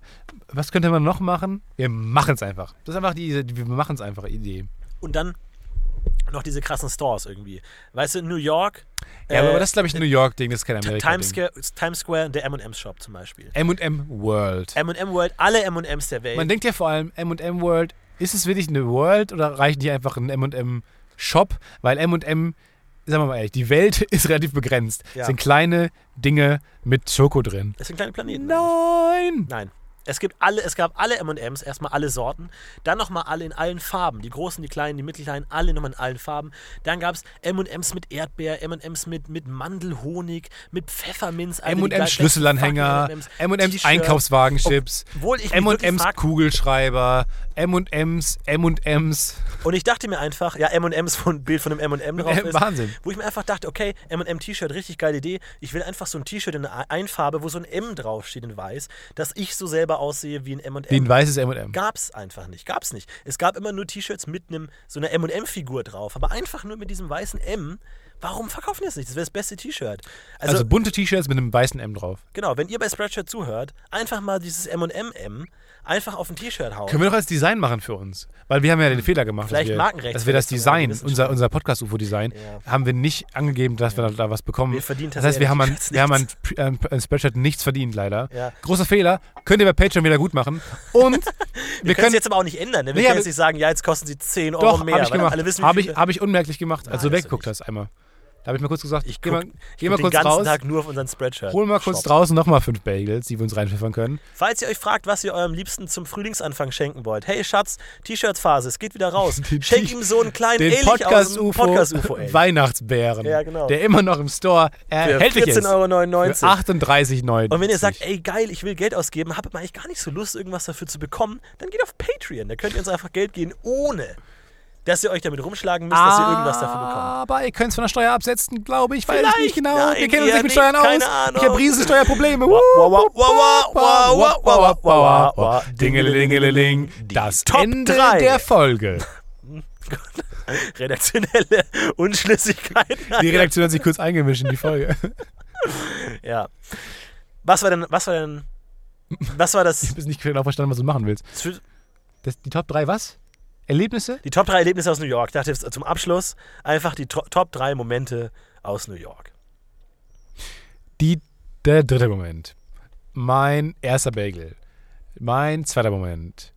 Speaker 1: Was könnte man noch machen? Wir machen es einfach. Das ist einfach die, die wir machen es einfach Idee.
Speaker 2: Und dann noch diese krassen Stores irgendwie. Weißt du, New York,
Speaker 1: Ja, aber
Speaker 2: äh,
Speaker 1: das ist, glaube ich, ein New York-Ding, das ist kein
Speaker 2: Times
Speaker 1: Amerika-Ding.
Speaker 2: Square, Times Square, der M&M Shop zum Beispiel.
Speaker 1: M&M World.
Speaker 2: M&M World, alle M&Ms der Welt.
Speaker 1: Man denkt ja vor allem, M&M World, ist es wirklich eine World oder reicht die einfach ein M&M Shop? Weil M&M, sagen wir mal ehrlich, die Welt ist relativ begrenzt.
Speaker 2: Ja.
Speaker 1: Es sind kleine Dinge mit Schoko drin.
Speaker 2: das sind kleine Planeten.
Speaker 1: Nein!
Speaker 2: Nein. Es, gibt alle, es gab alle MMs, erstmal alle Sorten, dann nochmal alle in allen Farben. Die großen, die kleinen, die mittelkleinen, alle nochmal in allen Farben. Dann gab es MMs mit Erdbeer, MMs mit, mit Mandelhonig, mit Pfefferminz. alle die
Speaker 1: M&M
Speaker 2: gleichen
Speaker 1: Schlüsselanhänger,
Speaker 2: fucking
Speaker 1: M&M's
Speaker 2: T-Shirts.
Speaker 1: Einkaufswagenchips,
Speaker 2: Obwohl ich mich wirklich
Speaker 1: M&M's
Speaker 2: frag-
Speaker 1: Kugelschreiber, M&M's, M&M's.
Speaker 2: Und ich dachte mir einfach, ja, M&M's von Bild von einem M&M drauf
Speaker 1: Äh,
Speaker 2: ist.
Speaker 1: Wahnsinn.
Speaker 2: Wo ich mir einfach dachte, okay, M&M T-Shirt, richtig geile Idee. Ich will einfach so ein T-Shirt in einer Einfarbe, wo so ein M draufsteht in weiß, dass ich so selber aussehe wie ein M&M.
Speaker 1: Wie ein weißes M&M.
Speaker 2: Gab's einfach nicht, gab's nicht. Es gab immer nur T-Shirts mit einem so einer M&M-Figur drauf, aber einfach nur mit diesem weißen M. Warum verkaufen die das nicht? Das wäre das beste T-Shirt. Also,
Speaker 1: Also bunte T-Shirts mit einem weißen M drauf.
Speaker 2: genau, wenn ihr bei Spreadshirt zuhört, einfach mal dieses M&M-M einfach auf ein T-Shirt hauen.
Speaker 1: Können wir doch als Design machen für uns. Weil wir haben ja den Fehler gemacht,
Speaker 2: Hm. Vielleicht
Speaker 1: dass, wir,
Speaker 2: Markenrechts-
Speaker 1: dass wir das Design,
Speaker 2: Wissenschaft.
Speaker 1: unser, unser Podcast-UFO-Design,
Speaker 2: Ja.
Speaker 1: haben wir nicht angegeben, dass wir da was bekommen.
Speaker 2: Wir verdienen
Speaker 1: das heißt, wir haben, an,
Speaker 2: tatsächlich
Speaker 1: wir haben an, an, an Spreadshirt nichts verdient, leider.
Speaker 2: Ja.
Speaker 1: Großer Fehler. Könnt ihr bei Patreon wieder gut machen. Und wir
Speaker 2: können es
Speaker 1: können...
Speaker 2: jetzt aber auch nicht ändern. Ne? Wir
Speaker 1: Nee,
Speaker 2: können
Speaker 1: aber-
Speaker 2: jetzt nicht sagen, ja, jetzt kosten sie 10 Euro
Speaker 1: Doch,
Speaker 2: mehr.
Speaker 1: habe ich
Speaker 2: weil
Speaker 1: gemacht.
Speaker 2: Alle wissen, wie
Speaker 1: Habe
Speaker 2: viel-
Speaker 1: ich, hab ich unmerklich gemacht, Also als du
Speaker 2: Nein, hast du
Speaker 1: weggeguckt
Speaker 2: nicht.
Speaker 1: hast einmal. Da habe ich mal kurz gesagt, ich geh
Speaker 2: guck-
Speaker 1: mal, geh
Speaker 2: guck
Speaker 1: mal
Speaker 2: den
Speaker 1: kurz
Speaker 2: ganzen
Speaker 1: raus,
Speaker 2: Tag nur auf unseren Spreadshirt.
Speaker 1: hol mal kurz draußen nochmal fünf Bagels, die wir uns reinpfeffern können.
Speaker 2: Falls ihr euch fragt, was ihr eurem Liebsten zum Frühlingsanfang schenken wollt. Hey Schatz, T-Shirt-Phase, es geht wieder raus.
Speaker 1: Den
Speaker 2: Schenk
Speaker 1: T-
Speaker 2: ihm so einen kleinen
Speaker 1: Den
Speaker 2: Ehrlich aus dem
Speaker 1: Podcast-UFO
Speaker 2: Podcast-UFO. ey.
Speaker 1: Weihnachtsbären,
Speaker 2: Ja, genau.
Speaker 1: der immer noch im Store
Speaker 2: Für
Speaker 1: erhältlich ist.
Speaker 2: 14,99
Speaker 1: Für
Speaker 2: Euro.
Speaker 1: 38,90.
Speaker 2: Und wenn ihr sagt, ey geil, ich will Geld ausgeben, habt aber eigentlich gar nicht so Lust, irgendwas dafür zu bekommen, dann geht auf Patreon. Da könnt ihr uns einfach Geld geben, ohne dass ihr euch damit rumschlagen müsst, dass ihr irgendwas dafür bekommt.
Speaker 1: Aber ihr könnt es von der Steuer absetzen, glaube ich. Weiß ich nicht
Speaker 2: Vielleicht.
Speaker 1: genau.
Speaker 2: Nein,
Speaker 1: wir kennen uns nicht mit
Speaker 2: eher nicht.
Speaker 1: Steuern
Speaker 2: Keine
Speaker 1: aus.
Speaker 2: Ahnung.
Speaker 1: Ich habe riesen Steuerprobleme.
Speaker 2: wow, wow, wow, wow, wow, wow, wow.
Speaker 1: Dingelingelingeling. Das
Speaker 2: Top
Speaker 1: Ende
Speaker 2: drei.
Speaker 1: der Folge.
Speaker 2: Redaktionelle Unschlüssigkeit.
Speaker 1: Die Redaktion hat sich kurz eingemischt in die Folge.
Speaker 2: Ja. Was war denn, was war denn, was war das?
Speaker 1: Ich bin nicht genau verstanden, was du machen willst. Das, die Top 3 was? Erlebnisse?
Speaker 2: Die Top 3 Erlebnisse aus New York. Ich dachte jetzt zum Abschluss einfach die Tro- Top 3 Momente aus New York.
Speaker 1: Die, der dritte Moment. Mein erster Bagel. Mein zweiter Moment.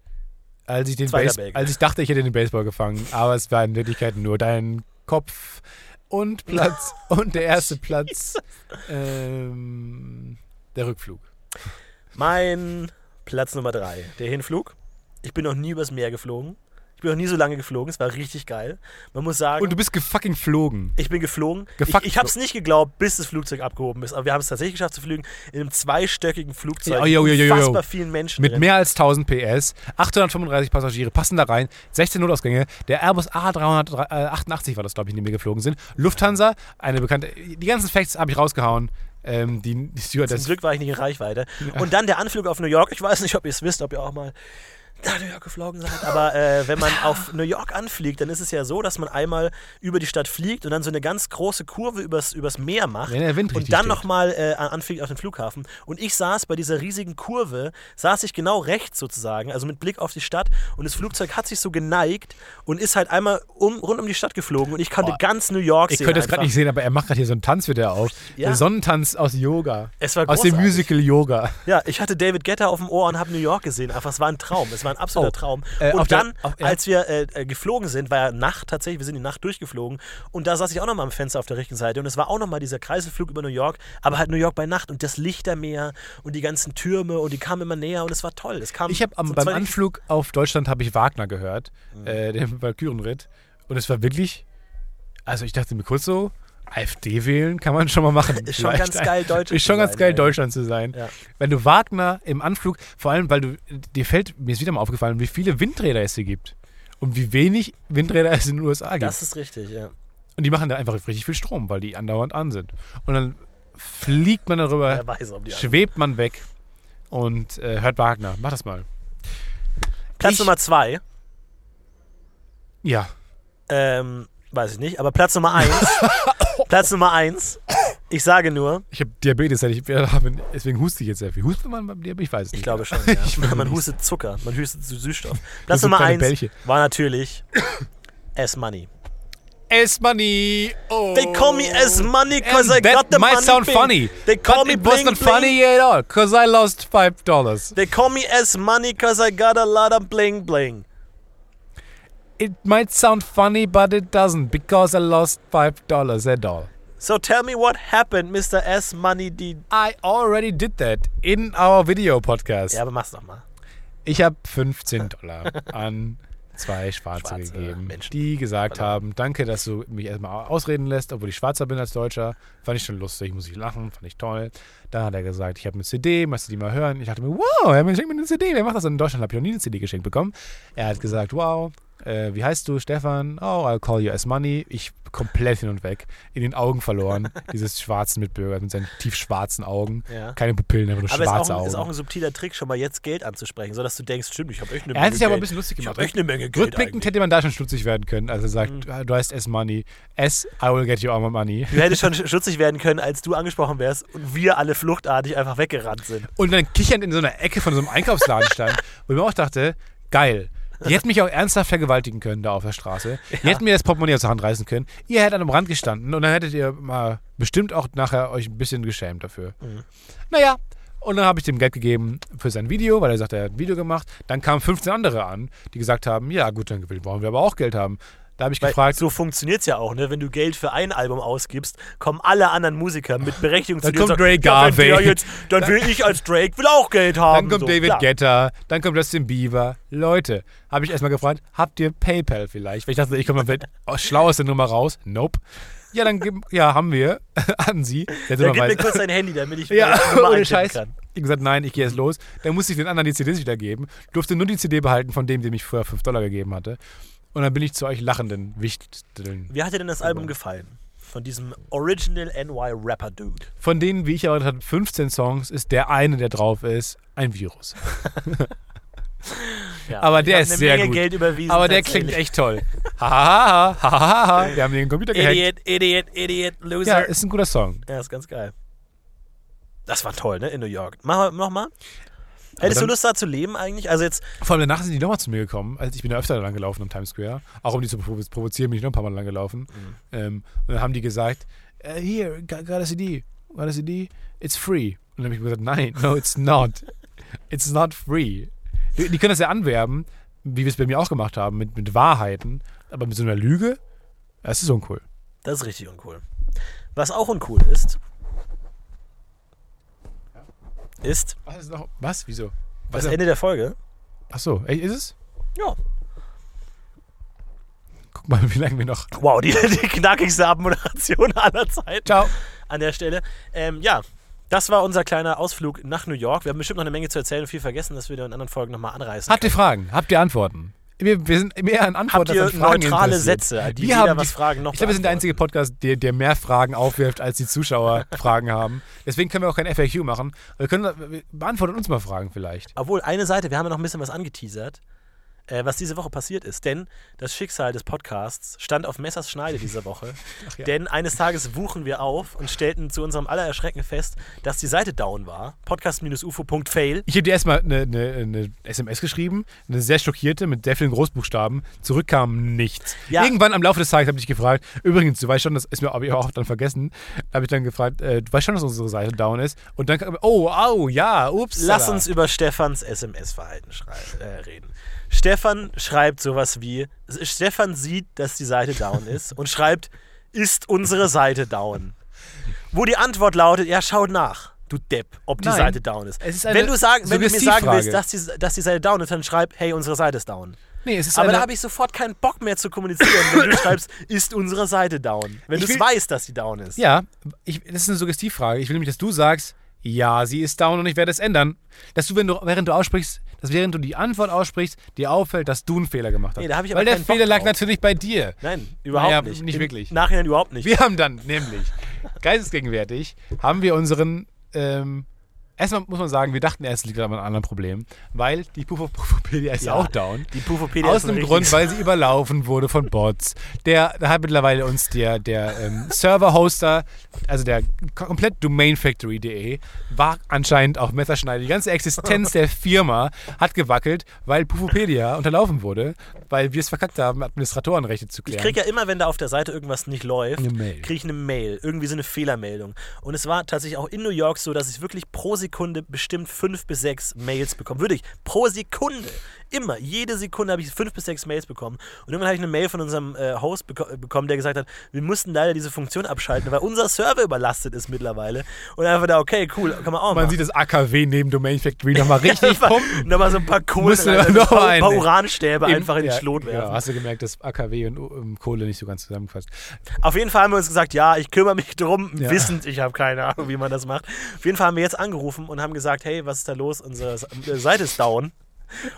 Speaker 1: Als ich, den
Speaker 2: Zweiter
Speaker 1: Base,
Speaker 2: Bagel.
Speaker 1: als ich dachte, ich hätte den Baseball gefangen, aber es war in Wirklichkeit nur dein Kopf und Platz und der erste Platz. Ähm, der Rückflug.
Speaker 2: Mein Platz Nummer 3, der Hinflug. Ich bin noch nie übers Meer geflogen. Ich bin noch nie so lange geflogen. Es war richtig geil. Man muss sagen,
Speaker 1: Und du bist gefucking geflogen.
Speaker 2: ich bin geflogen. Ich,
Speaker 1: Gefuckt
Speaker 2: ich habe es nicht geglaubt, bis das Flugzeug abgehoben ist. Aber wir haben es tatsächlich geschafft zu fliegen in einem zweistöckigen Flugzeug.
Speaker 1: Ja, jo, jo, jo, jo, jo.
Speaker 2: Unfassbar vielen Menschen.
Speaker 1: Mit
Speaker 2: drin.
Speaker 1: mehr als 1000 PS, 835 Passagiere passen da rein, 16 Notausgänge. Der Airbus A388 war das, glaube ich, in dem wir geflogen sind. Lufthansa, eine bekannte. Die ganzen Facts habe ich rausgehauen. Ähm, die, die
Speaker 2: Zum
Speaker 1: Stewardess.
Speaker 2: Glück war ich nicht in Reichweite. Und dann der Anflug auf New York. Ich weiß nicht, ob ihr es wisst, ob ihr auch mal nach New York geflogen seid. Aber äh, wenn man auf New York anfliegt, dann ist es ja so, dass man einmal über die Stadt fliegt und dann so eine ganz große Kurve übers, übers Meer macht.
Speaker 1: Wenn der Wind
Speaker 2: und
Speaker 1: richtig
Speaker 2: dann
Speaker 1: steht.
Speaker 2: nochmal äh, anfliegt auf den Flughafen. Und ich saß bei dieser riesigen Kurve, saß ich genau rechts sozusagen, also mit Blick auf die Stadt. Und das Flugzeug hat sich so geneigt und ist halt einmal um, rund um die Stadt geflogen. Und ich konnte
Speaker 1: Boah.
Speaker 2: ganz New York
Speaker 1: Ich
Speaker 2: sehen.
Speaker 1: könnte das gerade
Speaker 2: einfach.
Speaker 1: nicht sehen, aber er macht gerade hier so einen Tanz wieder auf.
Speaker 2: Ja.
Speaker 1: Der Sonnentanz aus Yoga.
Speaker 2: Es war
Speaker 1: aus dem
Speaker 2: großartig.
Speaker 1: Musical Yoga.
Speaker 2: Ja, ich hatte David Getter auf dem Ohr und habe New York gesehen. Einfach, es war ein Traum. Es war ein absoluter
Speaker 1: Oh,
Speaker 2: Traum.
Speaker 1: äh, auf
Speaker 2: und
Speaker 1: der-
Speaker 2: dann,
Speaker 1: auf- ja.
Speaker 2: als wir äh, äh, geflogen sind, war ja Nacht tatsächlich, wir sind die Nacht durchgeflogen. Und da saß ich auch nochmal am Fenster auf der rechten Seite. Und es war auch nochmal dieser Kreiselflug über New York, aber halt New York bei Nacht und das Lichtermeer und die ganzen Türme und die kamen immer näher und es war toll. Es kam
Speaker 1: Ich habe
Speaker 2: so
Speaker 1: beim
Speaker 2: zwei-
Speaker 1: Anflug auf Deutschland habe ich Wagner gehört,
Speaker 2: Mhm.
Speaker 1: äh, den Valkyrenritt. Und es war wirklich, also ich dachte mir kurz so, AfD wählen kann man schon mal machen.
Speaker 2: Ist schon
Speaker 1: vielleicht.
Speaker 2: ganz geil, Deutschland
Speaker 1: Ist schon
Speaker 2: zu
Speaker 1: ganz
Speaker 2: sein,
Speaker 1: geil,
Speaker 2: ey.
Speaker 1: Deutschland zu sein.
Speaker 2: Ja.
Speaker 1: Wenn du Wagner im Anflug, vor allem, weil du, dir fällt, mir ist wieder mal aufgefallen, wie viele Windräder es hier gibt. Und wie wenig Windräder es in den USA gibt.
Speaker 2: Das ist richtig, ja.
Speaker 1: und die machen da einfach richtig viel Strom, weil die andauernd an sind. Und dann fliegt man darüber
Speaker 2: Wer weiß, ob die anderen-
Speaker 1: schwebt man weg und äh, hört Wagner. Mach das mal.
Speaker 2: Platz
Speaker 1: ich-
Speaker 2: Nummer zwei,
Speaker 1: Ja.
Speaker 2: ähm, weiß ich nicht, aber Platz Nummer eins. Platz Nummer eins. Ich sage nur,
Speaker 1: Ich habe Diabetes, hätte ich wieder haben. Deswegen huste ich jetzt sehr viel. Hustet man beim Diabetes? Ich weiß es nicht.
Speaker 2: Ich glaube schon, ja.
Speaker 1: Ich weiß
Speaker 2: man
Speaker 1: nicht.
Speaker 2: hustet Zucker, man hustet Sü- Süßstoff.
Speaker 1: Das
Speaker 2: Platz
Speaker 1: sind
Speaker 2: Nummer
Speaker 1: kleine
Speaker 2: 1
Speaker 1: Bällchen.
Speaker 2: war natürlich S-Money.
Speaker 1: S-Money. Oh.
Speaker 2: They call me S-Money because I
Speaker 1: And that
Speaker 2: got the
Speaker 1: might
Speaker 2: money
Speaker 1: sound
Speaker 2: bling.
Speaker 1: funny.
Speaker 2: They call
Speaker 1: but
Speaker 2: me
Speaker 1: it wasn't
Speaker 2: bling, bling.
Speaker 1: funny at all, because I lost five dollars.
Speaker 2: They call me S-Money because I got a lot of bling bling.
Speaker 1: It might sound funny, but it doesn't, because I lost five dollars at all.
Speaker 2: So tell me what happened, Mr. S-Money. Die
Speaker 1: I already did that in our video podcast.
Speaker 2: ja, aber mach's nochmal.
Speaker 1: Ich habe 15 Dollar an zwei Schwarze,
Speaker 2: Schwarze
Speaker 1: gegeben,
Speaker 2: Menschen.
Speaker 1: die gesagt haben, danke, dass du mich erstmal ausreden lässt, obwohl ich schwarzer bin als Deutscher. Fand ich schon lustig, muss ich lachen, fand ich toll. Dann hat er gesagt, ich habe eine CD, möchtest du die mal hören? Ich dachte mir, wow, er schenkt mir eine CD, wer macht das denn in Deutschland? Habe ich noch nie eine CD geschenkt bekommen. Er hat gesagt, wow, äh, wie heißt du, Stefan? Oh, I'll call you as money. Ich komplett hin und weg, in den Augen verloren, dieses schwarzen Mitbürger mit seinen tiefschwarzen Augen.
Speaker 2: Ja.
Speaker 1: Keine Pupillen, einfach nur
Speaker 2: Aber
Speaker 1: schwarze
Speaker 2: ist, auch ein,
Speaker 1: Augen.
Speaker 2: ist auch ein subtiler Trick, schon mal jetzt Geld anzusprechen, sodass du denkst, stimmt, ich habe echt eine
Speaker 1: Er
Speaker 2: Menge
Speaker 1: hat sich aber ein
Speaker 2: Geld.
Speaker 1: bisschen lustig
Speaker 2: Ich
Speaker 1: gemacht.
Speaker 2: habe echt eine Menge Geld
Speaker 1: Rückblickend
Speaker 2: eigentlich. Mhm.
Speaker 1: hätte man da schon stutzig werden können, als er sagt, "Ah, du heißt S-Money. S, I will get you all my money.
Speaker 2: Du hättest schon schutzig werden können, als du angesprochen wärst und wir alle fluchtartig einfach weggerannt sind.
Speaker 1: Und dann kichernd in so einer Ecke von so einem Einkaufsladen stand, wo ich mir auch dachte, geil. Die hätten mich auch ernsthaft vergewaltigen können da auf der Straße. Die hätten mir das Portemonnaie aus der Hand reißen können. Ihr hättet an einem Rand gestanden und dann hättet ihr mal bestimmt auch nachher euch ein bisschen geschämt dafür.
Speaker 2: Mhm.
Speaker 1: Naja, und dann habe ich dem Geld gegeben für sein Video, weil er sagt, er hat ein Video gemacht. Dann kamen 15 andere an, die gesagt haben, ja gut, dann wollen wir aber auch Geld haben. Da habe ich
Speaker 2: Weil
Speaker 1: gefragt,
Speaker 2: so funktioniert es ja auch, ne? Wenn du Geld für ein Album ausgibst, kommen alle anderen Musiker mit Berechtigung zu
Speaker 1: Dann
Speaker 2: dir und
Speaker 1: kommt
Speaker 2: sagen,
Speaker 1: Drake
Speaker 2: ja, wenn der
Speaker 1: Garvey.
Speaker 2: jetzt, Dann will ich als Drake will auch Geld haben.
Speaker 1: Dann kommt
Speaker 2: so,
Speaker 1: David
Speaker 2: klar.
Speaker 1: Guetta, dann kommt Justin Bieber. Leute, habe ich erstmal gefragt, habt ihr PayPal vielleicht? Weil ich dachte, ich komme vielleicht aus- schlau aus der Nummer raus. Nope. Ja, dann gib, ja, haben wir an sie. Jetzt
Speaker 2: Dann
Speaker 1: immer
Speaker 2: gib mir
Speaker 1: weiß-
Speaker 2: kurz dein Handy, damit ich
Speaker 1: ja,
Speaker 2: die Nummer eintippen
Speaker 1: ohne Scheiß.
Speaker 2: kann.
Speaker 1: Ich gesagt, nein, ich gehe jetzt los. Dann musste ich den anderen die CDs wieder geben. Durfte nur die CD behalten von dem, dem ich vorher 5 Dollar gegeben hatte. Und dann bin ich zu euch lachenden Wichteln.
Speaker 2: Wie hat dir denn das Album gefallen? Von diesem Original NY Rapper Dude.
Speaker 1: Von denen, wie ich erwartet hatte, 15 Songs, ist der eine, der drauf ist, ein Virus.
Speaker 2: Ja,
Speaker 1: Aber
Speaker 2: ich
Speaker 1: der
Speaker 2: hab
Speaker 1: ist
Speaker 2: eine
Speaker 1: sehr
Speaker 2: Menge
Speaker 1: gut.
Speaker 2: Geld überwiesen.
Speaker 1: Aber der klingt
Speaker 2: tatsächlich.
Speaker 1: echt toll. Hahaha, hahaha. Wir haben den Computer gehackt.
Speaker 2: Idiot, Idiot, Idiot,
Speaker 1: Ja,
Speaker 2: Loser. Ja,
Speaker 1: ist ein guter Song.
Speaker 2: ist ganz geil. Das war toll, ne? In New York. Mach mal nochmal. Hättest du
Speaker 1: dann-
Speaker 2: Lust da zu leben eigentlich? Also jetzt
Speaker 1: Vor allem danach sind die nochmal zu mir gekommen. Also ich bin ja öfter lang gelaufen am Times Square. Auch um die zu provo- provozieren, bin ich noch ein paar Mal lang gelaufen. Ähm, und dann haben die gesagt, äh, hier, got, got a CD, got a CD, it's free. Und dann habe ich gesagt, nein, no, it's not. It's not free. Die, die können das ja anwerben, wie wir es bei mir auch gemacht haben, mit, mit Wahrheiten, aber mit so einer Lüge. Das ist uncool.
Speaker 2: Das ist richtig uncool. Was auch uncool ist, ist
Speaker 1: Was ist noch? Was? Wieso?
Speaker 2: das
Speaker 1: Was? Also
Speaker 2: Ende der Folge.
Speaker 1: Ach so, ey, ist es?
Speaker 2: Ja.
Speaker 1: Guck mal, wie lange wir noch.
Speaker 2: Wow, die, die knackigste Abmoderation aller Zeiten
Speaker 1: Ciao.
Speaker 2: an der Stelle. Ähm, ja, das war unser kleiner Ausflug nach New York. Wir haben bestimmt noch eine Menge zu erzählen und viel vergessen, dass wir da in anderen Folgen nochmal anreißen.
Speaker 1: Habt ihr Fragen? Habt ihr Antworten? Wir, wir sind mehr an
Speaker 2: Habt
Speaker 1: Antworten
Speaker 2: ihr
Speaker 1: als an Fragen
Speaker 2: neutrale
Speaker 1: interessiert.
Speaker 2: Sätze, die
Speaker 1: wir
Speaker 2: jeder
Speaker 1: haben
Speaker 2: was
Speaker 1: die-
Speaker 2: fragen noch
Speaker 1: Ich glaube, wir sind der
Speaker 2: beantworten?
Speaker 1: einzige Podcast, der, der mehr Fragen aufwirft, als die Zuschauer Fragen haben. Deswegen können wir auch kein FAQ machen. Wir können wir beantworten uns mal Fragen vielleicht.
Speaker 2: Obwohl, eine Seite, wir haben ja noch ein bisschen was angeteasert, äh, was diese Woche passiert ist. Denn das Schicksal des Podcasts stand auf Messers Schneide diese Woche.
Speaker 1: ja.
Speaker 2: Denn eines Tages wuchen wir auf und stellten zu unserem aller Erschrecken fest, dass die Seite down war. Podcast-ufo.fail.
Speaker 1: Ich habe dir erstmal eine, eine, eine SMS geschrieben, eine sehr schockierte mit sehr vielen Großbuchstaben. Zurückkam nichts.
Speaker 2: Ja.
Speaker 1: Irgendwann am Laufe des Tages habe ich gefragt. Übrigens, du weißt schon, das ist mir aber auch dann vergessen. Habe ich dann gefragt, äh, du weißt schon, dass unsere Seite down ist. Und dann kam, oh, au, ja, ups.
Speaker 2: Lass
Speaker 1: da.
Speaker 2: uns über Stefans SMS-Verhalten schrei- äh, reden. Stefan schreibt sowas wie: Stefan sieht, dass die Seite down ist und schreibt, ist unsere Seite down? Wo die Antwort lautet: Ja, schau nach, du Depp, ob die
Speaker 1: Nein.
Speaker 2: Seite down ist.
Speaker 1: Es ist eine
Speaker 2: wenn du, sagen, wenn du mir sagen
Speaker 1: Suggestivfrage.
Speaker 2: willst, dass die, dass die Seite down ist, dann schreib: Hey, unsere Seite ist down.
Speaker 1: Nee, es ist
Speaker 2: Aber
Speaker 1: eine,
Speaker 2: da habe ich sofort keinen Bock mehr zu kommunizieren, wenn du schreibst, ist unsere Seite down. Wenn du
Speaker 1: Ich
Speaker 2: es
Speaker 1: will-
Speaker 2: weißt, dass sie down ist.
Speaker 1: Ja, ich, das ist eine Suggestivfrage. Ich will nämlich, dass du sagst, ja, sie ist down und ich werde es ändern. Dass du, wenn du während du aussprichst, dass während du die Antwort aussprichst, dir auffällt, dass du einen Fehler gemacht hast.
Speaker 2: Nee, da hab ich aber
Speaker 1: Weil der
Speaker 2: keinen Bock
Speaker 1: Fehler lag
Speaker 2: drauf.
Speaker 1: natürlich bei dir.
Speaker 2: Nein, überhaupt
Speaker 1: Naja,
Speaker 2: nicht.
Speaker 1: nicht wirklich.
Speaker 2: Im Nachhinein überhaupt nicht.
Speaker 1: Wir haben dann nämlich, geistesgegenwärtig, haben wir unseren, ähm, erstmal muss man sagen, wir dachten erst, es liegt an einem anderen Problem, weil die Pufopedia ist
Speaker 2: Ja,
Speaker 1: auch down.
Speaker 2: Die Pufopedia
Speaker 1: Aus
Speaker 2: ist ein
Speaker 1: dem Grund,
Speaker 2: richtiges-
Speaker 1: weil sie überlaufen wurde von Bots. Der da hat mittlerweile uns der, der ähm, Server-Hoster, also der komplett Domainfactory.de, war anscheinend auch Messerschneider. Die ganze Existenz der Firma hat gewackelt, weil Pufopedia unterlaufen wurde, weil wir es verkackt haben, Administratorenrechte zu klären.
Speaker 2: Ich kriege ja immer, wenn da auf der Seite irgendwas nicht läuft,
Speaker 1: Eine Mail.
Speaker 2: kriege ich eine Mail, irgendwie so eine Fehlermeldung. Und es war tatsächlich auch in New York so, dass ich wirklich pro Sekunde bestimmt fünf bis sechs Mails bekomme. Würde ich pro Sekunde, immer, jede Sekunde habe ich fünf bis sechs Mails bekommen. Und irgendwann habe ich eine Mail von unserem äh, Host beko äh, bekommen, der gesagt hat, wir mussten leider diese Funktion abschalten, weil unser Server überlastet ist mittlerweile. Und einfach da, okay, cool, kann man auch
Speaker 1: Man
Speaker 2: machen.
Speaker 1: sieht das AKW neben Domain Factory nochmal richtig pumpen.
Speaker 2: Nochmal so ein paar Kohlen,
Speaker 1: Musste
Speaker 2: rein,
Speaker 1: noch
Speaker 2: ein paar,
Speaker 1: einen-
Speaker 2: paar Uranstäbe einfach in den
Speaker 1: ja,
Speaker 2: Schlot werfen.
Speaker 1: Genau, hast du gemerkt, dass AKW und ähm, Kohle nicht so ganz zusammengefasst.
Speaker 2: Auf jeden Fall haben wir uns gesagt, ja, ich kümmere mich drum,
Speaker 1: Ja.
Speaker 2: wissend, ich habe keine Ahnung, wie man das macht. Auf jeden Fall haben wir jetzt angerufen und haben gesagt, hey, was ist da los? Unsere Se- äh, Seite ist down.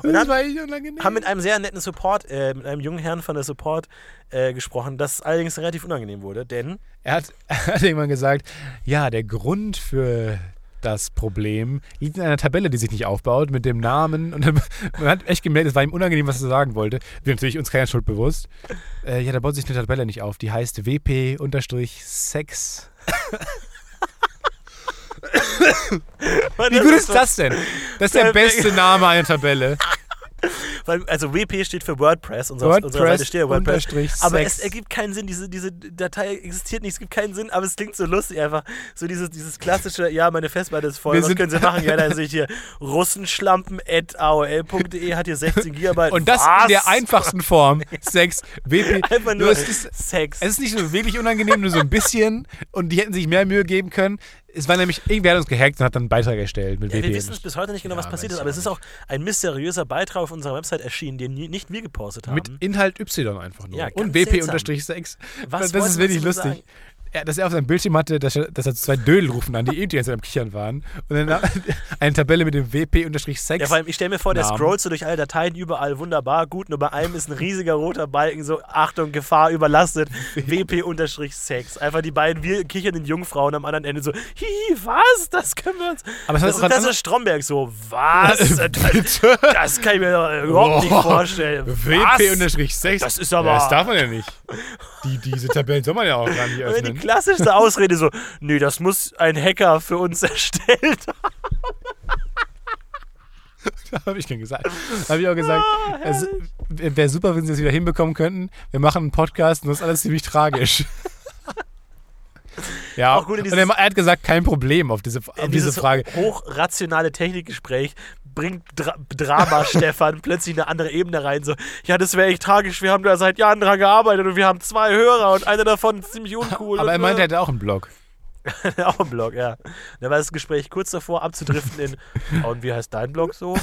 Speaker 2: Und
Speaker 1: Das
Speaker 2: dann
Speaker 1: war echt unangenehm.
Speaker 2: haben mit einem sehr netten Support, äh, mit einem jungen Herrn von der Support äh, gesprochen, das allerdings relativ unangenehm wurde, denn
Speaker 1: Er hat, er hat irgendwann gesagt, ja, der Grund für das Problem liegt in einer Tabelle, die sich nicht aufbaut, mit dem Namen. Und dann, man hat echt gemerkt, es war ihm unangenehm, was er sagen wollte. Wir natürlich uns keiner Schuld bewusst. Äh, ja, da baut sich eine Tabelle nicht auf. Die heißt WP-Sex. Wie gut ist das denn? Das ist der
Speaker 2: Perfekt.
Speaker 1: beste Name einer Tabelle.
Speaker 2: Weil, also WP steht für WordPress, unsere,
Speaker 1: WordPress
Speaker 2: unsere Seite steht ja WordPress.
Speaker 1: unterstrich
Speaker 2: Aber
Speaker 1: Sex.
Speaker 2: es ergibt keinen Sinn, diese, diese Datei existiert nicht, es gibt keinen Sinn, aber es klingt so lustig einfach. So dieses, dieses klassische, ja, meine Festplatte ist voll,
Speaker 1: Wir
Speaker 2: was
Speaker 1: sind-
Speaker 2: können Sie machen? Ja, da sehe ich hier russenschlampen.aol.de E, hat hier 16 Gigabyte.
Speaker 1: Äh, Und das
Speaker 2: was?
Speaker 1: in der einfachsten Form. Sex, WP.
Speaker 2: Einfach nur
Speaker 1: es ist,
Speaker 2: Sex.
Speaker 1: Es ist nicht so wirklich unangenehm, nur so ein bisschen. Und die hätten sich mehr Mühe geben können. Es war nämlich, irgendwer hat uns gehackt und hat dann einen Beitrag erstellt mit
Speaker 2: Ja, wir
Speaker 1: WP.
Speaker 2: wissen es bis heute nicht genau,
Speaker 1: Ja,
Speaker 2: was passiert
Speaker 1: weiß ich
Speaker 2: ist, aber
Speaker 1: auch
Speaker 2: es ist auch ein mysteriöser Beitrag auf unserer Website erschienen, den nie- nicht wir gepostet haben.
Speaker 1: Mit Inhalt Y einfach nur.
Speaker 2: Ja, ganz
Speaker 1: und
Speaker 2: seltsam.
Speaker 1: WP-6.
Speaker 2: Was
Speaker 1: das
Speaker 2: wollte
Speaker 1: ist wirklich
Speaker 2: man so
Speaker 1: lustig.
Speaker 2: sagen?
Speaker 1: Ja, dass er auf seinem Bildschirm hatte, dass er, dass er zwei Dödel rufen an, die eh die ganze Zeit am Kichern waren. Und dann eine Tabelle mit dem WP-6.
Speaker 2: Ja, vor allem, ich stelle mir vor, der
Speaker 1: Namen.
Speaker 2: scrollt so durch alle Dateien überall wunderbar, gut, nur bei einem ist ein riesiger roter Balken, so Achtung, Gefahr überlastet, WP-Sex. Einfach die beiden wir kichernden Jungfrauen am anderen Ende so, hihi, was? Das können wir uns.
Speaker 1: Aber es hat
Speaker 2: das
Speaker 1: auch
Speaker 2: ist,
Speaker 1: ein
Speaker 2: das
Speaker 1: ander-
Speaker 2: ist Stromberg so, was? Äh, das,
Speaker 1: Bitte?
Speaker 2: das kann ich mir doch überhaupt nicht
Speaker 1: Boah.
Speaker 2: vorstellen. Was?
Speaker 1: WP-6.
Speaker 2: Das ist aber-
Speaker 1: Das darf man ja nicht. Die, diese Tabellen soll man ja auch gar nicht
Speaker 2: Und Die
Speaker 1: öffnen.
Speaker 2: klassischste Ausrede so, nee, das muss ein Hacker für uns erstellt
Speaker 1: Habe ich denn gesagt? Habe ich auch gesagt.
Speaker 2: Ah,
Speaker 1: es Wäre super, wenn sie das wieder hinbekommen könnten. Wir machen einen Podcast und das ist alles ziemlich tragisch. ja,
Speaker 2: Auch gut in
Speaker 1: und
Speaker 2: dieses-
Speaker 1: er ma- er hat gesagt, kein Problem auf diese, auf diese
Speaker 2: Äh, dieses
Speaker 1: Frage.
Speaker 2: hochrationale Technikgespräch bringt Dra Drama Stefan plötzlich eine andere Ebene rein. So, ja, das wäre echt tragisch. Wir haben da seit Jahren dran gearbeitet und wir haben zwei Hörer und einer davon ist ziemlich uncool.
Speaker 1: Aber er
Speaker 2: und,
Speaker 1: meinte, er
Speaker 2: äh,
Speaker 1: hätte auch einen Blog.
Speaker 2: auch im Blog, ja. Da war das Gespräch kurz davor abzudriften in. "Ah, Und wie heißt dein Blog so?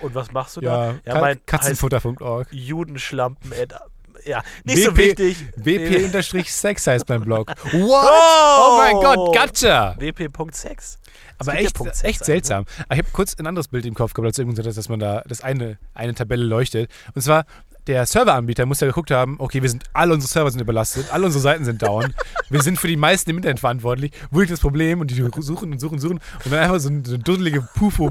Speaker 2: Und was machst du
Speaker 1: Ja,
Speaker 2: da? Ja, mein heißt
Speaker 1: Katzenfutter.org.
Speaker 2: Judenschlampen. at- Ja, nicht so wichtig.
Speaker 1: WP-Sex heißt mein Blog. What?
Speaker 2: Oh!
Speaker 1: Oh, mein Gott, gotcha!
Speaker 2: WP.6.
Speaker 1: Aber
Speaker 2: gibt ja halt, ne?
Speaker 1: echt,
Speaker 2: Punkt sechs
Speaker 1: echt
Speaker 2: ein,
Speaker 1: seltsam. Ah, Ich habe kurz ein anderes Bild im Kopf gehabt, als du eben gesagt hast, dass man da das eine, eine Tabelle leuchtet. Und zwar, der Serveranbieter muss ja geguckt haben, okay, wir sind, alle unsere Server sind überlastet, alle unsere Seiten sind down, wir sind für die meisten im Internet verantwortlich, wo liegt das Problem? Und die suchen und suchen und suchen und dann einfach so eine, so eine duddelige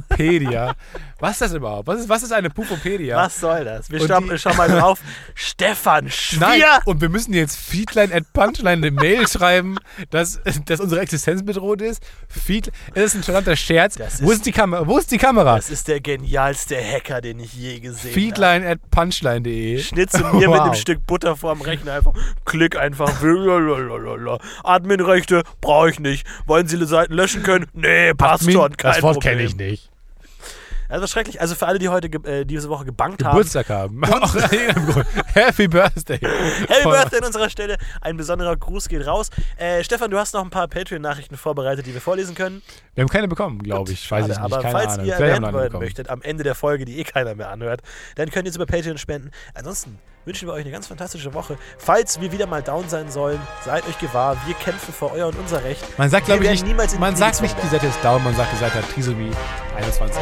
Speaker 1: Pufopedia. Was ist das überhaupt? Was ist, was ist eine Pufopedia?
Speaker 2: Was soll das? Wir
Speaker 1: Und
Speaker 2: schauen,
Speaker 1: die-
Speaker 2: schauen mal drauf. Stefan Schwier.
Speaker 1: Nein, und wir müssen jetzt Feedline at Punchline eine Mail schreiben, dass, dass unsere Existenz bedroht ist. Feed, es ist ein charmanter Scherz.
Speaker 2: Das
Speaker 1: wo,
Speaker 2: ist-
Speaker 1: ist die Kamera? wo ist die Kamera?
Speaker 2: Das ist der genialste Hacker, den ich je gesehen habe.
Speaker 1: Feedline at punchline.de.
Speaker 2: Schnitze mir mit einem
Speaker 1: Wow.
Speaker 2: Stück Butter vorm Rechner einfach. Klick einfach. Lalalala. Adminrechte brauche ich nicht. Wollen Sie die Seiten löschen können? Nee, passt
Speaker 1: Admin,
Speaker 2: schon. Kein
Speaker 1: das Wort
Speaker 2: Problem.
Speaker 1: kenne ich nicht.
Speaker 2: Also schrecklich. Also für alle, die heute ge- äh, diese Woche gebankt haben.
Speaker 1: Geburtstag haben. Auch aus irgendeinem Grund. Happy Birthday.
Speaker 2: Happy
Speaker 1: Von-
Speaker 2: Birthday an unserer Stelle. Ein besonderer Gruß geht raus. Äh, Stefan, du hast noch ein paar Patreon-Nachrichten vorbereitet, die wir vorlesen können.
Speaker 1: Wir haben keine bekommen, glaube ich. Weiß ich
Speaker 2: Schade,
Speaker 1: nicht.
Speaker 2: Aber
Speaker 1: keine
Speaker 2: falls
Speaker 1: Ahnung.
Speaker 2: ihr
Speaker 1: Vielleicht haben wir
Speaker 2: erwähnt
Speaker 1: eine
Speaker 2: werden
Speaker 1: bekommen.
Speaker 2: möchtet am Ende der Folge, die eh keiner mehr anhört, dann könnt ihr es über Patreon spenden. Ansonsten wünschen wir euch eine ganz fantastische Woche. Falls wir wieder mal down sein sollen, seid euch gewahr, wir kämpfen für euer und unser Recht.
Speaker 1: Man sagt,
Speaker 2: Wir
Speaker 1: glaube ich,
Speaker 2: werden niemals
Speaker 1: nicht,
Speaker 2: in
Speaker 1: man
Speaker 2: die
Speaker 1: sagt
Speaker 2: Knie
Speaker 1: nicht, die Seite ist down, man sagt, die Seite hat Trisomie 21.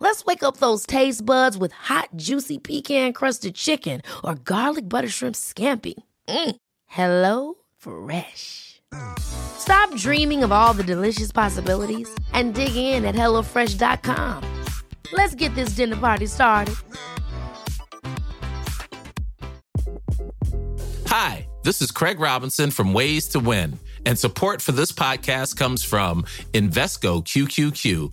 Speaker 3: Let's wake up those taste buds with hot, juicy pecan crusted chicken or garlic butter shrimp scampi. Mm. Hello Fresh. Stop dreaming of all the delicious possibilities and dig in at HelloFresh.com. Let's get this dinner party started.
Speaker 4: Hi, this is Craig Robinson from Ways to Win, and support for this podcast comes from Invesco QQQ,